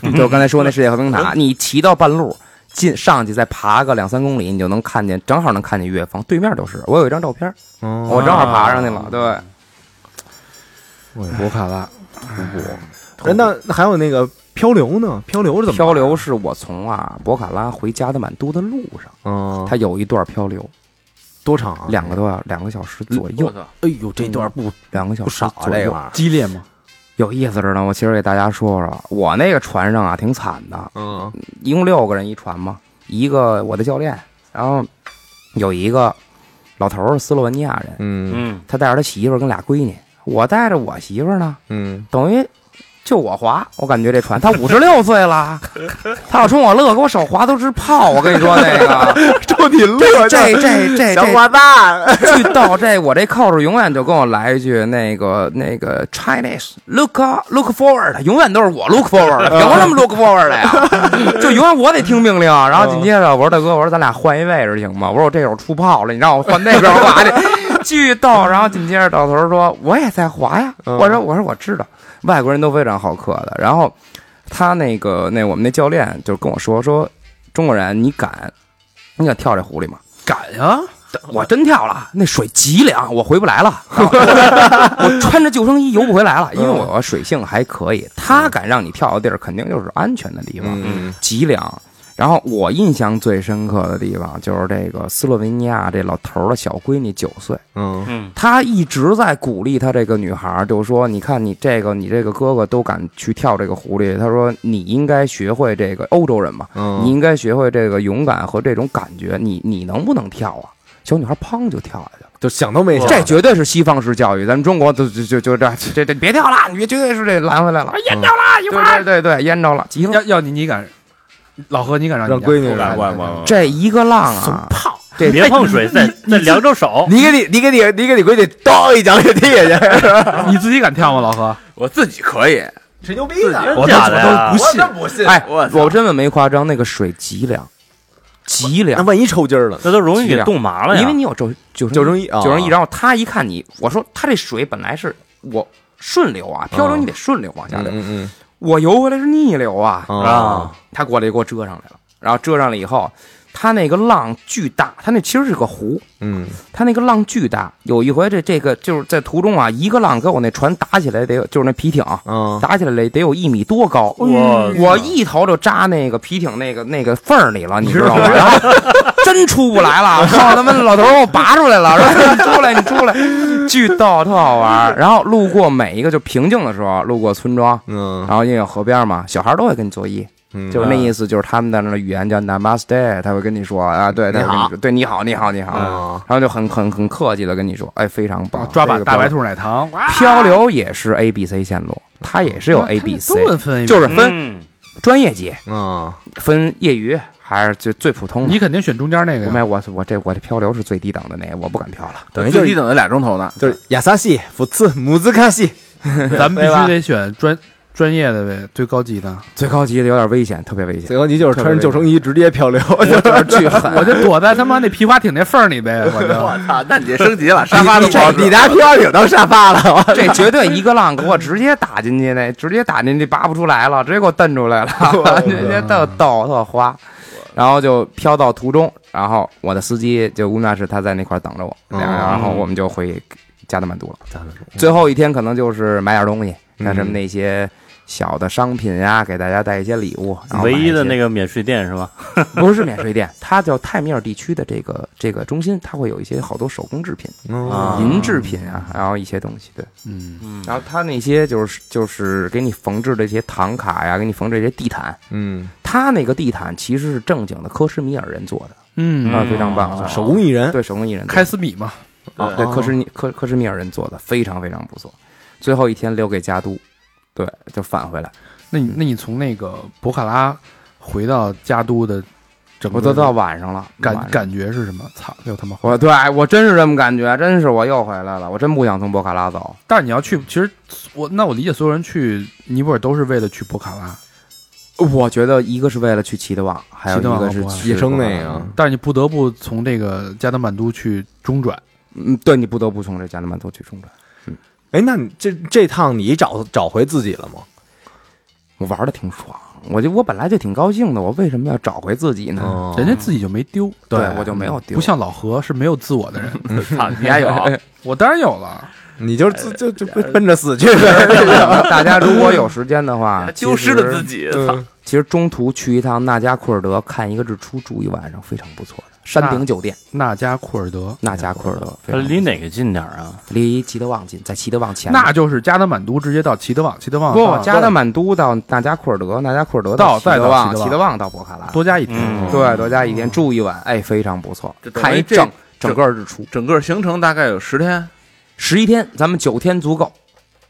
F: 就我刚才说那世界和平
C: 嗯
F: 塔，你骑到半路进上去，再爬个两三公里，你就能看见，正好能看见岳峰，对面就是。我有一张照片，
C: 的，哦
F: 我正好爬上去了，
C: 嗯
F: 对。
B: 博卡拉，
C: 哎那那还有那个漂流呢？漂流是怎么
F: 漂流是我从啊博卡拉回加德满都的路上，
C: 嗯，
F: 它有一段漂流，
C: 多长啊？
F: 两个多小两个小时左右
D: 我，操
C: 哎呦，这段不
F: 两个小
C: 不
F: 时
C: 少啊，
F: 左
C: 这
F: 右。
C: 个
B: 激烈吗？
F: 有意思着呢，我其实给大家说说，我那个船上啊挺惨的，
C: 嗯
F: 一共六个人一船嘛，一个我的教练，然后有一个老头儿斯洛文尼亚人，
C: 嗯
E: 嗯，
F: 他带着他媳妇儿跟俩闺女，我带着我媳妇儿呢，
C: 嗯
F: 等于就我划，我感觉这船他五十六岁 了，他要冲我乐，给我手划都是泡，我跟你说那 个，
C: 就你乐
F: 这这
C: 哎
F: 这这
C: 蛋，
F: 去到这，我这靠着永远就跟我来一句那个那个 Chinese look up, look forward，永远都是我 look forward，凭什么 look forward 的呀？就永远我得听命令。然后紧接着我说大哥，我说咱俩换一位置行吗？我说我这会儿出泡了，你让我换那边儿滑去，巨逗。然后紧接着老头儿说我也在滑呀，
C: 嗯
F: 我说我说我知道，外国人都非常好客的。然后他那个那我们那教练就跟我说说中国人你敢你敢跳这湖里吗？
B: 敢呀！
F: 我真跳了，那水极凉，我回不来了。 我穿着救生衣游不回来了，因为我水性还可以。他敢让你跳的地儿，肯定就是安全的地方，
C: 嗯
F: 极凉。然后我印象最深刻的地方就是这个斯洛文尼亚这老头儿的小闺女九岁，
C: 嗯
E: 嗯，
F: 他一直在鼓励他这个女孩儿，就说：“你看你这个你这个哥哥都敢去跳这个狐狸，他说你应该学会这个欧洲人嘛，你
C: 嗯，
F: 应该学会这个勇敢和这种感觉，你你能不能跳啊？小女孩砰就跳下去了，
C: 就想都没想，
F: 这绝对是西方式教育，咱们中国都就就就这这这别跳了，你别绝对是这拦回来了，淹着了一会儿，对对对，淹着了，急了
B: 要，要你你敢，老何你敢让
C: 让
B: 你
C: 闺女
D: 我
C: 来，
D: 我我我
F: 这一个浪啊，这
E: 别碰水，再再凉着手。
C: 你给你你给你你给你闺女咣一脚给踢下去，
B: 你自己敢跳吗？老何，
D: 我自己可以，
C: 谁牛逼呢？
E: 真假的呀？
C: 我真不信
F: 哎，
D: 我操
F: 我真的没夸张，那个水极凉，极
C: 那
F: 凉，
C: 万一抽筋儿了，
E: 这都容易给冻麻了呀！
F: 因为你有救救
C: 救
F: 生
C: 生
F: 衣，
C: 衣啊，
F: 救生衣，然后他一看你，我说他这水本来是我顺流啊，漂流你得顺流往下
C: 嗯
F: 流，
C: 嗯
F: 我游回来是逆流啊，
C: 嗯
E: 啊，
F: 他过来给我遮上来了，然后遮上了以后，他那个浪巨大，他那其实是个湖，
C: 嗯
F: 他那个浪巨大。有一回这这个就是在途中啊，一个浪给我那船打起来得有，就是那皮艇啊
C: 嗯，
F: 打起来得有一米多高，
E: 哇
F: 我一头就扎那个皮艇那个那个缝儿里了，你知道吗？然后真出不 来了，靠他妈老头儿给我拔出来了，说你出来你出来，巨逗，特好玩儿。然后路过每一个就平静的时候，路过村庄，
C: 嗯
F: 然后因为有河边嘛，小孩儿都会跟你作揖。
C: 嗯，
F: 就是那意思，就是他们在那儿的语言叫 Namaste，他会跟你说啊，对，他会跟你说，对，你好，你好，你好，
C: 啊，
F: 然后就很很很客气的跟你说，哎，非常棒，
B: 抓把
F: 这个
B: 大
F: 漂
B: 白。兔奶糖，
C: 嗯
B: 哇
F: 漂流也是 A B C 线路，哦它也是有 A B C，
B: 中文分 A B C
F: 就是分
E: 嗯，
F: 专业级、
C: 嗯
F: 分业余，还是就最普通的
B: 你。肯定选中间那个
F: 没
B: 呀。
F: 有，我我这我这漂流是最低等的那个，我不敢漂了。
C: 等于就
D: 最
C: 是
D: 低等的俩钟头呢，
C: 就是亚萨系、福次、姆兹卡系，
B: 咱们必
C: 对吧
B: 须得选专专业的呗，最高级的。
F: 最高级的有点危险，特别危险。
C: 最后你就是穿着救生衣直接漂流，
F: 巨狠，
B: 我就躲在他妈那皮划艇那缝儿里呗，我就
D: 啊，那你这升级了，沙发都
C: 你
D: 不好使
C: 这你拿漂流当沙发了，
F: 这绝对一个浪给我直接打进去，那直接打进去拔不出来了，直接给我蹬 出来 了，直接特逗特花。然后就飘到途中，然后我的司机就无奈是他在那块儿等着我，
C: 哦
F: 然后然后我们就回加德满都了。最后一天可能就是买点东西，
C: 嗯
F: 像什么那些小的商品呀，给大家带一些礼物。然后
E: 唯一的那
F: 个
E: 个免税店是吧？
F: 不是免税店，它叫泰米尔地区的这个这个中心，它会有一些好多手工制品、
C: 嗯
E: 啊
F: 银制品啊，然后一些东西，对。
B: 嗯，
E: 嗯，
F: 然后他那些就是就是给你缝制这些唐卡呀，给你缝制这些地毯，
C: 嗯，
F: 他那个地毯其实是正经的科什米尔人做的，
B: 嗯
F: 啊，非常棒，
C: 手工艺人，
F: 对手工艺人做的
B: 开斯米嘛，
F: 啊，对，科什尼科科什米尔人做的，非常非常不错。最后一天留给家都，对，就返回来。
B: 那你那你从那个博卡拉回到加都的整
F: 我
B: 个
F: 都到晚上了，晚
B: 感
F: 上
B: 感觉是什么？操，又他妈回来
F: 我对我真是这么感觉，真是我又回来了，我真不想从博卡拉走。
B: 但是你要去，其实我那我理解所有人去尼泊尔都是为了去博卡拉，
F: 我觉得一个是为了去齐德旺，还有一
B: 齐德旺
F: 个是
B: 和博卡
F: 去
C: 野生
F: 博卡拉
C: 那个，
B: 但是你不得不从这个加德满都去中转。
F: 嗯，对你不得不从这加德满都去中转。
C: 哎，那你这这趟你找找回自己了吗？
F: 我玩的挺爽，我就我本来就挺高兴的，我为什么要找回自己呢？
C: 哦
B: 人家自己就没丢，
F: 对我就没有丢，
B: 不像老何是没有自我的人。
E: 操，你还有，
B: 我当然有了，
C: 你就自就就奔奔着死去了。
F: 大家如果有时间的话
E: 丢失了自
F: 己。
E: 己，操
C: 嗯
F: 其实中途去一趟纳加库尔德看一个日出，住一晚上非常不错的山顶酒店。
B: 那加库尔德，
F: 纳加库尔德非
E: 它
F: 常不错
E: 离哪个近点儿啊？
F: 离齐德旺近，在齐德旺前面。
B: 那就是加德满都直接到齐德旺，齐德旺
F: 不
B: 到
F: 加德满都到纳加库尔德，纳加库尔德
B: 到
F: 齐德
B: 再到齐德
F: 旺，
B: 旺
F: 齐德旺到博卡拉。
B: 多加一天。
E: 嗯
F: 对，多加一天住一晚，哎，非常不错
D: 这，等于
F: 看一
D: 这
F: 整整个日出，
D: 整个行程大概有十天
F: 十一天，咱们九天足够，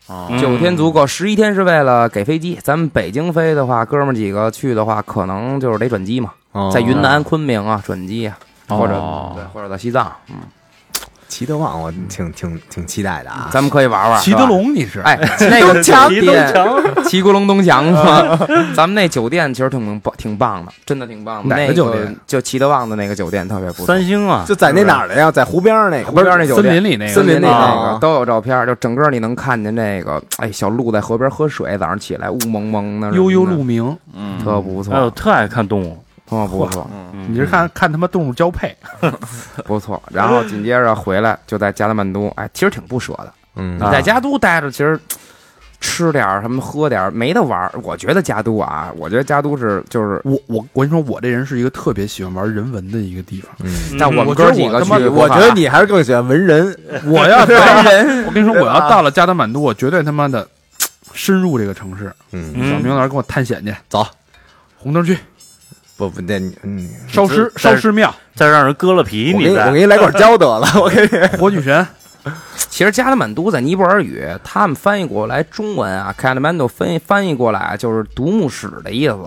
D: 啊
E: 嗯
F: 九天足够，十一天是为了给飞机。咱们北京飞的话，哥们儿几个去的话，可能就是得转机嘛，
B: 哦
F: 在云南昆明啊转机啊，或者
D: 哦
F: 对，或者到西藏，
C: 齐德旺，我挺挺挺期待的啊。
F: 咱们可以玩玩。
B: 哦齐
F: 是吧
B: 德隆，你是？
F: 哎，那个酒店，齐国龙东强嘛， 咱们那酒店其实挺棒，挺棒的，真的挺棒的。
B: 哦哪个
F: 那
B: 酒店？
F: 就齐德旺的那个酒店特别不错，
E: 三星啊，
C: 就在那哪儿的呀？在湖边儿那个，
F: 湖边儿那酒
B: 森
F: 店
B: 林。啊里那个
C: 森林里
F: 那
C: 那
F: 个
C: 个
F: 都有照片，就整个你能看见那个，哎，小鹿在河边喝水，早上起来雾蒙蒙的，
B: 悠悠鹿，鸣，
D: 嗯
F: 特不错，
E: 哎呦，特爱看动物，
F: 特不错，
E: 嗯
B: 你是看看他妈动物交配，
F: 不错。然后紧接着回来就在加德满都，哎，其实挺不舍的，
C: 嗯
F: 你在加都待着，其实吃点儿什么喝点儿没得玩儿。我觉得加都啊，我觉得加都是就是，
B: 我我我跟你说，我这人是一个特别喜欢玩人文的一个地方。
C: 嗯，
F: 但我们
B: 我
F: 哥
B: 觉得
F: 几
B: 我
F: 个
B: 他
F: 去
B: 妈
F: 不
C: 我
F: 怕
C: 觉得你还是更喜欢文 人。
B: 我要
C: 啊
B: 到人，我跟你说，我要到了加德满都，我绝对他妈的深入这个城市。
C: 嗯，
E: 嗯
B: 小明老师跟我探险去，
C: 走，
B: 红灯区
C: 不不，那你嗯，
B: 烧尸
E: 这
B: 烧尸庙，
E: 嗯再让人割了皮，
C: 我给
E: 你
C: 你我
E: 再
C: 给你来管胶得了，我给你。
B: 火炬神，
F: 其实加德满都在尼泊尔语，他们翻译过来中文啊 c a t h m a n d u 翻译翻译过来就是独幕使的意思。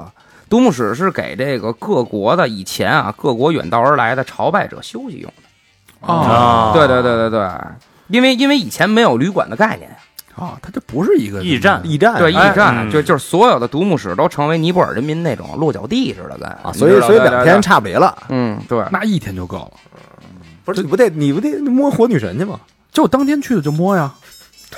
F: 独幕使是给这个各国的以前啊各国远道而来的朝拜者休息用的。
E: 啊，
F: 对对对对对，因为因为以前没有旅馆的概念，
B: 啊，它这不是一个
E: 驿站
C: 驿站
F: 对驿
C: 哎
F: 站、
E: 嗯
F: 就就是所有的独幕使都成为尼泊尔人民那种落脚地似的跟
C: 啊，所以所以两天，差不离了。
F: 你知道对对对嗯，对，
B: 那一天就够了，
C: 不是，你不得你不得摸火女神去吗？
B: 就当天去的就摸呀，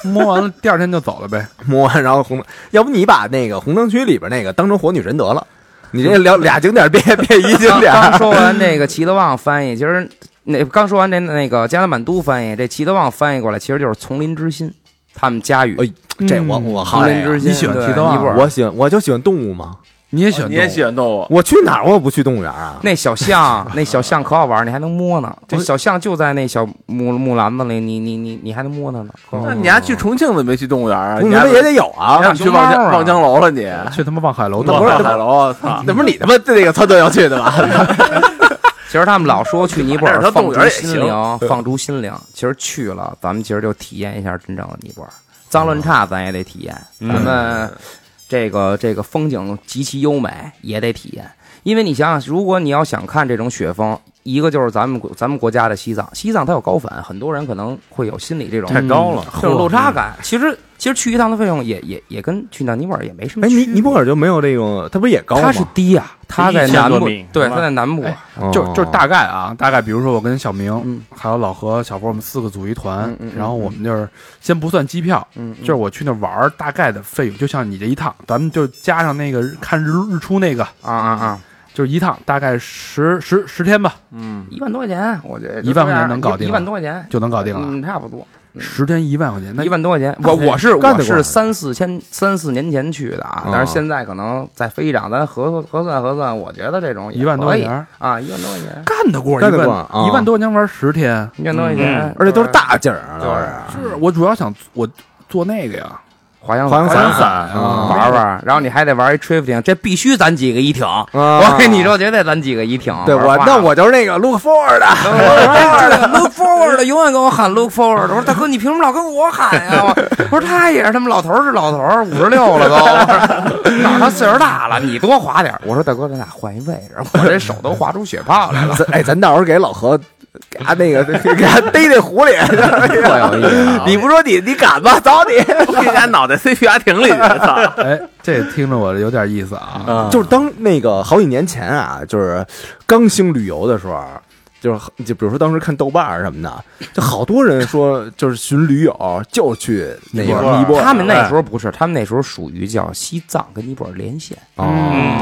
B: 摸完了第二天就走了呗。
C: 摸完然后红灯，要不你把那个红灯区里边那个当成火女神得了。你这聊俩景点别别一景
F: 刚
C: 点，
F: 刚说完那个齐德旺翻译，其实那刚说完这那个加德满都翻译，这齐德旺翻译过来其实就是丛林之心，他们家语。
C: 哎这我我好
F: 丛林之
B: 嗯
F: 心，
B: 你喜欢
F: 对
B: 齐德旺
F: 尼泊尔
C: 我喜欢我就喜欢动物嘛。
B: 你也喜欢
D: 哦你
B: 动物
D: 也喜欢动物，
C: 我去哪儿我也不去动物园啊。
F: 那小象，那小象可好玩，你还能摸呢。这小象就在那小木木篮子里，你你你你还能摸它呢。
D: 那你还去重庆怎么没去动物园啊？
C: 你
D: 你还
C: 们也得有啊
D: 你，还去望
F: 熊
D: 江
F: 猫啊
D: 望江楼了你？
B: 去他妈望海楼
C: 那不是
D: 望海楼，啊 操！
C: 那不是你他妈那个操作要去的吧？
F: 其实他们老说去尼泊尔
D: 反正它
F: 放
D: 动物
F: 逐
D: 园
F: 心灵，放逐心灵。其实去了，咱们其实就体验一下真正的尼泊尔。脏乱差咱也得体验，
E: 嗯
F: 咱们这个这个风景极其优美也得体验。因为你想想，如果你要想看这种雪峰，一个就是咱们国咱们国家的西藏，西藏它有高反，很多人可能会有心理这种嗯
E: 太高了，嗯
F: 这种落差感。其实其实去一趟的费用也也也跟去趟尼泊尔也没什 么
C: 哎，
F: 区别。
C: 尼尼泊尔就没有这种，它不是也高吗？哦
F: 它是低呀、它在
E: 一千
F: 南
E: 多
F: 部
E: 米，
F: 对，
E: 是吧
F: 它在南部。啊
B: 哎就就是大概啊，大概比如说我跟小明，
F: 嗯
B: 还有老何、小波，我们四个组一团
F: 嗯嗯，嗯
B: 然后我们就是先不算机票，
F: 嗯，
B: 就是我去那玩儿大概的费用，就像你这一趟，咱们就加上那个看日日出那个，
F: 啊啊啊！
B: 就是一趟大概十十十天吧，
D: 嗯，
F: 一万多块钱，我觉得
B: 一万块钱能搞定
F: 一万多块钱
B: 就能搞定了。
F: 嗯，差不多
B: 十天一万块钱，那
F: 一万多块钱。我我是
C: 干
F: 我
C: 得过
F: 是三四千三四年前去的啊
C: 啊，
F: 但是现在可能在飞涨，咱核核算核算，我觉得这种也
B: 一万多
F: 可
B: 块
F: 以
B: 钱
F: 啊，一万多块钱，
B: 哎干得过，
C: 干
B: 一
C: 得过
B: 万
C: 啊
B: 一万多块钱玩十天，
F: 一万多块钱，
C: 而且都是大景儿啊，
F: 对
C: 都是。
B: 是我主要想我做那个呀，
F: 滑翔
C: 滑翔伞
F: 伞玩玩，然后你还得玩一 drifting，这必须咱几个一挺。
C: 啊
F: 我跟你说，绝对咱几个一挺。
C: 对我
F: 玩，
C: 那我就是那个 look forward 啊的，
F: 哎
C: 哎
F: look forward 的永远跟我喊 look forward 的。我说大哥，你凭什么老跟我喊呀？ 我我说他也是，他们老头儿是老头儿，五十六了都，哪儿他岁数大了，你多划点儿。我说大哥，咱俩换一位置，我这手都划出血泡来了。
C: 咱哎，咱到时候给老何给他那个给他逮那湖里，
F: 啊
C: 你不说你你敢吗？走你！
D: 给人家脑袋塞皮划艇里去，操！
B: 哎，这听着我有点意思啊。
C: 就是当那个好几年前啊，就是刚兴旅游的时候，啊就是就比如说当时看豆瓣儿什么的，就好多人说就是寻驴友就去那个尼泊尔，哎
F: 他们那时候不是，他们那时候属于叫西藏跟尼泊尔连线，
C: 哦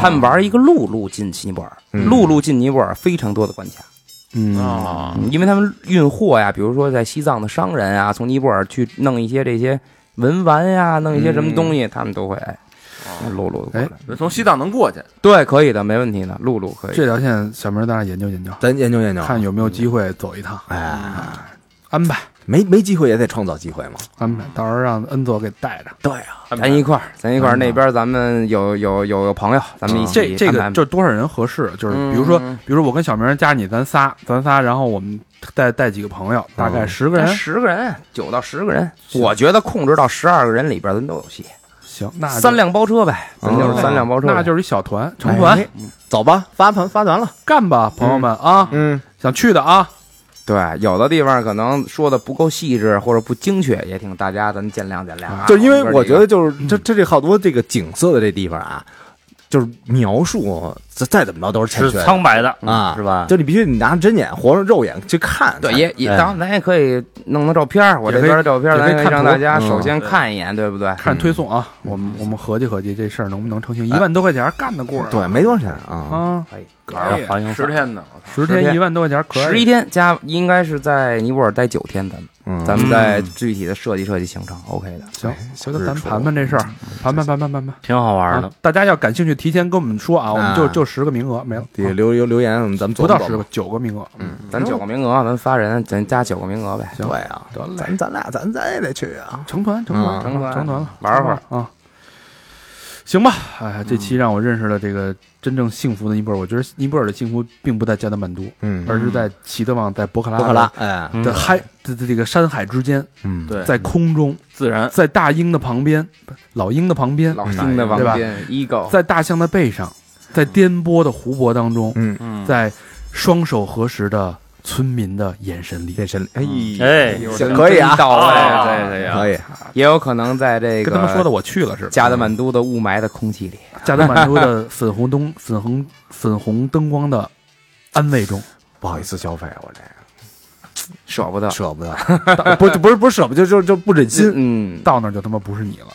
F: 他们玩一个陆路进尼泊尔，
C: 嗯
F: 陆路进尼泊尔非常多的关卡。
B: 嗯，
D: 啊，
F: 嗯因为他们运货呀，比如说在西藏的商人啊，从尼泊尔去弄一些这些文玩呀，弄一些什么东西，他们都会哎，陆路过来
B: 嗯哎，
D: 从西藏能过去，
F: 对，可以的，没问题的，陆路可以。
B: 这条线小明儿，咱俩研究研究，
C: 咱研究研
F: 啊
C: 究，
B: 看有没有机会走一趟，
C: 哎，
B: 安排
C: 没没机会也得创造机会嘛。
B: 安排，到时候让恩佐给带着。
C: 对啊，
F: 咱一块儿，咱一块儿，那边咱们有有有有朋友，咱们一起
B: 嗯这这
F: 安
B: 个
F: 排嗯
B: 就是多少人合适？就是比如说，比如说我跟小明儿加你，咱仨，咱仨，然后我们带带几个朋
F: 嗯
B: 友，大概十个人。
F: 十个人，九到十个人，我觉得控制到十二个人里边，咱都有戏。
B: 行，那就嗯
F: 三辆包车呗，咱就是
C: 哦
F: 三辆包车呗，哎
B: 那就是一小团成团，
C: 走吧，发团发团了。
B: 干吧，朋友们啊！
C: 嗯，
B: 想去的啊，
F: 对。有的地方可能说的不够细致或者不精确，也挺大家咱见谅见谅啊。
C: 就因为我觉得
F: 这个
C: 就是这这这好多这个景色的这地方啊，就是描述再再怎么着都是 欠
E: 是
C: 缺的
E: 苍白的
C: 啊
E: 是吧？
C: 就你必须你拿真眼活着肉眼去看。
F: 对，也也
E: 哎
F: 当然咱也可以弄弄照片儿，我这边的照片儿，
B: 也
F: 咱
B: 可以
F: 可以
B: 看
F: 让
B: 图
F: 大家
C: 嗯
F: 首先看一眼，对不对？
B: 看推送啊，
F: 嗯
B: 我们我们合计合计这事儿能不能成行？
F: 哎
B: 一万多块钱干得过啊？
C: 对，没多少钱啊。
B: 啊，
E: 玩滑翔
D: 哎十
E: 伞，
D: 天呢，我操
B: 十
F: 十
B: 天
F: 天
B: 一万多块钱可以，
F: 十一天加应该是在尼泊尔待九天，咱们
C: 嗯，
F: 咱们再具体的设计设计行程，OK 的。
B: 行，回头咱盘盘这事儿，
F: 嗯
B: 盘盘盘盘盘盘。
E: 挺好玩
B: 啊
E: 的。，
B: 大家要感兴趣，提前跟我们说啊，我们就
C: 啊
B: 就十个名额没了，啊
C: 得留留留言，咱们
B: 不
C: 琢磨
B: 到
C: 琢
B: 十
C: 磨
B: 个，九个名额。嗯，
F: 咱九个名额，咱发人，咱加九个名额呗。
B: 行
C: 对啊，咱咱俩咱咱也得去啊。
B: 成团成团
C: 嗯
B: 成团
F: 成团
B: 了，
F: 玩会儿
B: 啊。行吧，哎，这期让我认识了这个真正幸福的尼泊尔。我觉得尼泊尔的幸福并不在加德满都，
C: 嗯
B: 而是在齐德旺、在博克拉
C: 伯克拉，哎，
E: 嗯
B: 的海的的这个山海之间，
C: 嗯，
D: 对
B: 在空中，
E: 嗯
D: 自然
B: 在大鹰的旁边，不是老鹰的旁边，
F: 老星的
B: 嗯哎
F: 王
B: 对吧
F: 斌，Ego，
B: 在大象的背上，在颠簸的湖泊当中，
C: 嗯，
B: 在双手合十的村民的眼神里，
C: 眼神里，哎
E: 哎，
C: 行，可以啊，
F: 到
B: 哦
D: 啊
F: 位，对对对，
C: 可以，
F: 也有可能在这个
B: 跟他们说的我去了似的。嗯
F: 加德满都的雾霾的空气里，
B: 加德满都的粉红灯、 粉红粉红灯光的安慰中，
C: 不好意思消费，啊我这
F: 舍不得。
C: 舍不得，不不是不是舍不得，就就就不忍心。
F: 嗯，
B: 到那儿就他妈不是你了。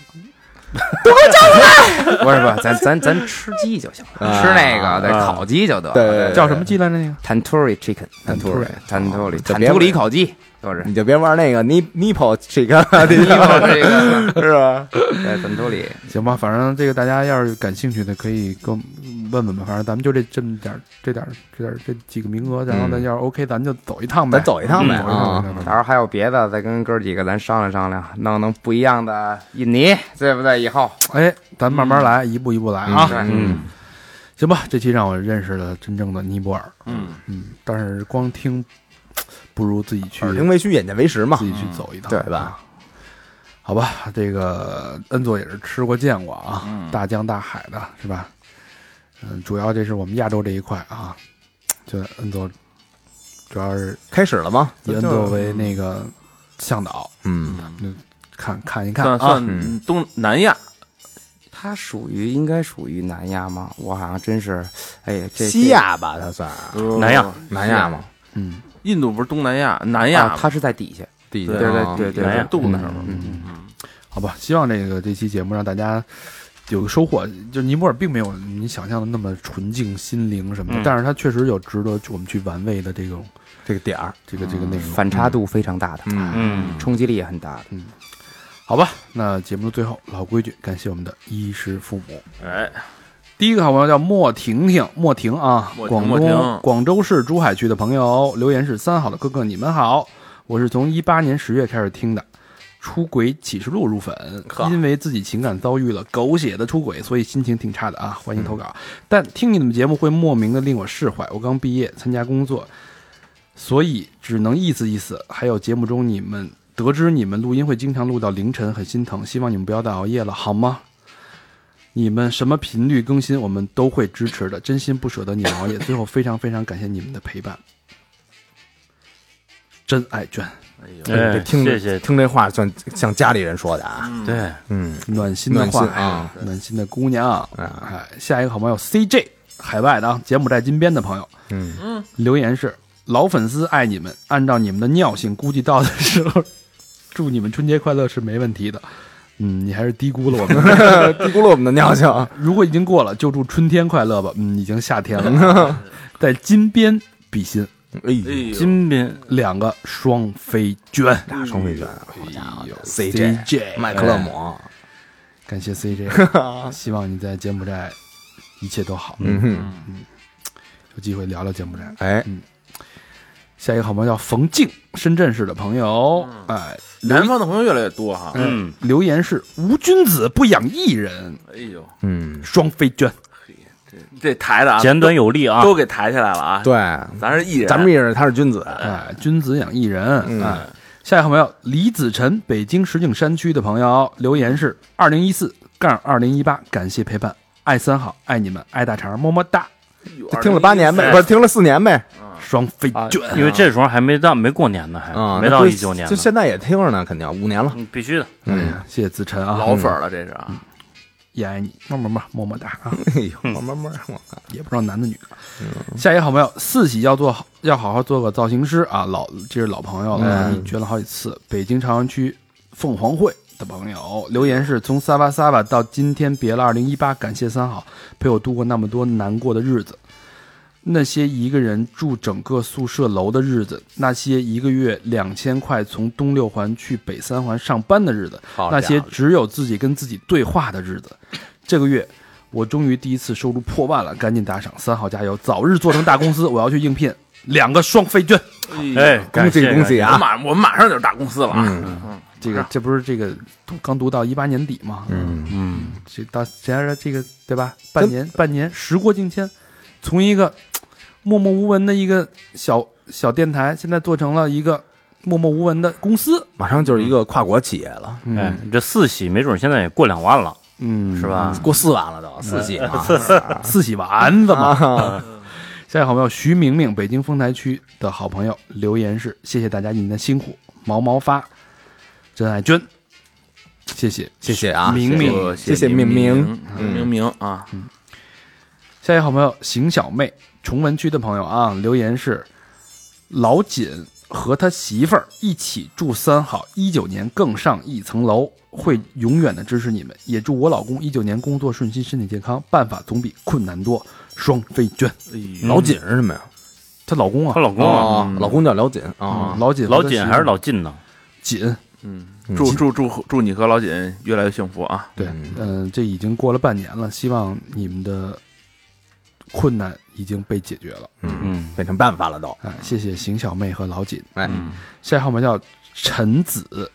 F: 不是不是，咱咱咱吃鸡就行了，
C: 啊
F: 吃那个对烤鸡就得 了。
C: 对对对
B: 叫什么鸡来着？那个
F: Tandoori chicken，
C: Tandoori
F: Tandoori
C: 这别
F: Tandoori 烤鸡，就是
C: 你就别玩那个 nip nipple 这个，
F: 这个是吧？对，Tandoori
B: 行吧，反正这个大家要是感兴趣的，可以跟我们问问吧。反正咱们就这这么点儿，这点儿，这点儿，这几个名额，然后咱要是 OK，咱就走一趟呗。嗯
C: 咱走一趟呗
B: 走一趟
C: 啊
B: 走一趟
F: 到时候还有别的，再跟哥儿几个咱商量商量，弄弄不一样的印尼，对不对？以后
B: 哎，咱慢慢来，一步一步来啊。
F: 是
E: 嗯，
B: 行吧，这期让我认识了真正的尼泊尔。
D: 嗯，
B: 嗯，但是光听不如自己去
C: 耳听为虚，眼见为实嘛
B: 自，己去走一趟，啊
C: 对？吧？
B: 好吧，这个恩佐也是吃过见过啊，
D: 嗯
B: 大江大海的是吧？嗯，主要这是我们亚洲这一块啊，就恩佐主要是
C: 开始了吗？
B: 以恩佐为那个向导，
C: 嗯，
B: 看看一看
D: 算
B: 啊，
D: 算东南亚，
F: 它属于应该属于南亚吗？我好像真是，哎呀，这
C: 西亚吧，它算
B: 哦
E: 南亚
C: 南亚嘛，
B: 嗯，
D: 印度不是东南亚，南
F: 这啊
D: 亚，
F: 它是在底下，
C: 对
F: 对对对对，
E: 南亚
F: 对
D: 肚子
F: 嗯
D: 上吗
F: 嗯
B: 好吧，希望这个这期节目让大家。有个收获，就是尼泊尔并没有你想象的那么纯净心灵什么的，
E: 嗯
B: 但是它确实有值得我们去玩味的这种
C: 这个点儿，
B: 这个这个内容。
F: 反差度非常大的，
C: 嗯
E: 嗯，
F: 冲击力也很大的。
B: 好吧，那节目的最后，老规矩，感谢我们的衣食父母。
D: 哎，
B: 第一个好朋友叫莫婷婷，莫婷啊，
D: 莫婷
B: 广
D: 莫
B: 东
D: 婷
B: 广州市珠海区的朋友，留言是三好的哥哥，你们好，我是从一八年十月开始听的，出轨启示录入粉，因为自己情感遭遇了狗血的出轨，所以心情挺差的啊！欢迎投稿。但听你们节目会莫名的令我释怀。我刚毕业，参加工作，所以只能意思意思。还有节目中你们得知你们录音会经常录到凌晨，很心疼。希望你们不要再熬夜了，好吗？你们什么频率更新，我们都会支持的，真心不舍得你们熬夜。最后非常非常感谢你们的陪伴，真爱卷，
E: 哎
C: 这听
E: 谢谢，
C: 听这话像像家里人说的啊，
E: 对，
C: 嗯
B: 暖心的话哎
C: 暖心啊
B: 暖心的姑娘。哎，下一个好朋友 CJ，海外的啊，柬埔寨金边的朋友，
C: 嗯，
B: 留言是老粉丝爱你们，按照你们的尿性，估计到的时候，祝你们春节快乐是没问题的。嗯，你还是低估了我们。
C: 低估了我们的尿性啊，
B: 如果已经过了，就祝春天快乐吧。嗯，已经夏天了， 在金边比心，
C: 哎
D: 哎
C: 呦，
D: 呦，
E: 金斌
B: 两个双飞卷。
C: 大双飞卷，啊好家伙
B: 哎呦
C: CJ
B: CJ
C: 麦克勒姆，
B: 感谢 CJ，希望你在柬埔寨一切都好。
C: 嗯哼，
B: 有机会聊聊柬埔寨。
C: 哎，
B: 下一个好朋友叫冯静，深圳市的朋友，
C: 嗯
B: 哎，
D: 南方的朋友越来越多哈。
E: 嗯，
B: 留言是无君子不养艺人，
D: 哎呦，
C: 嗯，
B: 双飞娟。
D: 这抬的啊，
E: 简短有力啊，
D: 都给抬起来了啊。
C: 对，
D: 咱是艺人，
C: 咱们也是，他是君子，
B: 哎，君子养艺人。
C: 嗯
B: 哎，下一个好朋友李子晨，北京石景山区的朋友留言是二零一四杠二零一八，感谢陪伴，爱三好，爱你们，爱大肠，么么哒，
C: 他听了八年呗，不是听了四年呗，
B: 双飞
E: 啊
B: 娟。，
E: 因为这时候还没到没过年呢，还
C: 啊，
E: 没
C: 那
E: 到
C: 估
E: 一
C: 计
E: 九年
C: 就
E: 呢，
C: 现在也听着呢，肯定五年了，
E: 嗯，必须的，
C: 嗯，
B: 谢谢子晨啊，
D: 哎老粉儿了，这是啊。
B: 也爱你，么么么，么么哒啊。
C: 哎呦，慢慢慢，我靠，
B: 也不知道男的女的。下一个好朋友四喜要做好，要好好做个造型师啊，老这是老朋友了，啊
C: 嗯
B: 捐了好几次。北京朝阳区凤凰会的朋友留言是从撒巴撒巴到今天别了二零一八，感谢三好陪我度过那么多难过的日子。那些一个人住整个宿舍楼的日子，那些一个月两千块从东六环去北三环上班的日子，
C: 好
B: 那些
C: 家伙
B: 只有自己跟自己对话的日子。这个月我终于第一次收入破万了，赶紧打赏，三号加油，早日做成大公司，我要去应聘两个双飞券。
E: 哎，
C: 恭
E: 感
C: 喜
E: 谢
C: 恭喜，
D: 我
C: 啊，
D: 马我们马上就是大公司了啊。
C: 嗯
B: 这个这不是这个刚读到一八年底嘛？，
C: 嗯，
E: 嗯，
B: 这到谁来着？这个对吧？半年半年，时过境迁，从一个嘖默默无闻的一个小小电台，现在做成了一个默默无闻的公司。
C: 马上就是一个跨国企业了，
E: 哎，你这四喜没准现在也过两万了，
B: 嗯，
E: 是？吧？
C: 过四万了都，四喜嘛，
B: 四喜丸子嘛。 下一个好朋友徐明明，北京丰台区的好朋友留言是：谢谢大家一年的辛苦，毛毛发，真爱娟，谢谢。
C: 谢谢啊，
B: 明明
C: 谢谢明明，嗯
D: 明明啊，
B: 下一个好朋友邢小妹，崇文区的朋友啊，留言是：老锦和他媳妇儿一起住三好，一九年更上一层楼，会永远的支持你们，也祝我老公一九年工作顺心，身体健康，办法总比困难多，双飞娟，
D: 哎嗯
C: 老锦是什么呀？
B: 她老公啊
E: 她，老公啊，
C: 哦，老公叫老锦啊
B: 嗯，老锦和
E: 老
B: 她媳
E: 锦
B: 妇
E: 还是
B: 儿
E: 老靳呢？
B: 锦，
D: 祝祝祝祝你和老锦越来越幸福啊！
B: 对，
C: 嗯
B: 嗯、这已经过了半年了，希望你们的困难已经被解决了。
E: 嗯，
C: 变成办法了都，
B: 哎，谢谢邢小妹和老锦。
C: 哎，
B: 下一号码叫陈子，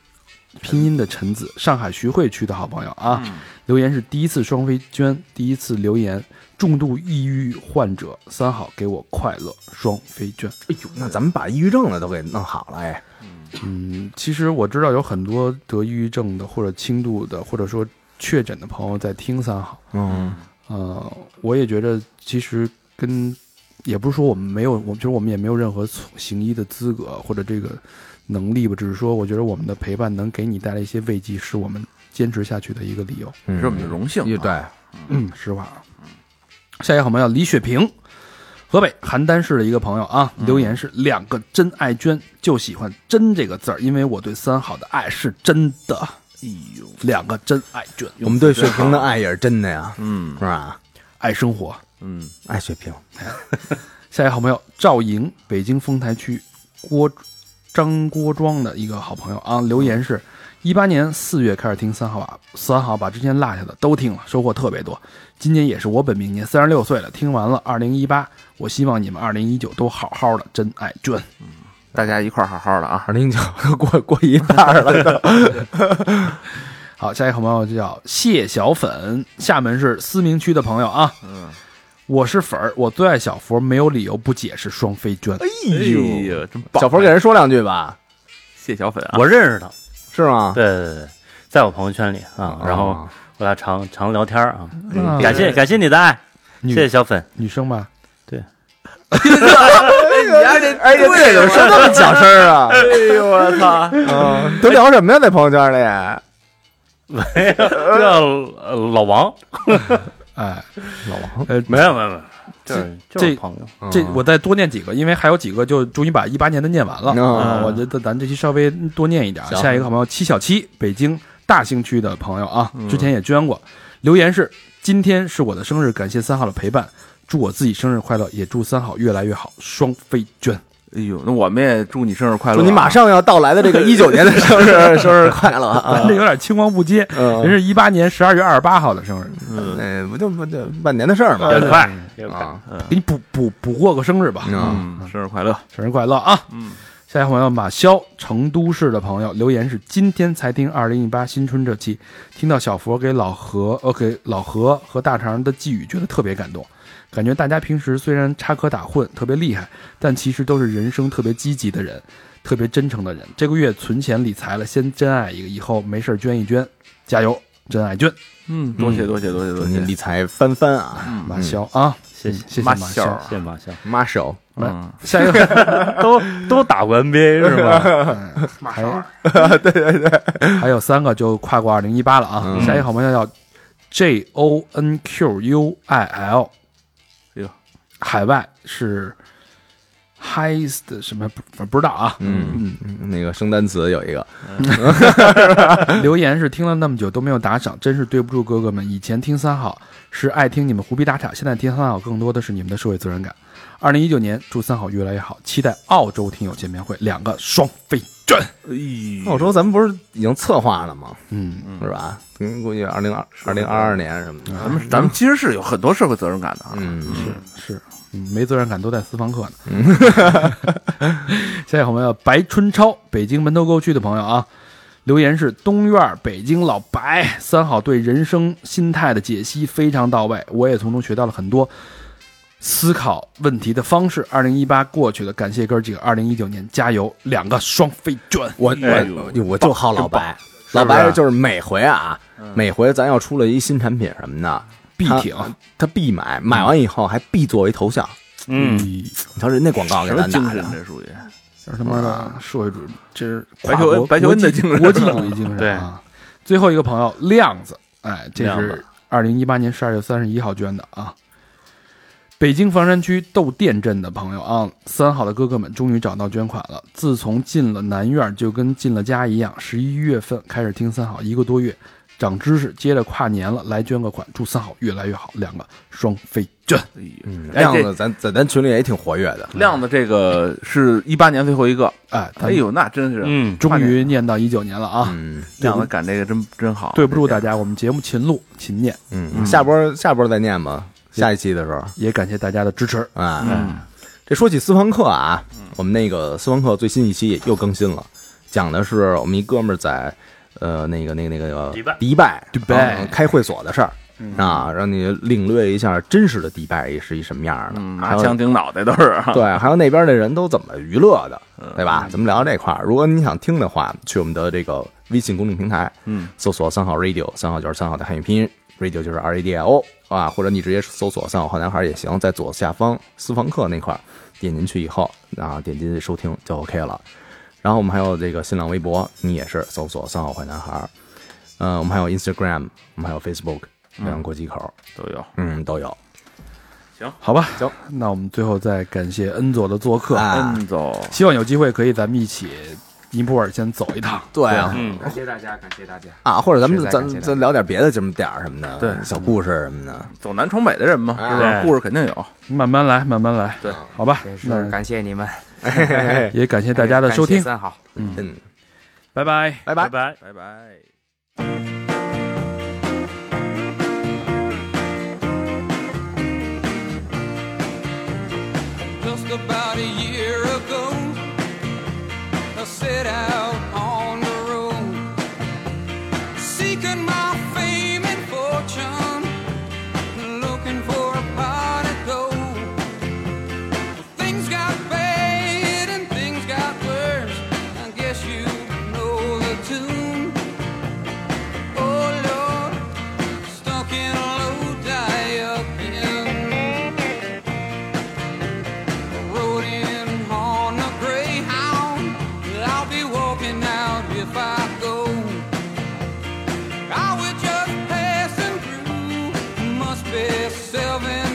B: 拼音的陈子，上海徐汇区的好朋友
D: 嗯
B: 啊。留言是第一次双飞娟，第一次留言，重度抑郁患者三好给我快乐，双飞娟。
C: 哎呦，那咱们把抑郁症的都给弄好了，哎，
B: 嗯，其实我知道有很多得抑郁症的或者轻度的或者说确诊的朋友在听三好。
C: 嗯
B: 呃，我也觉得其实跟也不是说我们没有，我就是我们也没有任何从行医的资格或者这个能力吧，只是说我觉得我们的陪伴能给你带来一些慰藉，是我们坚持下去的一个理由。
C: 嗯
D: 是我们的荣幸啊。
C: 对，
B: 嗯，实话啊。下一个好朋友李雪萍，河北邯郸市的一个朋友啊，留言是两个真爱娟，就喜欢“真”这个字儿，因为我对三好的爱是真的，
D: 哎呦，
B: 两个真爱娟，
C: 我们对雪萍的爱也是真的呀，嗯，是吧？
B: 爱生活。
D: 嗯，
C: 爱雪萍，
B: 下一个好朋友赵莹，北京丰台区郭张郭庄的一个好朋友啊，留言是：一八年四月开始听三好把三好把之前落下的都听了，收获特别多。今年也是我本命年，三十六岁了，听完了二零一八，我希望你们二零一九都好好的，真爱娟。
D: 大家一块儿好好的啊。
C: 二零九过过一半儿了都，
B: 好，下一个好朋友就叫谢小粉，厦门市思明区的朋友啊。嗯，我是粉儿，我最爱小佛，没有理由不解释双飞娟。
D: 哎呦，真棒！
C: 小佛给人说两句吧，
D: 谢小粉啊，
E: 我认识他，
C: 是吗？
E: 对对对对，在我朋友圈里啊，然后
C: 啊
E: 我俩常常聊天啊，
B: 啊
E: 感谢感谢你的爱，
B: 嗯女
E: 谢谢小粉，
B: 女生吧，
C: 哎呀，这有什么那么小声儿啊？
E: 哎呦我操，
C: 嗯都聊什么呀？在朋友圈里，
E: 这呃老王
B: 哎，
E: 没有没有没有，就是就是
B: 这
E: 朋友，
C: 嗯
B: 这我再多念几个，因为还有几个就终于把一八年的念完了。
C: 啊
B: 啊，我觉得咱这期稍微多念一点啊。
C: 行
B: 下一个好朋友七小七，北京大兴区的朋友啊，
C: 嗯
B: 之前也捐过，留言是：今天是我的生日，感谢三好的陪伴，祝我自己生日快乐，也祝三好越来越好，双飞娟。
D: 哎呦，那我们也祝你生日快乐啊，
C: 祝你马上要到来的这个一九年的生日生日快乐啊！
B: 咱 这有点青黄不接，
C: 嗯
B: 人是一八年十二月二十八号的生日，
C: 那不就不就半年的事儿嘛
E: 啊也快嗯也快，
C: 啊
B: 给你补补补过个生日吧，
C: 啊！
D: 嗯，生日快乐，
B: 生日快乐啊！嗯，下一位朋友马潇，成都市的朋友留言是：今天才听二零一八新春这期，听到小佛给老何呃给老何和大肠的寄语，觉得特别感动。感觉大家平时虽然插科打诨特别厉害，但其实都是人生特别积极的人，特别真诚的人。这个月存钱理财了，先真爱一个，以后没事儿捐一捐，加油，真爱捐。
D: 嗯，多谢多谢多谢
C: 祝
D: 多
C: 你
D: 谢，
C: 理财翻翻啊，
B: 马潇啊，
E: 谢谢
B: 谢谢
D: 马
B: 马
D: 潇
B: 潇
D: 儿。
E: 谢谢马笑，
C: 妈手
D: 嗯，
B: 下一个
E: 都都打过 NBA 是吗？
B: 马上，哎 对对对，还有三个就跨过二零一八了啊。
C: 嗯
B: 下一个好朋友叫 J O N Q U I L，
D: 哎呦
B: 海外是 highest 什么不不知道啊。
C: 嗯嗯，那个生单词有一个，
B: 留言是听了那么久都没有打赏，真是对不住哥哥们。以前听三好是爱听你们胡逼打岔，现在听三好更多的是你们的社会责任感。二零一九年祝三好越来越好，期待澳洲听友见面会，两个双飞卷。
D: 哎
C: 澳洲咱们不是已经策划了吗？
B: 嗯，
C: 是吧？嗯，估计二零二二零二二年什么的，
D: 咱们咱们其实是有很多社会责任感的啊，
C: 嗯是
B: 是，嗯，没责任感都在私房课呢。 下一个好朋友白春超，北京门头沟区的朋友啊，留言是东院儿北京老白三好对人生心态的解析非常到位，我也从中学到了很多思考问题的方式。二零一八过去了，感谢哥儿几个，二零一九年加油，两个双飞卷。
C: 我
D: 哎
C: 我我就好老白，老
E: 是不
C: 白
E: 是
C: 就是每回啊，每回咱要出了一新产品什么的，
B: 必
C: 他
B: 挺，啊
C: 他必买，买完以后还必作为头像。
E: 嗯，
C: 你瞧人那广告给
D: 什么
C: 咱
D: 精
C: 打
D: 神
C: 的，嗯
D: 这属于
B: 这是他妈的社会主义，这是
D: 白求恩
B: 跨国
D: 白求恩的精神
B: 国际国际主义精神
E: 对
B: 啊！最后一个朋友亮子，哎，这
E: 亮
B: 是
E: 子
B: 二零一八年十二月三十一号捐的啊。北京房山区窦店镇的朋友啊，三好的哥哥们终于找到捐款了。自从进了南院，就跟进了家一样。十一月份开始听三好，一个多月，长知识。接着跨年了，来捐个款，祝三好越来越好。两个双飞捐，
C: 嗯
D: 哎
C: 亮
D: 这
C: 子咱在咱群里也挺活跃的，
D: 亮子这个是一八年最后一个，
B: 哎，他
D: 哎呦，那真是
E: 嗯，
B: 终于念到一九年了啊！
C: 嗯
D: 亮子赶这个真真好，
B: 对不住大家，我们节目勤录勤念。
C: 嗯，下波下波再念吧，下一期的时候
B: 也感谢大家的支持。
C: 啊。
D: 嗯
C: 这说起私房课啊，我们那个私房课最新一期也又更新了，讲的是我们一哥们儿在呃那个那个那个
E: 迪拜
C: 迪拜
B: 迪拜
C: 嗯开会所的事儿。啊，让你领略一下真实的迪拜是一什么样的，
D: 嗯，
C: 还
D: 拿
C: 有
D: 枪顶脑袋都是，
C: 对，还有那边的人都怎么娱乐的，对吧？咱们聊聊这块儿。如果你想听的话，去我们的这个微信公众平台，
D: 嗯，
C: 搜索三号 radio，三号就是三号的汉语拼音，radio 就是 R A D I O 啊，或者你直接搜索三好坏男孩也行，在左下方私房课那块儿点进去以后啊，点击收听就 OK 了。然后我们还有这个新浪微博，你也是搜索三好坏男孩，嗯、我们还有 Instagram，我们还有 Facebook，两个国际口，
D: 都有，
C: 嗯，都有。
B: 好吧，
C: 行，
B: 那我们最后再感谢恩佐的做客，
C: 啊
D: 嗯，走，
B: 希望有机会可以咱们一起尼泊尔先走一趟。
C: 对啊，
E: 嗯，
F: 感谢大家，感谢大家。
C: 啊，或者咱们
F: 实在感谢
C: 咱
F: 大家
C: 咱聊点别的节目点儿什么的，
D: 对
C: 小故事什么的。
D: 走南闯北的人嘛，
C: 哎
D: 是吧？故事肯定有，
B: 慢慢来，慢慢来。
D: 对，
B: 好吧
F: 真，是
B: 那
F: 感谢你们，
B: 也感谢大家的收
F: 感谢
B: 听，
F: 三好。
C: 嗯，
B: 拜拜。
C: 拜拜
E: 拜。拜。
D: 拜拜。
H: Just about a year ago, it out on the road, seeking my fame and fortune, looking for a pot of gold. Things got bad and things got worse. I guess you know the tune. Oh Lord, stuck in a low die up in Rode in on a greyhound. I'll be walking out if I go. I was just passing through. Must be seven Oh, Oh, Oh, Oh,